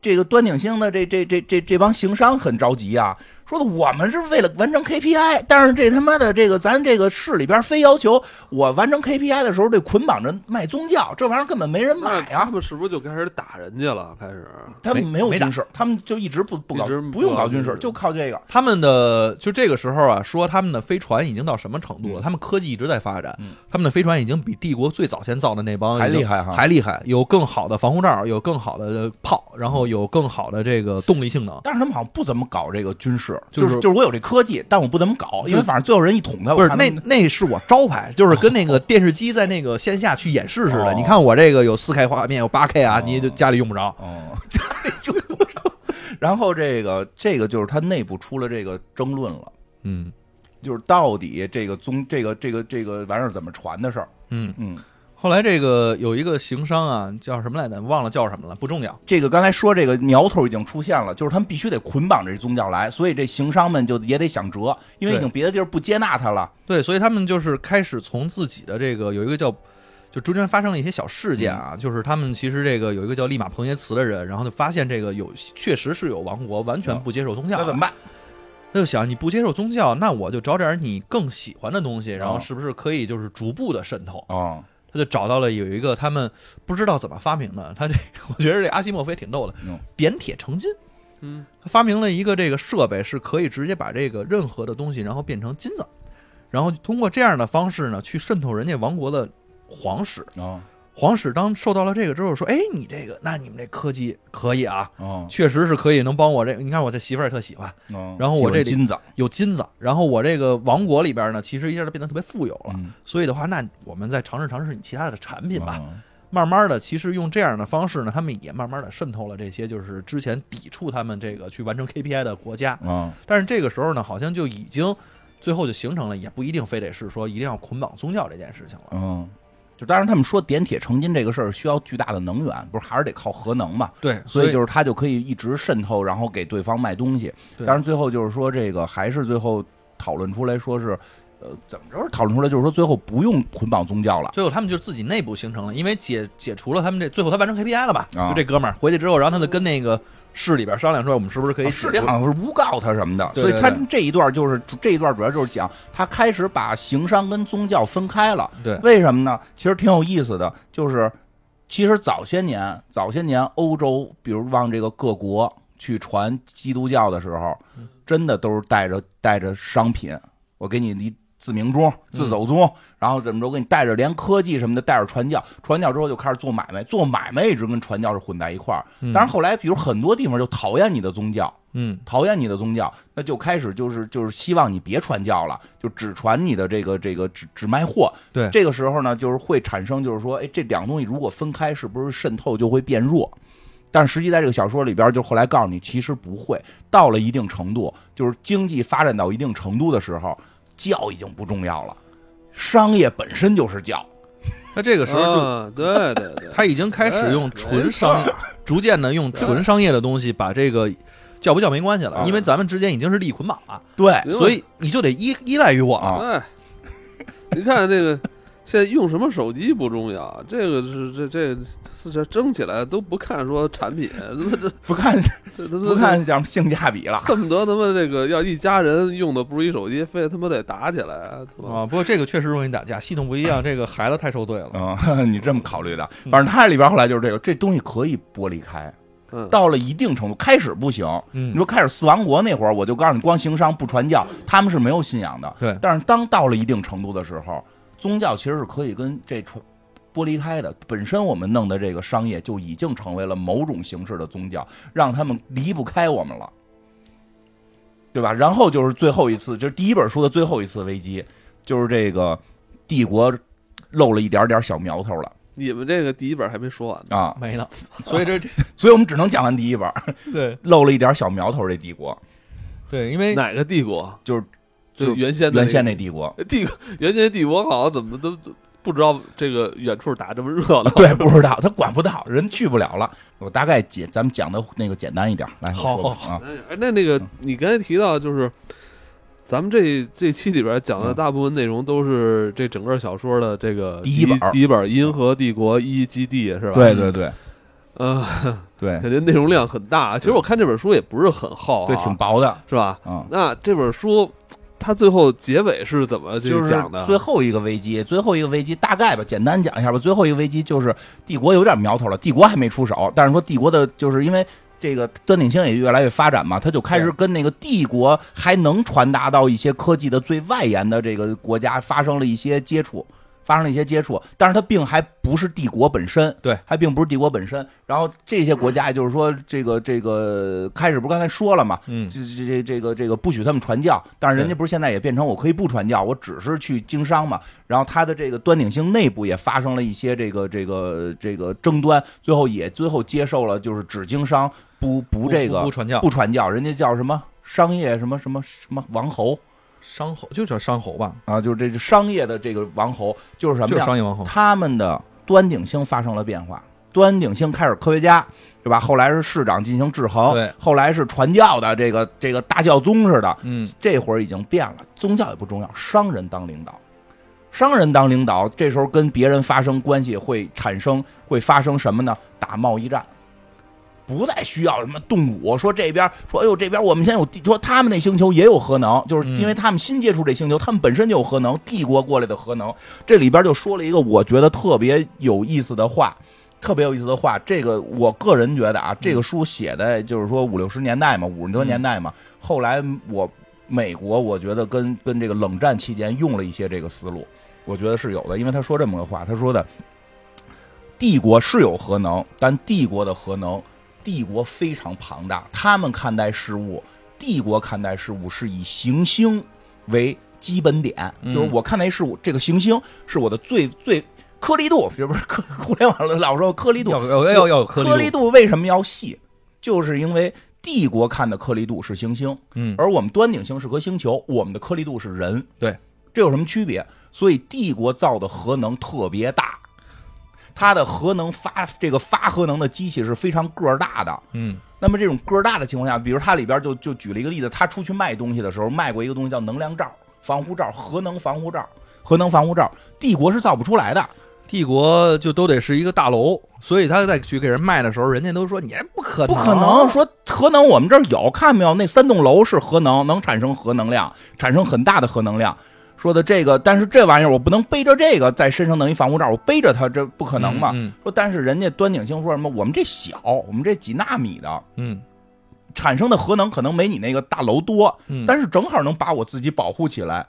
Speaker 2: 这个端鼎星的这这这这这帮行商很着急啊，说的我们是为了完成 KPI，但是这他妈的这个咱这个市里边非要求我完成 KPI 的时候得捆绑着卖宗教，这玩意儿根本没人买
Speaker 1: 那
Speaker 2: 啊
Speaker 1: 他。们是不是就开始打人家了？开始
Speaker 2: 他们
Speaker 4: 没
Speaker 2: 没有
Speaker 4: 没打
Speaker 2: 军事，他们就一直不不搞
Speaker 1: 一直，
Speaker 2: 不用
Speaker 1: 不搞
Speaker 2: 搞军
Speaker 1: 军
Speaker 2: 事
Speaker 1: 事，
Speaker 2: 就靠这个。
Speaker 4: 他们的就这个时候啊，说他们的飞船已经到什么程度了？
Speaker 2: 嗯
Speaker 4: 他们科技一直在发展，
Speaker 2: 嗯
Speaker 4: 他们的飞船已经比帝国最早先造的那帮
Speaker 2: 还
Speaker 4: 已经
Speaker 2: 厉害哈
Speaker 4: 还厉害，有更好的防护罩，有更好的炮，
Speaker 2: 嗯
Speaker 4: 然后有更好的这个动力性能。
Speaker 2: 但是他们好像不怎么搞这个军事，
Speaker 4: 就是
Speaker 2: 就是我有这科技，但我不怎么搞，因为
Speaker 4: 就
Speaker 2: 反正最后人一捅他，
Speaker 4: 不
Speaker 2: 我
Speaker 4: 是，
Speaker 2: 看他
Speaker 4: 那
Speaker 2: 们
Speaker 4: 那是我招牌，就是跟那个电视机在那个线下去演示似的。
Speaker 2: 哦
Speaker 4: 你看我这个有四 K 画面，有八 K 啊，
Speaker 2: 哦
Speaker 4: 你就家里用不着。
Speaker 2: 哦，就然后这个这个就是它内部出了这个争论了，
Speaker 4: 嗯
Speaker 2: 就是到底这个宗这个这个这个玩意儿怎么传的事儿。
Speaker 4: 嗯。
Speaker 2: 嗯，
Speaker 4: 后来这个有一个行商啊，叫什么来着？忘了叫什么了，不重要。
Speaker 2: 这个刚才说这个苗头已经出现了，就是他们必须得捆绑着这宗教来，所以这行商们就也得想辙，因为已
Speaker 4: 对
Speaker 2: 经别的地儿不接纳他了。
Speaker 4: 对，所以他们就是开始从自己的这个有一个叫，就中间发生了一些小事件啊，
Speaker 2: 嗯
Speaker 4: 就是他们其实这个有一个叫利马彭耶茨的人，然后就发现这个有确实是有王国完全不接受宗教
Speaker 2: 嗯那
Speaker 4: 的，
Speaker 2: 怎么办？
Speaker 4: 他就想你不接受宗教，那我就找点你更喜欢的东西，然后
Speaker 2: 哦
Speaker 4: 是不是可以就是逐步的渗透？
Speaker 2: 哦，
Speaker 4: 他就找到了有一个他们不知道怎么发明的，他这我觉得这阿西莫夫也挺逗的
Speaker 2: 嗯，
Speaker 4: 点铁成金。
Speaker 1: 嗯，
Speaker 4: 他发明了一个这个设备，是可以直接把这个任何的东西，然后变成金子，然后通过这样的方式呢，去渗透人家王国的皇室。
Speaker 2: 哦，
Speaker 4: 皇室当受到了这个之后，说：“哎，你这个，那你们这科技可以啊，
Speaker 2: 哦，
Speaker 4: 确实是可以，能帮我这。你看我这媳妇儿也特喜欢，
Speaker 2: 哦
Speaker 4: 然后我这里
Speaker 2: 喜欢金子，
Speaker 4: 有金子。然后我这个王国里边呢，其实一下就变得特别富有了。
Speaker 2: 嗯，
Speaker 4: 所以的话，那我们再尝试尝试你其他的产品吧。
Speaker 2: 哦
Speaker 4: 慢慢的，其实用这样的方式呢，他们也慢慢的渗透了这些就是之前抵触他们这个去完成 KPI 的国家。
Speaker 2: 哦，
Speaker 4: 但是这个时候呢，好像就已经最后就形成了，也不一定非得是说一定要捆绑宗教这件事情了。
Speaker 2: 嗯，就当然他们说点铁成金这个事儿需要巨大的能源，不是还是得靠核能嘛？
Speaker 4: 对，
Speaker 2: 所以就是他就可以一直渗透，然后给对方卖东西。
Speaker 4: 对
Speaker 2: 当然最后就是说这个还是最后讨论出来说是，呃，怎么着讨论出来就是说最后不用捆绑宗教了。
Speaker 4: 最后他们就自己内部形成了，因为解解除了他们这最后他完成 KPI 了吧？
Speaker 2: 啊
Speaker 4: 就这哥们儿回去之后，然后他就跟那个市里边商量说，我们是不是可以
Speaker 2: 啊
Speaker 4: 解除
Speaker 2: 是好像是诬告他什么的，
Speaker 4: 对
Speaker 2: 所以
Speaker 4: 对
Speaker 2: 他
Speaker 4: 对
Speaker 2: 这一段就是这一段主要就是讲他开始把行商跟宗教分开了。
Speaker 4: 对
Speaker 2: 为什么呢？其实挺有意思的，就是其实早些年，早些年欧洲，比如往这个各国去传基督教的时候，真的都是带着带着商品，我给你一自鸣钟、自走钟，然后怎么着，我给你带着连科技什么的，带着传教，传教之后就开始做买卖，做买卖一直跟传教是混在一块儿。
Speaker 4: 嗯
Speaker 2: 当然后来，比如很多地方就讨厌你的宗教，
Speaker 4: 嗯，
Speaker 2: 讨厌你的宗教，那就开始就是就是希望你别传教了，就只传你的这个这个只只卖货。
Speaker 4: 对
Speaker 2: 这个时候呢，就是会产生就是说，哎，这两个东西如果分开，是不是渗透就会变弱？但实际在这个小说里边，就后来告诉你，其实不会。到了一定程度，就是经济发展到一定程度的时候，教已经不重要了，商业本身就是教。
Speaker 4: 他这个时候就、
Speaker 1: 啊对对哎对，
Speaker 4: 他已经开始用纯商业，逐渐的用纯商业的东西把这个叫不叫没关系了，
Speaker 2: 啊
Speaker 4: 因为咱们之间已经是利益捆绑了，
Speaker 2: 对，
Speaker 1: 没错
Speaker 4: 所以你就得依依赖于我了。
Speaker 2: 啊
Speaker 1: 哎，你看这个，现在用什么手机不重要，这个是这这这这争起来都不看说产品，他妈这
Speaker 2: 不看
Speaker 1: 这他
Speaker 2: 不
Speaker 1: 妈
Speaker 2: 看讲性价比了。
Speaker 1: 恨不得他妈这个要一家人用的不是一手机，非他妈得打起来，他妈
Speaker 4: 啊，不过这个确实容易打架，系统不一样，这个孩子太受罪了。
Speaker 2: 嗯，你这么考虑的，反正它里边后来就是这个，这东西可以剥离开，
Speaker 1: 嗯，
Speaker 2: 到了一定程度，开始不行。
Speaker 4: 嗯
Speaker 2: 你说开始四王国那会儿，我就告诉你，光行商不传教，他们是没有信仰的。
Speaker 4: 对
Speaker 2: 但是当到了一定程度的时候，宗教其实是可以跟这传剥离开的。本身我们弄的这个商业就已经成为了某种形式的宗教，让他们离不开我们了，对吧？然后就是最后一次，这是第一本书的最后一次危机，就是这个帝国露了一点点小苗头了
Speaker 1: 你们这个第一本还没说完呢，
Speaker 2: 啊，
Speaker 4: 没 了，所以这这
Speaker 2: 所以我们只能讲完第一本，
Speaker 4: 对
Speaker 2: 露了一点小苗头。这帝国
Speaker 4: 对，因为
Speaker 1: 哪个帝国？
Speaker 2: 就是
Speaker 1: 就原先的
Speaker 2: 原先
Speaker 1: 那
Speaker 2: 那帝国，
Speaker 1: 个帝国，原先帝国好像怎么都都不知道这个远处打这么热闹。
Speaker 2: 对，不知道他管不到，人去不了了。我大概简，咱们讲的那个简单一点，来，
Speaker 3: 好
Speaker 2: 我说吧
Speaker 3: 好
Speaker 2: 啊，
Speaker 1: 哎，那那个你刚才提到，就是咱们这这期里边讲的
Speaker 2: 嗯
Speaker 1: 大部分内容都是这整个小说的这个
Speaker 2: 第一本儿
Speaker 1: 第一本《银河帝国一基地》是吧？
Speaker 2: 对，对对
Speaker 1: 嗯、
Speaker 2: 对
Speaker 1: 感觉内容量很大。啊其实我看这本书也不是很厚、啊，
Speaker 2: 对，挺薄的，
Speaker 1: 是吧？
Speaker 2: 嗯。
Speaker 1: 那这本书它最后结尾是怎么去
Speaker 2: 就是
Speaker 1: 讲的？啊
Speaker 2: 最后一个危机，最后一个危机大概吧，简单讲一下吧。最后一个危机就是帝国有点苗头了，帝国还没出手，但是说帝国的，就是因为这个端鼎星也越来越发展嘛，他就开始跟那个帝国还能传达到一些科技的最外延的这个国家发生了一些接触。发生了一些接触，但是它并还不是帝国本身，
Speaker 3: 对，
Speaker 2: 还并不是帝国本身。然后这些国家，也就是说，这个这个开始不是刚才说了嘛，
Speaker 3: 嗯，
Speaker 2: 这这这这个这个不许他们传教，但是人家不是现在也变成我可以不传教，我只是去经商嘛。然后他的这个端鼎星内部也发生了一些这个这个这个争端，最后也最后接受了就是只经商不不这个
Speaker 3: 不传教，
Speaker 2: 不传教，人家叫什么商业什么什么什么王侯
Speaker 3: 商侯就叫商侯吧，
Speaker 2: 啊，就是这商业的这个王侯就是什么
Speaker 3: 就是
Speaker 2: 呀？
Speaker 3: 商业王侯。
Speaker 2: 他们的端鼎星发生了变化。端鼎星开始科学家，对吧？后来是市长进行制衡
Speaker 3: 对，
Speaker 2: 后来是传教的这个这个大教宗似的，
Speaker 3: 嗯，
Speaker 2: 这会儿已经变了，宗教也不重要，商人当领导，商人当领导，这时候跟别人发生关系会产生会发生什么呢？打贸易战。不再需要什么动武，说这边说，哎呦，这边我们现在有地，说他们那星球也有核能，就是因为他们新接触这星球，他们本身就有核能，帝国过来的核能。这里边就说了一个我觉得特别有意思的话，特别有意思的话。这个我个人觉得啊，这个书写的就是说五六十年代嘛，五十多年代嘛。后来我美国，我觉得跟跟这个冷战期间用了一些这个思路，我觉得是有的，因为他说这么个话，他说的，帝国是有核能，但帝国的核能，帝国非常庞大，他们看待事物，帝国看待事物是以行星为基本点，
Speaker 3: 嗯
Speaker 2: 就是我看待事物，这个行星是我的最最。颗 粒度，这不是科互联网老说颗粒度，
Speaker 3: 要要要要有
Speaker 2: 颗
Speaker 3: 颗粒
Speaker 2: 粒
Speaker 3: 度，
Speaker 2: 度为什么要细？就是因为帝国看的颗粒度是行星，
Speaker 3: 嗯
Speaker 2: 而我们端鼎星是颗星球，我们的颗粒度是人，
Speaker 3: 对，
Speaker 2: 这有什么区别？所以帝国造的核能特别大，它的核能发这个发核能的机器是非常个儿大的，
Speaker 3: 嗯
Speaker 2: 那么这种个儿大的情况下，比如它里边就就举了一个例子，他出去卖东西的时候卖过一个东西叫能量罩、防护罩、核能防护罩、核能防护罩，帝国是造不出来的。
Speaker 4: 帝国就都得是一个大楼，所以他在去给人卖的时候，人家都说你这不可
Speaker 2: 不
Speaker 4: 能，
Speaker 2: 可
Speaker 3: 啊
Speaker 2: 能说核能，我们这儿有，看没有？那三栋楼是核能，能产生核能量，产生很大的核能量。说的这个，但是这玩意儿我不能背着这个在身上弄一防护罩，我背着它这不可
Speaker 3: 可
Speaker 2: 能嘛？
Speaker 3: 嗯
Speaker 2: 说，但是人家端鼎星说什么？我们这小，我们这几纳米的
Speaker 3: 嗯
Speaker 2: 产生的核能可能没你那个大楼多，
Speaker 3: 嗯，
Speaker 2: 但是正好能把我自己保护起来。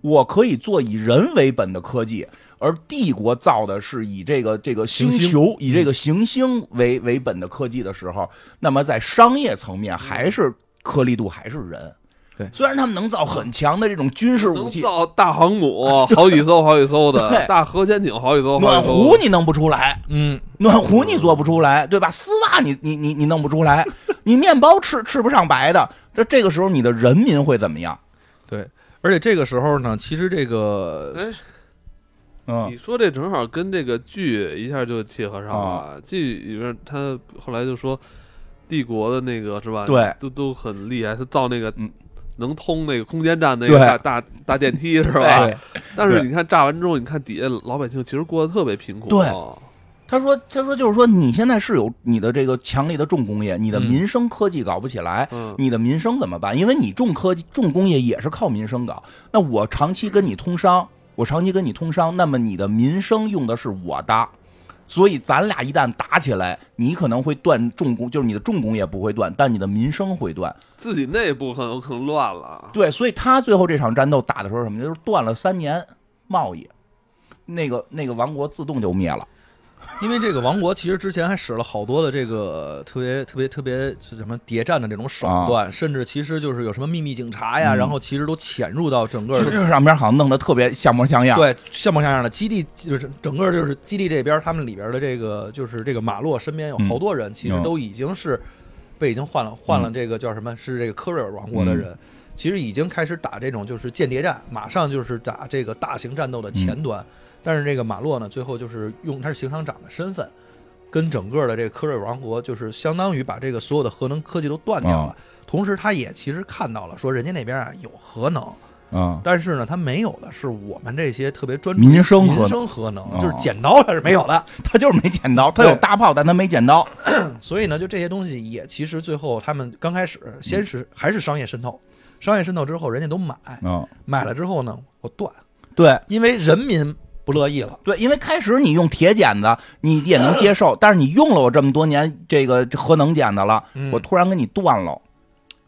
Speaker 2: 我可以做以人为本的科技，而帝国造的是以这个这个星
Speaker 3: 行星
Speaker 2: 球、以这个行星为为本的科技的时候，那么在商业层面还是颗粒度还是人。
Speaker 3: 对
Speaker 2: 虽然他们能造很强的这种军事武
Speaker 1: 能
Speaker 2: 器，
Speaker 1: 造大航母，好几艘好几艘的
Speaker 2: 对
Speaker 1: 大核潜艇，好几艘好
Speaker 2: 暖
Speaker 1: 几艘
Speaker 2: 壶。你弄不出来，
Speaker 3: 嗯
Speaker 2: 暖壶你做不出来，对吧？丝袜你你你你弄不出来，你面包吃吃不上白的。这这个时候你的人民会怎么样？
Speaker 4: 而且这个时候呢，其实这个
Speaker 1: 哎，
Speaker 2: 嗯
Speaker 1: 你说这正好跟这个剧一下就契合上了。
Speaker 2: 啊
Speaker 1: 剧里边他后来就说，帝国的那个是吧？
Speaker 2: 对，
Speaker 1: 都都很厉害。他造那个
Speaker 2: 嗯
Speaker 1: 能通那个空间站那个
Speaker 2: 对
Speaker 1: 大大大电 梯是吧
Speaker 2: 对？
Speaker 1: 但是你看炸完之后，你看底下老百姓其实过得特别贫苦。
Speaker 2: 对他说：“他说就是说，你现在是有你的这个强力的重工业，你的
Speaker 3: 嗯
Speaker 2: 民生科技搞不起来，
Speaker 1: 嗯，
Speaker 2: 你的民生怎么办？因为你重科技、重工业也是靠民生搞。那我长期跟你通商，我长期跟你通商，那么你的民生用的是我的，所以咱俩一旦打起来，你可能会断重工，就是你的重工业不会断，但你的民生会断。
Speaker 1: 自己内部很有可能乱了。
Speaker 2: 对，所以他最后这场战斗打的时候是什么，就是断了三年贸易，那个那个王国自动就灭了。”
Speaker 4: 因为这个王国其实之前还使了好多的这个特别特别特别是什么谍战的这种手段，甚至其实就是有什么秘密警察呀，
Speaker 2: 嗯
Speaker 4: 然后其实都潜入到整个
Speaker 2: 军事上边好像弄得特别像模像样。
Speaker 4: 对，像模像样的基地，就是整个就是基地这边，他们里边的这个就是这个马洛身边有好多人，其实都已经是被已经换了
Speaker 2: 嗯
Speaker 4: 换了这个叫什么是这个科瑞尔王国的人，
Speaker 2: 嗯
Speaker 4: 其实已经开始打这种就是间谍战，马上就是打这个大型战斗的前端。
Speaker 3: 但是这个马洛呢，最后就是用他是刑场长的身份，跟整个的这个科瑞王国，就是相当于把这个所有的核能科技都断掉了。
Speaker 2: 啊
Speaker 3: 同时，他也其实看到了，说人家那边啊有核能，
Speaker 4: 嗯
Speaker 2: 啊，
Speaker 3: 但是呢，他没有的是我们这些特别专注于
Speaker 2: 民生核
Speaker 3: 民
Speaker 2: 能，
Speaker 3: 生核能，
Speaker 2: 哦
Speaker 3: 就是剪刀它是没有的。
Speaker 2: 他就是没剪刀，他有
Speaker 3: 对
Speaker 2: 大炮，但他没剪刀。
Speaker 3: 所以呢，就这些东西也其实最后他们刚开始先是还是商业渗透，商业渗透之后人家都买，
Speaker 2: 嗯，
Speaker 3: 买了之后呢，我断，
Speaker 2: 对
Speaker 3: 因为人民不乐意了。
Speaker 2: 对，因为开始你用铁剪子，你也能接受，但是你用了我这么多年这个核能剪子了，
Speaker 3: 嗯
Speaker 2: 我突然给你断了，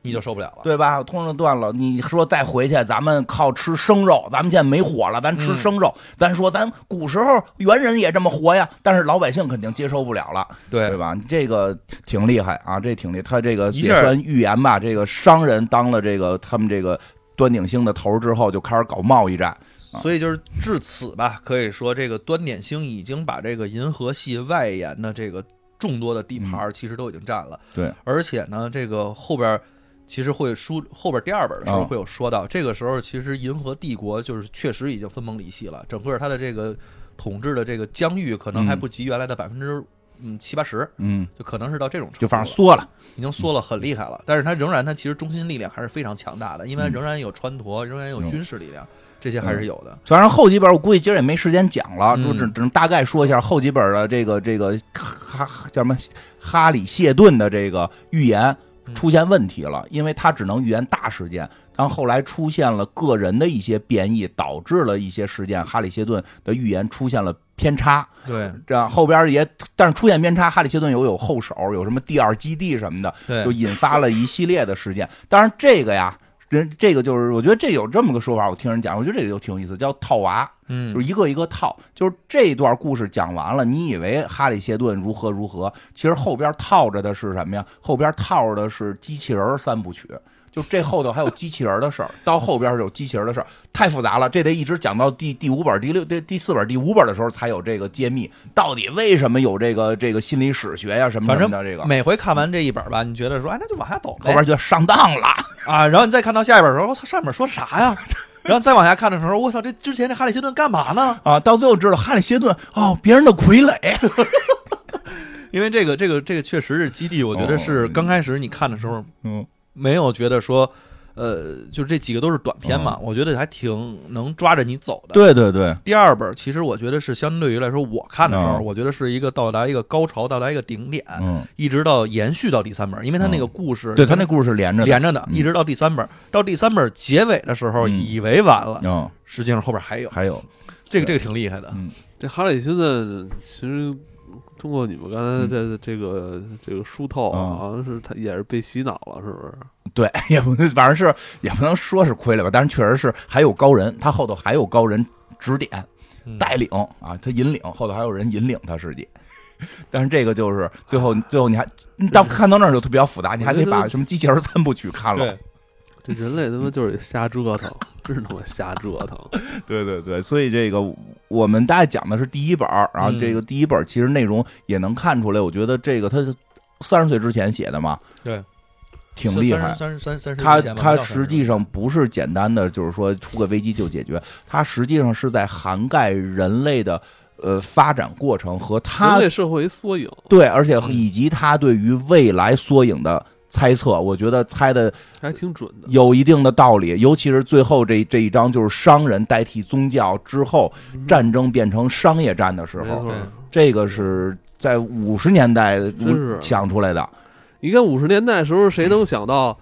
Speaker 3: 你就受不了了。
Speaker 2: 对吧？通常断了，你说再回去，咱们靠吃生肉，咱们现在没火了，咱吃
Speaker 3: 嗯
Speaker 2: 生肉。咱说咱古时候猿人也这么活呀，但是老百姓肯定接受不了了，
Speaker 3: 对
Speaker 2: 对吧？这个挺厉害啊，这挺厉害，他这个
Speaker 3: 一
Speaker 2: 也
Speaker 3: 下
Speaker 2: 算预言吧。这个商人当了这个他们这个端鼎星的头儿之后，就开始搞贸易战。
Speaker 4: 所以就是至此吧，可以说这个端点星已经把这个银河系外延的这个众多的地盘儿其实都已经占了。
Speaker 2: 嗯对，
Speaker 4: 而且呢，这个后边儿其实会书后边儿第二本的时候
Speaker 2: 啊
Speaker 4: 会有说到，这个时候其实银河帝国就是确实已经分崩离析了，整个它的这个统治的这个疆域可能还
Speaker 2: 嗯
Speaker 4: 不及原来的百分之嗯七八十，
Speaker 2: 嗯，
Speaker 4: 就可能是到这种程度
Speaker 2: 就
Speaker 4: 了，
Speaker 2: 反正缩了，
Speaker 4: 已经缩了很厉害了，但是它仍然它其实中心力量还是非常强大的，因为
Speaker 2: 嗯
Speaker 4: 仍然有川陀，仍然有
Speaker 2: 嗯
Speaker 4: 军事力量，这些还是有的。
Speaker 2: 反正后几本我估计今儿也没时间讲了，
Speaker 4: 嗯
Speaker 2: 就只只能大概说一下后几本的这个这个哈哈叫什么哈里谢顿的这个预言
Speaker 3: 嗯
Speaker 2: 出现问题了，因为他只能预言大事件，但后来出现了个人的一些变异，导致了一些事件，哈里谢顿的预言出现了偏差。
Speaker 4: 对
Speaker 2: 这样后边也，但是出现偏差，哈里谢顿有有后手，有什么第二基地什么的，
Speaker 4: 对
Speaker 2: 就引发了一系列的事件。当然，这个呀，人这个就是，我觉得这有这么个说法，我听人讲，我觉得这个就挺有意思，叫套娃，
Speaker 3: 嗯
Speaker 2: 就是一个一个套。就是这段故事讲完了，你以为哈里谢顿如何如何，其实后边套着的是什么呀？后边套着的是机器人儿三部曲。就这后头还有机器人儿的事儿，到后边是有机器人儿的事儿，太复杂了，这得一直讲到第第五本、第六、第第四本、第五本的时候才有这个揭秘，到底为什么有这个这个心理史学呀、什么
Speaker 3: 反
Speaker 2: 什
Speaker 3: 正
Speaker 2: 么的这个。
Speaker 3: 每回看完这一本吧，你觉得说，哎，那就往下走
Speaker 2: 后
Speaker 3: 呗
Speaker 2: 边就上当了，
Speaker 3: 啊，然后你再看到下一本的时候，我操，上面说啥呀？ 然后再往下看的时候，我操，这之前这哈里逊顿干嘛呢？
Speaker 2: 啊，到最后知道哈里谢顿哦，别人的傀儡，
Speaker 3: 因为这个这个这个确实是基地，我觉得是
Speaker 2: 哦
Speaker 3: 刚开始你看的时候
Speaker 2: 嗯，
Speaker 3: 没有觉得说，呃，就这几个都是短片嘛，我觉得还挺能抓着你走的。
Speaker 2: 哦对对对，
Speaker 3: 第二本其实我觉得是相对于来说，我看的时候，
Speaker 2: 嗯
Speaker 3: 我觉得是一个到达一个高潮，到达一个顶点，
Speaker 2: 嗯，
Speaker 3: 一直到延续到第三本，因为他那个
Speaker 2: 嗯
Speaker 3: 故事，
Speaker 2: 对他那故事是连着的，
Speaker 3: 连着的，
Speaker 2: 嗯
Speaker 3: 一直到第三本，到第三本结尾的时候，
Speaker 2: 嗯
Speaker 3: 以为完了，
Speaker 2: 嗯，
Speaker 3: 实际上后边还有，
Speaker 2: 还有，
Speaker 3: 这个这个挺厉害的。
Speaker 2: 嗯
Speaker 1: 这哈里逊顿其实通过你们刚才的这个、这个疏透啊，
Speaker 2: 嗯啊
Speaker 1: 好像是他也是被洗脑了，是不是？
Speaker 2: 对， 也不反正是也不能说是傀儡吧，但是确实是还有高人，他后头还有高人指点
Speaker 3: 嗯
Speaker 2: 带领啊，他引领，后头还有人引领他实际。 但是这个就是最后，最后你还到看到那儿就特比较复杂，你还得把什么机器人三部曲看了。
Speaker 3: 对，
Speaker 1: 这人类他妈就是瞎折腾，真是他妈瞎折腾。
Speaker 2: 对对对，所以这个我们大概讲的是第一本儿，然后
Speaker 3: 嗯
Speaker 2: 这个第一本儿其实内容也能看出来，我觉得这个他是三十岁之前写的嘛，
Speaker 3: 对，
Speaker 2: 挺厉害。
Speaker 3: 三十三三十，
Speaker 2: 他
Speaker 3: 三十
Speaker 2: 他实际上不是简单的，就是说出个危机就解决，他实际上是在涵盖人类的呃发展过程和他
Speaker 1: 人类社会一缩影，
Speaker 2: 对，而且
Speaker 3: 嗯
Speaker 2: 以及他对于未来缩影的猜测，我觉得猜的
Speaker 1: 还挺准的。
Speaker 2: 有一定的道理，尤其是最后这这一章，就是商人代替宗教之后，
Speaker 1: 嗯
Speaker 2: 战争变成商业战的时
Speaker 1: 没
Speaker 2: 候，
Speaker 1: 错
Speaker 3: 对，
Speaker 2: 这个是在五十年代
Speaker 1: 是
Speaker 2: 想出来的。
Speaker 1: 你看五十年代时候，谁能想到，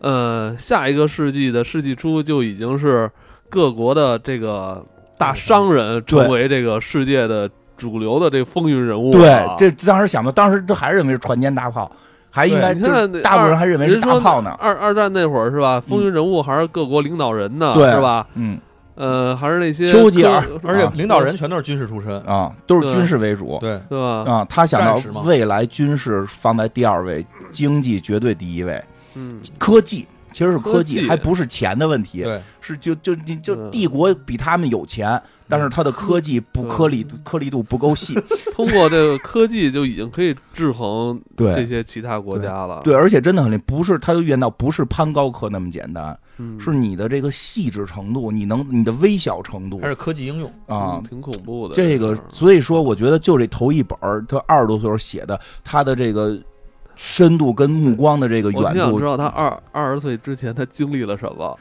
Speaker 1: 呃，下一个世纪的世纪初就已经是各国的这个大商人成为这个世界的主流的这个风云人物
Speaker 2: 对
Speaker 1: 了。，
Speaker 2: 这当时想的，当时这还认为是船坚大炮，还应该
Speaker 1: 对你
Speaker 2: 就
Speaker 1: 看
Speaker 2: 是大部分人还认为是
Speaker 1: 人
Speaker 2: 大
Speaker 1: 说
Speaker 2: 炮呢。嗯
Speaker 1: 二二战那会儿是吧？风云人物还是各国领导人呢，
Speaker 2: 对
Speaker 1: 是吧？
Speaker 2: 嗯
Speaker 1: 呃，还是那些
Speaker 2: 丘吉尔
Speaker 1: 科
Speaker 3: 而且领导人全都是军事出身，
Speaker 2: 啊，都是
Speaker 1: 对
Speaker 2: 军事为主
Speaker 3: 对，
Speaker 1: 对吧？
Speaker 2: 啊。他想到
Speaker 3: 战士嘛
Speaker 2: 未来军事放在第二位，经济绝对第一位，
Speaker 1: 嗯，
Speaker 2: 科技其实是科
Speaker 1: 科技
Speaker 2: 还不是钱的问题。
Speaker 3: 对
Speaker 2: 是就就你就
Speaker 1: 嗯
Speaker 2: 帝国比他们有钱，但是它的科技不
Speaker 1: 对
Speaker 2: 颗粒度颗粒度不 够细，
Speaker 1: 通过这个科技就已经可以制衡这
Speaker 2: 对
Speaker 1: 些其他国家了。
Speaker 2: 对，而且真的很厉害，不是它就预见到不是攀高科那么简单，
Speaker 1: 嗯，
Speaker 2: 是你的这个细致程度，你能你的微小程度
Speaker 5: 还是科技应用，
Speaker 2: 啊
Speaker 1: 挺，挺恐怖的。
Speaker 2: 这个
Speaker 1: 事儿
Speaker 2: 所以说我觉得就这头一本儿，他二十多岁时候写的，他的这个深度跟目光的这个
Speaker 1: 我
Speaker 2: 远嗯
Speaker 1: 挺想
Speaker 2: 度
Speaker 1: 知，道他二二十岁之前他经历了什么。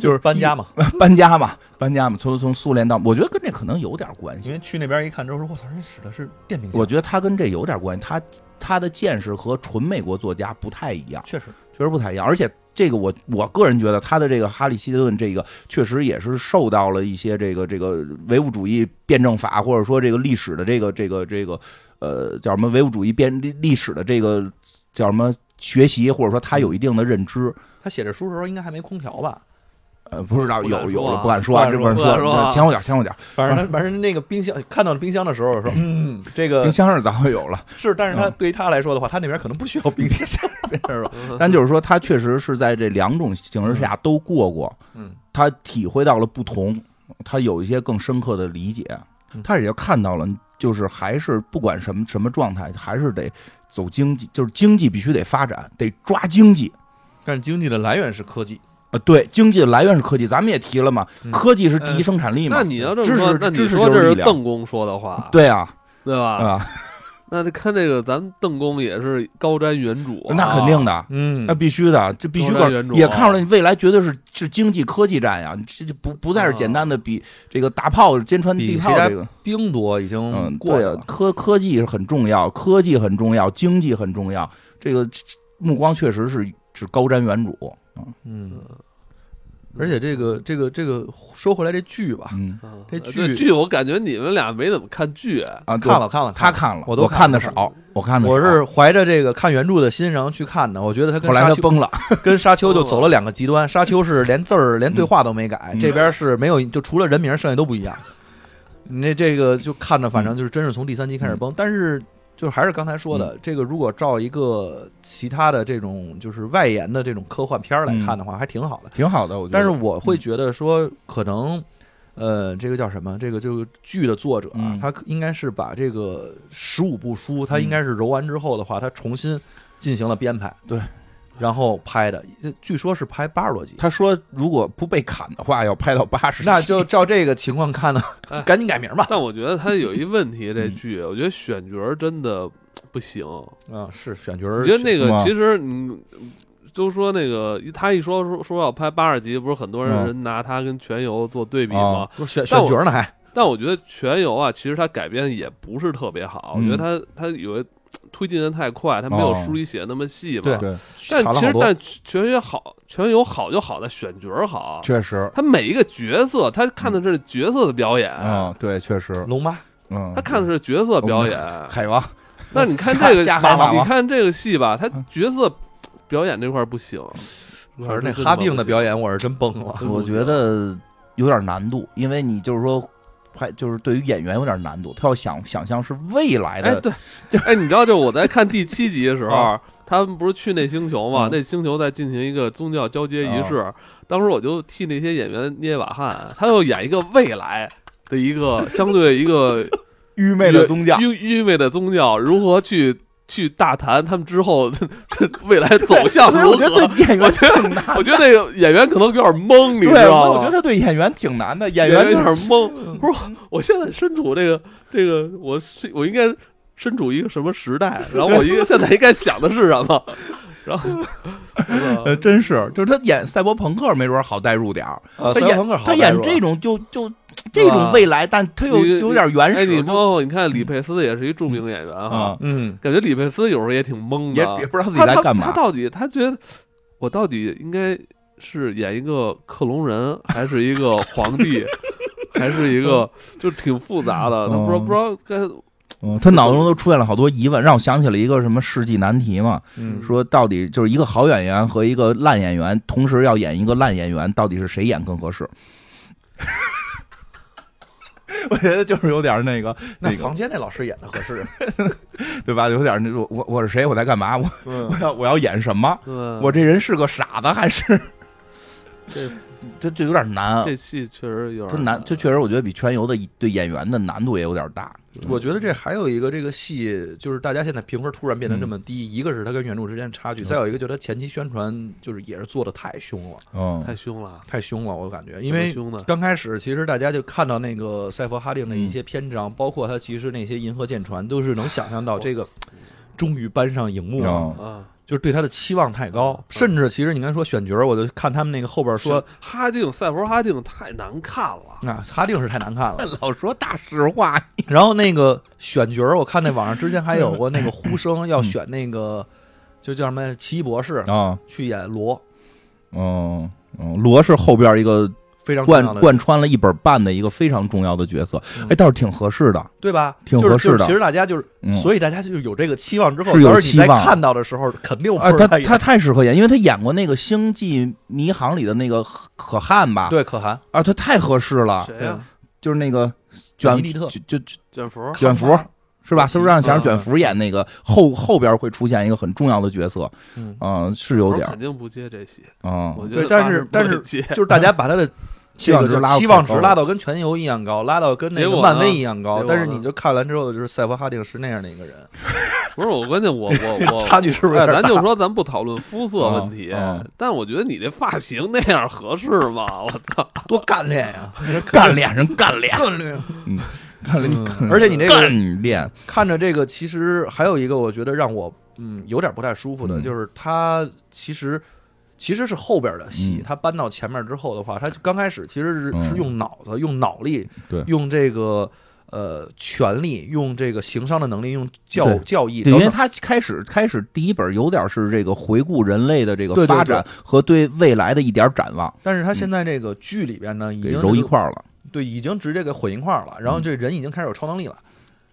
Speaker 5: 就是搬家嘛。
Speaker 2: 搬家嘛，搬家嘛，从从苏联到，我觉得跟这可能有点关
Speaker 4: 因
Speaker 2: 系。
Speaker 4: 为去那边一看之后说，我操，人使的是电冰箱，
Speaker 2: 我觉得他跟这有点关系，他他的见识和纯美国作家不太一样，
Speaker 4: 确实
Speaker 2: 确实不太一样。而且这个我我个人觉得他的这个哈利希德顿这个确实也是受到了一些这个这个唯物主义辩证法或者说这个历史的这个这个这个呃叫什么唯物主义辩历历史的这个叫什么学习或者说他有一定的认知。
Speaker 5: 他写这书的时候应该还没空调吧？
Speaker 2: 呃，不知道
Speaker 1: 不敢说
Speaker 2: 有有
Speaker 1: 啊
Speaker 2: 了，不敢说啊，
Speaker 4: 不敢
Speaker 2: 这
Speaker 1: 不
Speaker 2: 敢
Speaker 4: 说
Speaker 1: 敢说啊
Speaker 2: 前后点儿，前后点儿，
Speaker 4: 反正反正那个冰箱看到了冰箱的 时候说，嗯，这
Speaker 1: 呃
Speaker 4: 个
Speaker 2: 冰啊箱是早就 有了。
Speaker 4: 是，但是他对于他来说的话，他那边可能不需要冰 箱，
Speaker 5: 嗯
Speaker 2: 但就是说，他确实是在这两种形势下都过过，
Speaker 4: 嗯，
Speaker 2: 他体会到了不同，他有一些更深刻的理解
Speaker 4: 嗯，
Speaker 2: 他也就看到了，就是还是不管什么什么状态，还是得走经济，就是经济必须得发展，得抓经济。
Speaker 5: 但是经济的来源是科技，
Speaker 2: 啊，对，经济的来源是科技，咱们也提了嘛，
Speaker 4: 嗯
Speaker 2: 科技是第一生产力嘛。
Speaker 1: 那你要这么
Speaker 2: 知
Speaker 1: 说
Speaker 2: 识，
Speaker 1: 那你
Speaker 2: 知识
Speaker 1: 说
Speaker 2: 就
Speaker 1: 这
Speaker 2: 是
Speaker 1: 是
Speaker 2: 力量
Speaker 1: 邓公说的话，
Speaker 2: 对啊，
Speaker 1: 对吧？
Speaker 2: 啊，
Speaker 1: 那就看这个，咱们邓公也是高瞻远瞩啊，
Speaker 2: 那肯定的，
Speaker 4: 嗯
Speaker 2: 那必须的，这必须
Speaker 1: 高瞻
Speaker 2: 告
Speaker 1: 远瞩
Speaker 2: 也
Speaker 1: 啊
Speaker 2: 看出来，未来绝对是是经济科技战呀，这就不不再
Speaker 1: 啊
Speaker 2: 是简单的比这个大炮坚穿
Speaker 5: 比
Speaker 2: 地
Speaker 5: 谁
Speaker 2: 炮
Speaker 5: 来
Speaker 2: 这个，
Speaker 5: 冰多已
Speaker 2: 嗯，
Speaker 5: 经过
Speaker 2: 对
Speaker 5: 去
Speaker 2: 啊
Speaker 5: 了，，
Speaker 2: 科科技是很重要，科技很重要，经济很重要，这个这目光确实是是高瞻远瞩，
Speaker 4: 嗯，
Speaker 5: 而且这个这个这个说回来这剧吧，
Speaker 2: 嗯
Speaker 1: 啊
Speaker 5: 这
Speaker 1: 这
Speaker 5: 剧
Speaker 1: 剧我感觉你们俩没怎么看剧，
Speaker 2: 啊，对
Speaker 4: 看了看了，
Speaker 2: 他看了，
Speaker 4: 我都
Speaker 2: 我看
Speaker 4: 看了
Speaker 2: 的少，我看的
Speaker 4: 我
Speaker 2: 少
Speaker 4: 是怀着这个看原著的心，然后去看的。我觉得他跟
Speaker 2: 后来
Speaker 4: 沙
Speaker 2: 他
Speaker 4: 丘
Speaker 2: 崩了，
Speaker 4: 跟沙丘就走了两个 极端，沙丘是连字儿连对话都没改，
Speaker 2: 嗯
Speaker 4: 这边是没有就除了人名，剩下都不一样。
Speaker 5: 嗯
Speaker 4: 你那这个就看着，反正就是真是从第三集开始崩，但是。就还是刚才说
Speaker 5: 嗯
Speaker 4: 的，这个如果照一个其他的这种就是外延的这种科幻片儿来
Speaker 5: 嗯
Speaker 4: 看的话，还挺好的。
Speaker 2: 挺好的，我觉得。
Speaker 4: 但是我会觉得说，可能，呃，这个叫什么？这个这个剧的作者啊
Speaker 2: 嗯，
Speaker 4: 他应该是把这个十五部书，他应该是揉完之后的话，他重新进行了编排，
Speaker 2: 对，
Speaker 4: 然后拍的，据说是拍八 十多集。
Speaker 2: 他说如果不被砍的话，要拍到八 十，
Speaker 4: 那就照这个情况看呢
Speaker 1: 哎，
Speaker 4: 赶紧改名 吧。
Speaker 1: 但我觉得他有一问题，这
Speaker 2: 嗯
Speaker 1: 剧我觉得选角儿真的不行，
Speaker 4: 啊，是选角，
Speaker 1: 我觉得那
Speaker 2: 是
Speaker 1: 个
Speaker 2: 吗
Speaker 1: 其实你都说那个他一说说说要拍八十集，不是很多人
Speaker 2: 嗯啊
Speaker 1: 人拿他跟全游做对比吗？
Speaker 4: 不是选
Speaker 1: 但
Speaker 4: 选
Speaker 1: 我
Speaker 4: 角呢还，
Speaker 1: 但我觉得全游啊，其实他改编也不是特别好，
Speaker 2: 嗯
Speaker 1: 我觉得他他有的推进的太快，他没有
Speaker 2: 哦
Speaker 1: 书里写的那么细嘛。
Speaker 4: 对
Speaker 2: 对，
Speaker 1: 但
Speaker 4: 查了
Speaker 1: 其
Speaker 4: 好
Speaker 1: 实
Speaker 4: 多
Speaker 1: 但全游好，全游好就好在选角儿好，
Speaker 2: 确实，
Speaker 1: 他每一个角色他看的是角色的表演，
Speaker 4: 哎
Speaker 2: 嗯，对，确实，
Speaker 4: 龙妈
Speaker 2: 嗯，
Speaker 1: 他看的是角色表演。
Speaker 2: 海王，
Speaker 1: 那你看这个，
Speaker 2: 下下海马
Speaker 1: 你
Speaker 2: 王
Speaker 1: 看这个戏吧，他
Speaker 2: 嗯
Speaker 1: 角色表演这块儿不行，
Speaker 4: 反正那哈病的表
Speaker 1: 演
Speaker 4: 演我是真崩了。
Speaker 1: 真不
Speaker 2: 我
Speaker 1: 行
Speaker 2: 觉得有点难度，因为你就是说，还就是对于演员有点难度，他要想想象是未来
Speaker 1: 哎，
Speaker 2: 的，
Speaker 1: 对，哎，你知道，就我在看第七集的时候
Speaker 2: 啊，
Speaker 1: 他们不是去那星球嘛？
Speaker 2: 嗯啊
Speaker 1: 那星球在进行一个宗教交接仪式，当时我就替那些演员捏把汗，他又演一个未来的一 个相对一个
Speaker 2: 愚
Speaker 1: 愚
Speaker 2: 昧的宗教，
Speaker 1: 愚愚昧的宗教如何去去大谈他们之 后未来走向
Speaker 2: 所以我
Speaker 1: 如
Speaker 2: 觉
Speaker 1: 何
Speaker 2: 得。对演员挺难，
Speaker 1: 我觉得那个演员可能有点懵，你
Speaker 2: 对，
Speaker 1: 知
Speaker 2: 所以
Speaker 1: 道吗？
Speaker 2: 我觉得他对演员挺难的，演
Speaker 1: 员
Speaker 2: 员
Speaker 1: 有
Speaker 2: 就
Speaker 1: 点
Speaker 2: 是嗯
Speaker 1: 懵。不是，我现在身处这个这个，我是我应该身处一个什么时代？然后我应该 现在应该想的是什么？然后，
Speaker 2: 呃，真是，就是他演赛博朋克没准好代入点儿，
Speaker 4: 呃，
Speaker 2: 他
Speaker 4: 赛博
Speaker 2: 演
Speaker 4: 朋克好
Speaker 2: 他
Speaker 4: 歹
Speaker 2: 演
Speaker 4: 说
Speaker 2: 这种就就这种未来，但他又
Speaker 1: 你
Speaker 2: 有点 原
Speaker 1: 哎，你
Speaker 2: 始，就
Speaker 1: 包括你看李佩斯也是一著名演员哈
Speaker 2: 啊，，
Speaker 4: 嗯，
Speaker 1: 感觉李佩斯有时候也挺懵
Speaker 2: 也
Speaker 1: 的啊
Speaker 2: 也，不知道自己
Speaker 1: 他
Speaker 2: 在
Speaker 1: 他
Speaker 2: 干嘛
Speaker 1: 他。到底他觉得我到底应该是演一个克隆人，还是一个皇帝？还是一个，就挺复杂的，他不知道
Speaker 2: 嗯
Speaker 1: 不知道该
Speaker 2: 嗯，他脑中都出现了好多疑问，让我想起了一个什么世纪难题嘛，
Speaker 4: 嗯
Speaker 2: 说到底就是一个好演员和一个烂演员同时要演一个烂演员，到底是谁演更合适？ 我觉得就是有点那个
Speaker 4: 那
Speaker 2: 那
Speaker 4: 房
Speaker 2: 个，
Speaker 4: 间那老师演的合适。
Speaker 2: 对吧？有点那种我我是谁？我在干嘛？嗯我我要我要演什么？
Speaker 1: 对
Speaker 2: 我这人是个傻子还是？
Speaker 1: 这
Speaker 2: 这这有点难，啊
Speaker 1: 这戏确实有
Speaker 2: 这
Speaker 1: 点
Speaker 2: 难，这确实我觉得比全游的对演员的难度也有点大。
Speaker 3: 我
Speaker 4: 我觉得这还有一个这个戏，就是大家现在评分突然变得这么低，一个是它跟原著之间的差距，
Speaker 2: 嗯
Speaker 4: 再有一个就是它前期宣传就是也是做的太凶了，
Speaker 2: 嗯
Speaker 1: 太凶了，
Speaker 4: 太凶嗯了，我感觉，因
Speaker 1: 怎么
Speaker 4: 为
Speaker 1: 凶的
Speaker 4: 刚开始其实大家就看到那个赛佛哈定的一些篇章，包括他其实那些银河舰船，都是能想象到这个终于搬上荧幕了，
Speaker 2: 嗯
Speaker 1: 啊！
Speaker 4: 就是对他的期望太高
Speaker 1: 嗯，
Speaker 4: 甚至其实你刚才说选角儿，我就看他们那个后边说
Speaker 1: 说。哈定赛博哈定太难看了，
Speaker 4: 那、哈定是太难看了，
Speaker 2: 老说大实话，
Speaker 4: 然后那个选角儿，我看那网上之前还有过那个呼声要选那
Speaker 2: 嗯
Speaker 4: 个，就叫什么奇异博士
Speaker 2: 啊，
Speaker 4: 去演罗，
Speaker 2: 嗯嗯，罗是后边一个
Speaker 4: 非常重
Speaker 2: 贯
Speaker 4: 要的
Speaker 2: 贯穿了一本半的一个非常重要的角色，
Speaker 4: 嗯
Speaker 2: 哎，倒是挺合适的。
Speaker 4: 对吧？
Speaker 2: 挺合适的
Speaker 4: 就是就是其实大家就是，
Speaker 2: 嗯，
Speaker 4: 所以大家就有这个期望之后，
Speaker 2: 是有
Speaker 4: 到时候你在
Speaker 2: 期望
Speaker 4: 看到的时候肯定
Speaker 2: 啊，
Speaker 4: 不是
Speaker 2: 他
Speaker 4: 演
Speaker 2: 他太适合演，因为他演过那个《星际迷航》里的那个可可汗吧？
Speaker 4: 对可汗
Speaker 2: 啊，他太合适了，
Speaker 1: 谁呀？
Speaker 2: 就是那个卷
Speaker 4: 尼利特
Speaker 2: 就就就
Speaker 1: 卷福
Speaker 2: 卷福
Speaker 4: 康。
Speaker 2: 是吧？
Speaker 4: 康
Speaker 2: 他不让想让
Speaker 4: 嗯
Speaker 2: 卷福演那个后后边会出现一个很重要的角色，
Speaker 4: 嗯，
Speaker 2: 嗯，是有点
Speaker 1: 肯定不接这戏，
Speaker 2: 啊，
Speaker 1: 我
Speaker 2: 嗯
Speaker 1: 觉得
Speaker 4: 对但
Speaker 1: 八不
Speaker 4: 是
Speaker 1: 会
Speaker 4: 但是
Speaker 1: 接
Speaker 4: 就是大家把他的
Speaker 2: 期望
Speaker 4: 这个
Speaker 2: 值
Speaker 4: 就
Speaker 2: 拉
Speaker 4: 是
Speaker 2: 得
Speaker 4: 期望
Speaker 2: 太
Speaker 4: 值
Speaker 2: 高了
Speaker 4: 拉到跟全游一样高，拉到跟那
Speaker 1: 结
Speaker 4: 个
Speaker 1: 果呢
Speaker 4: 漫威一样高
Speaker 1: 结，果
Speaker 4: 但
Speaker 1: 呢
Speaker 4: 是你就看完之后，就是赛博哈定是那样的一个人，
Speaker 1: 不是我，关键我我 我
Speaker 4: 差距是不是有
Speaker 1: 哎，
Speaker 4: 点
Speaker 1: 咱
Speaker 4: 大？
Speaker 1: 就说咱不讨论肤色问题，
Speaker 2: 嗯嗯
Speaker 1: 但我觉得你这发型那样合适吗？ 我操！
Speaker 4: 多干练呀，
Speaker 2: 干练人干练，嗯
Speaker 4: 干练。嗯
Speaker 2: 干练干
Speaker 4: 而且你这个
Speaker 2: 干练，
Speaker 4: 看着这个，其实还有一个我觉得让我嗯有点不太舒服的，
Speaker 2: 嗯
Speaker 4: 就是它其实其实是后边的戏
Speaker 2: 嗯，
Speaker 4: 它搬到前面之后的话，它刚开始其实是、
Speaker 2: 嗯
Speaker 4: 是用脑子、用脑力、
Speaker 2: 对
Speaker 4: 用这个呃权力、用这个行商的能力、用教
Speaker 2: 对
Speaker 4: 教义
Speaker 2: 对，因
Speaker 4: 等
Speaker 2: 为
Speaker 4: 等。
Speaker 2: 他开始开始第一本有点是这个回顾人类的这
Speaker 4: 对
Speaker 2: 个
Speaker 4: 对对
Speaker 2: 发展和对未来的一点展望，
Speaker 4: 但是他现在这个剧里边呢，已
Speaker 2: 给
Speaker 4: 经
Speaker 2: 揉一
Speaker 4: 这个
Speaker 2: 块儿了
Speaker 4: 对，已经直接给混一块儿了。然后这人已经开始有超能力了，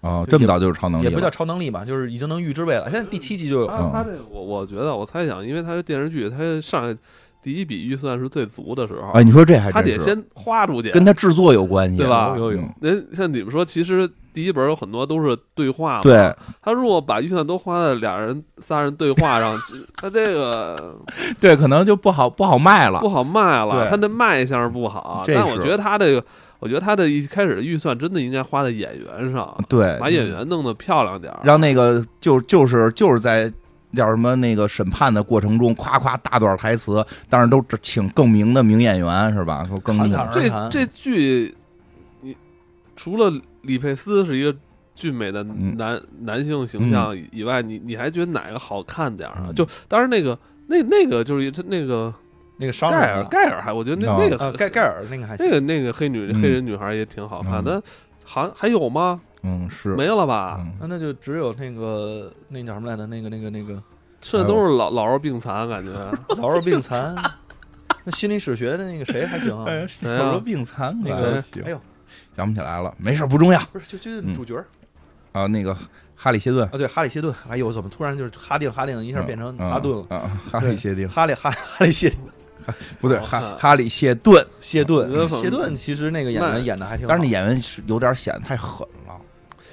Speaker 2: 啊，这么早就有超能力
Speaker 4: 也不
Speaker 2: 了
Speaker 4: 叫，超能力吧，就是已经能预知未来。现在第七集
Speaker 2: 嗯
Speaker 4: 就有，
Speaker 1: 他他这个我我觉得我猜想，因为他是电视剧，他上来第一笔预算是最足的时候，
Speaker 2: 哎，你说这还
Speaker 1: 他
Speaker 2: 真
Speaker 1: 得
Speaker 2: 是
Speaker 1: 先花出去，
Speaker 2: 跟他制作有关系，
Speaker 1: 对吧
Speaker 4: 有有有
Speaker 2: 嗯
Speaker 1: 人像你们说，其实第一本有很多都是对话嘛，
Speaker 2: 对，
Speaker 1: 他如果把预算都花在俩人仨人对话上， 他这个
Speaker 2: 对，可能就不好不好卖了
Speaker 1: 不。好卖了，
Speaker 2: 啊对
Speaker 1: 他那卖相不好。
Speaker 2: 这
Speaker 1: 但我
Speaker 2: 是
Speaker 1: 觉得他这个，我觉得他的一开始的预算真的应该花在演员上，
Speaker 2: 对，
Speaker 1: 把演员弄得漂亮点儿。
Speaker 2: 让那个就就是就是在叫什么那个审判的过程中，夸夸大段台词，但是都只请更名的名演员是吧？说更
Speaker 4: 侃
Speaker 2: 名
Speaker 4: 侃而
Speaker 1: 这
Speaker 4: 谈
Speaker 1: 这剧，你除了李佩斯是一个俊美的
Speaker 2: 嗯
Speaker 1: 男、男性形象以外，你你还觉得哪个好看点儿啊？
Speaker 2: 嗯
Speaker 1: 就当然那个那那个就是一那个
Speaker 4: 那个商人
Speaker 1: 盖尔
Speaker 4: 啊
Speaker 1: 盖尔还，我觉得那、
Speaker 2: 哦
Speaker 1: 那个
Speaker 4: 啊
Speaker 1: 很
Speaker 4: 盖盖尔那个还行
Speaker 1: 那个那个黑女、
Speaker 2: 嗯
Speaker 1: 黑人女孩也挺好看
Speaker 2: 嗯
Speaker 1: 的，还还有吗？
Speaker 2: 嗯是
Speaker 1: 没了吧？
Speaker 2: 嗯
Speaker 4: 那那就只有那个那叫什么来着？那个那个那个
Speaker 1: 这都是老老弱病残，感 觉。
Speaker 4: 老弱 病残，那心理史学的那个谁还行啊？
Speaker 2: 哎呀，
Speaker 1: 哎呀
Speaker 2: 老弱病残
Speaker 4: 那
Speaker 2: 可
Speaker 4: 个
Speaker 2: 还行
Speaker 4: 哎呦，
Speaker 2: 想不起来了，没事不重要
Speaker 4: 不是就就是
Speaker 2: 嗯
Speaker 4: 主角儿
Speaker 2: 啊。那个哈里谢顿
Speaker 4: 啊，对哈里谢顿。哎呦，怎么突然就是哈定哈定一
Speaker 2: 一
Speaker 4: 下变成哈顿了？
Speaker 2: 啊，哈里谢丁
Speaker 4: 哈里哈哈里谢
Speaker 2: 不对，
Speaker 1: 好
Speaker 2: 哈
Speaker 4: 哦
Speaker 1: 看
Speaker 2: 哈里谢顿，
Speaker 4: 谢顿
Speaker 1: 我觉得很
Speaker 4: 谢顿，其实那个演
Speaker 1: 那
Speaker 4: 员演的还挺好。
Speaker 2: 但是那演员是有点显得太狠了，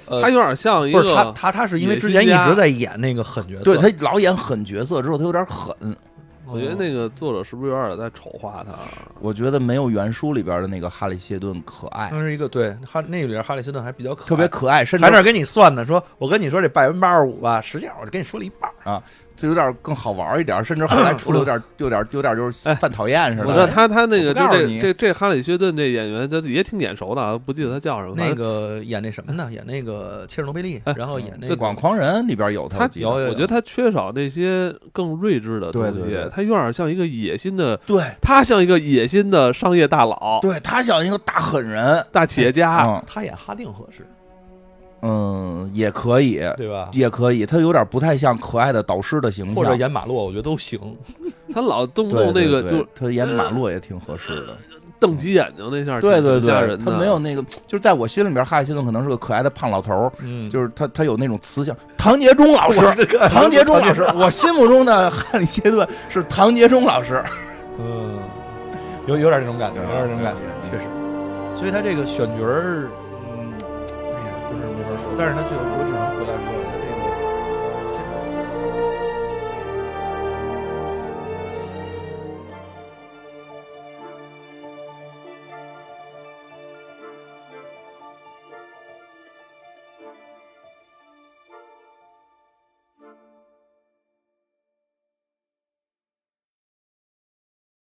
Speaker 4: 呃
Speaker 1: 他有点像一
Speaker 4: 不是他
Speaker 1: 个，
Speaker 4: 他他是因为
Speaker 1: 野
Speaker 4: 之
Speaker 1: 心
Speaker 4: 前一
Speaker 1: 家
Speaker 4: 直在演那个狠角色，
Speaker 2: 对他老演狠角色之后，他有点狠，
Speaker 4: 哦
Speaker 1: 我觉得那个作者是不是有点在丑化他？啊
Speaker 2: 我觉得没有原书里边的那个哈里谢顿可爱
Speaker 4: 那，是一个对哈那里边哈里谢顿还比嗯较可爱
Speaker 2: 特别可爱，甚至
Speaker 4: 还那儿跟你算呢，说我跟你说这百分之八十五吧，实际上我就跟你说了一半儿。
Speaker 2: 就有点更好玩一点，甚至后来出了有 点有点有点就是
Speaker 1: 哎
Speaker 2: 犯讨厌似
Speaker 1: 我知道
Speaker 2: 的。
Speaker 1: 他他那个
Speaker 2: 我
Speaker 1: 就
Speaker 2: 告诉
Speaker 1: 这
Speaker 2: 你
Speaker 1: 这这哈里·薛顿这演员，这也挺眼熟的啊，不记得他叫什么。
Speaker 4: 那
Speaker 1: 反正
Speaker 4: 个演那什么呢？演那个切尔诺贝利，然后演那
Speaker 2: 这
Speaker 4: 个
Speaker 2: 《广狂人》里边有他，
Speaker 1: 他
Speaker 2: 我记得
Speaker 4: 有有
Speaker 1: 我觉得他缺少那些更睿智的东
Speaker 2: 对对
Speaker 1: 西
Speaker 2: 对，
Speaker 1: 他有点像一个野心的，
Speaker 2: 对
Speaker 1: 他像一个野心的商业大佬、
Speaker 2: 对，他像一个大狠人
Speaker 1: 大企业家。
Speaker 2: 啊，
Speaker 4: 他演哈定合适，
Speaker 2: 嗯，嗯也可以，
Speaker 4: 对吧？
Speaker 2: 也可以，他有点不太像可爱的导师的形
Speaker 4: 或者
Speaker 2: 象。
Speaker 4: 演马洛，我觉得都行。
Speaker 1: 他老动不
Speaker 2: 对
Speaker 1: 动那个
Speaker 2: 对对
Speaker 1: 就
Speaker 2: 他演马洛也挺合适的，
Speaker 1: 瞪几眼睛那下儿，
Speaker 2: 对对
Speaker 1: 挺吓
Speaker 2: 对，
Speaker 1: 人的。
Speaker 2: 他没有那个，就是在我心里边，哈里谢顿可能是个可爱的胖老头儿，
Speaker 4: 嗯
Speaker 2: 就是他他有那种慈祥。唐杰忠老师，唐杰忠老师，我心目中的哈里谢顿是唐杰忠老师。
Speaker 4: 嗯，有有点这种感觉，有
Speaker 2: 对
Speaker 4: 点这种感觉，确实。所以他这个选角儿，嗯，哎呀，真是没法说。但是他就我只能回来说。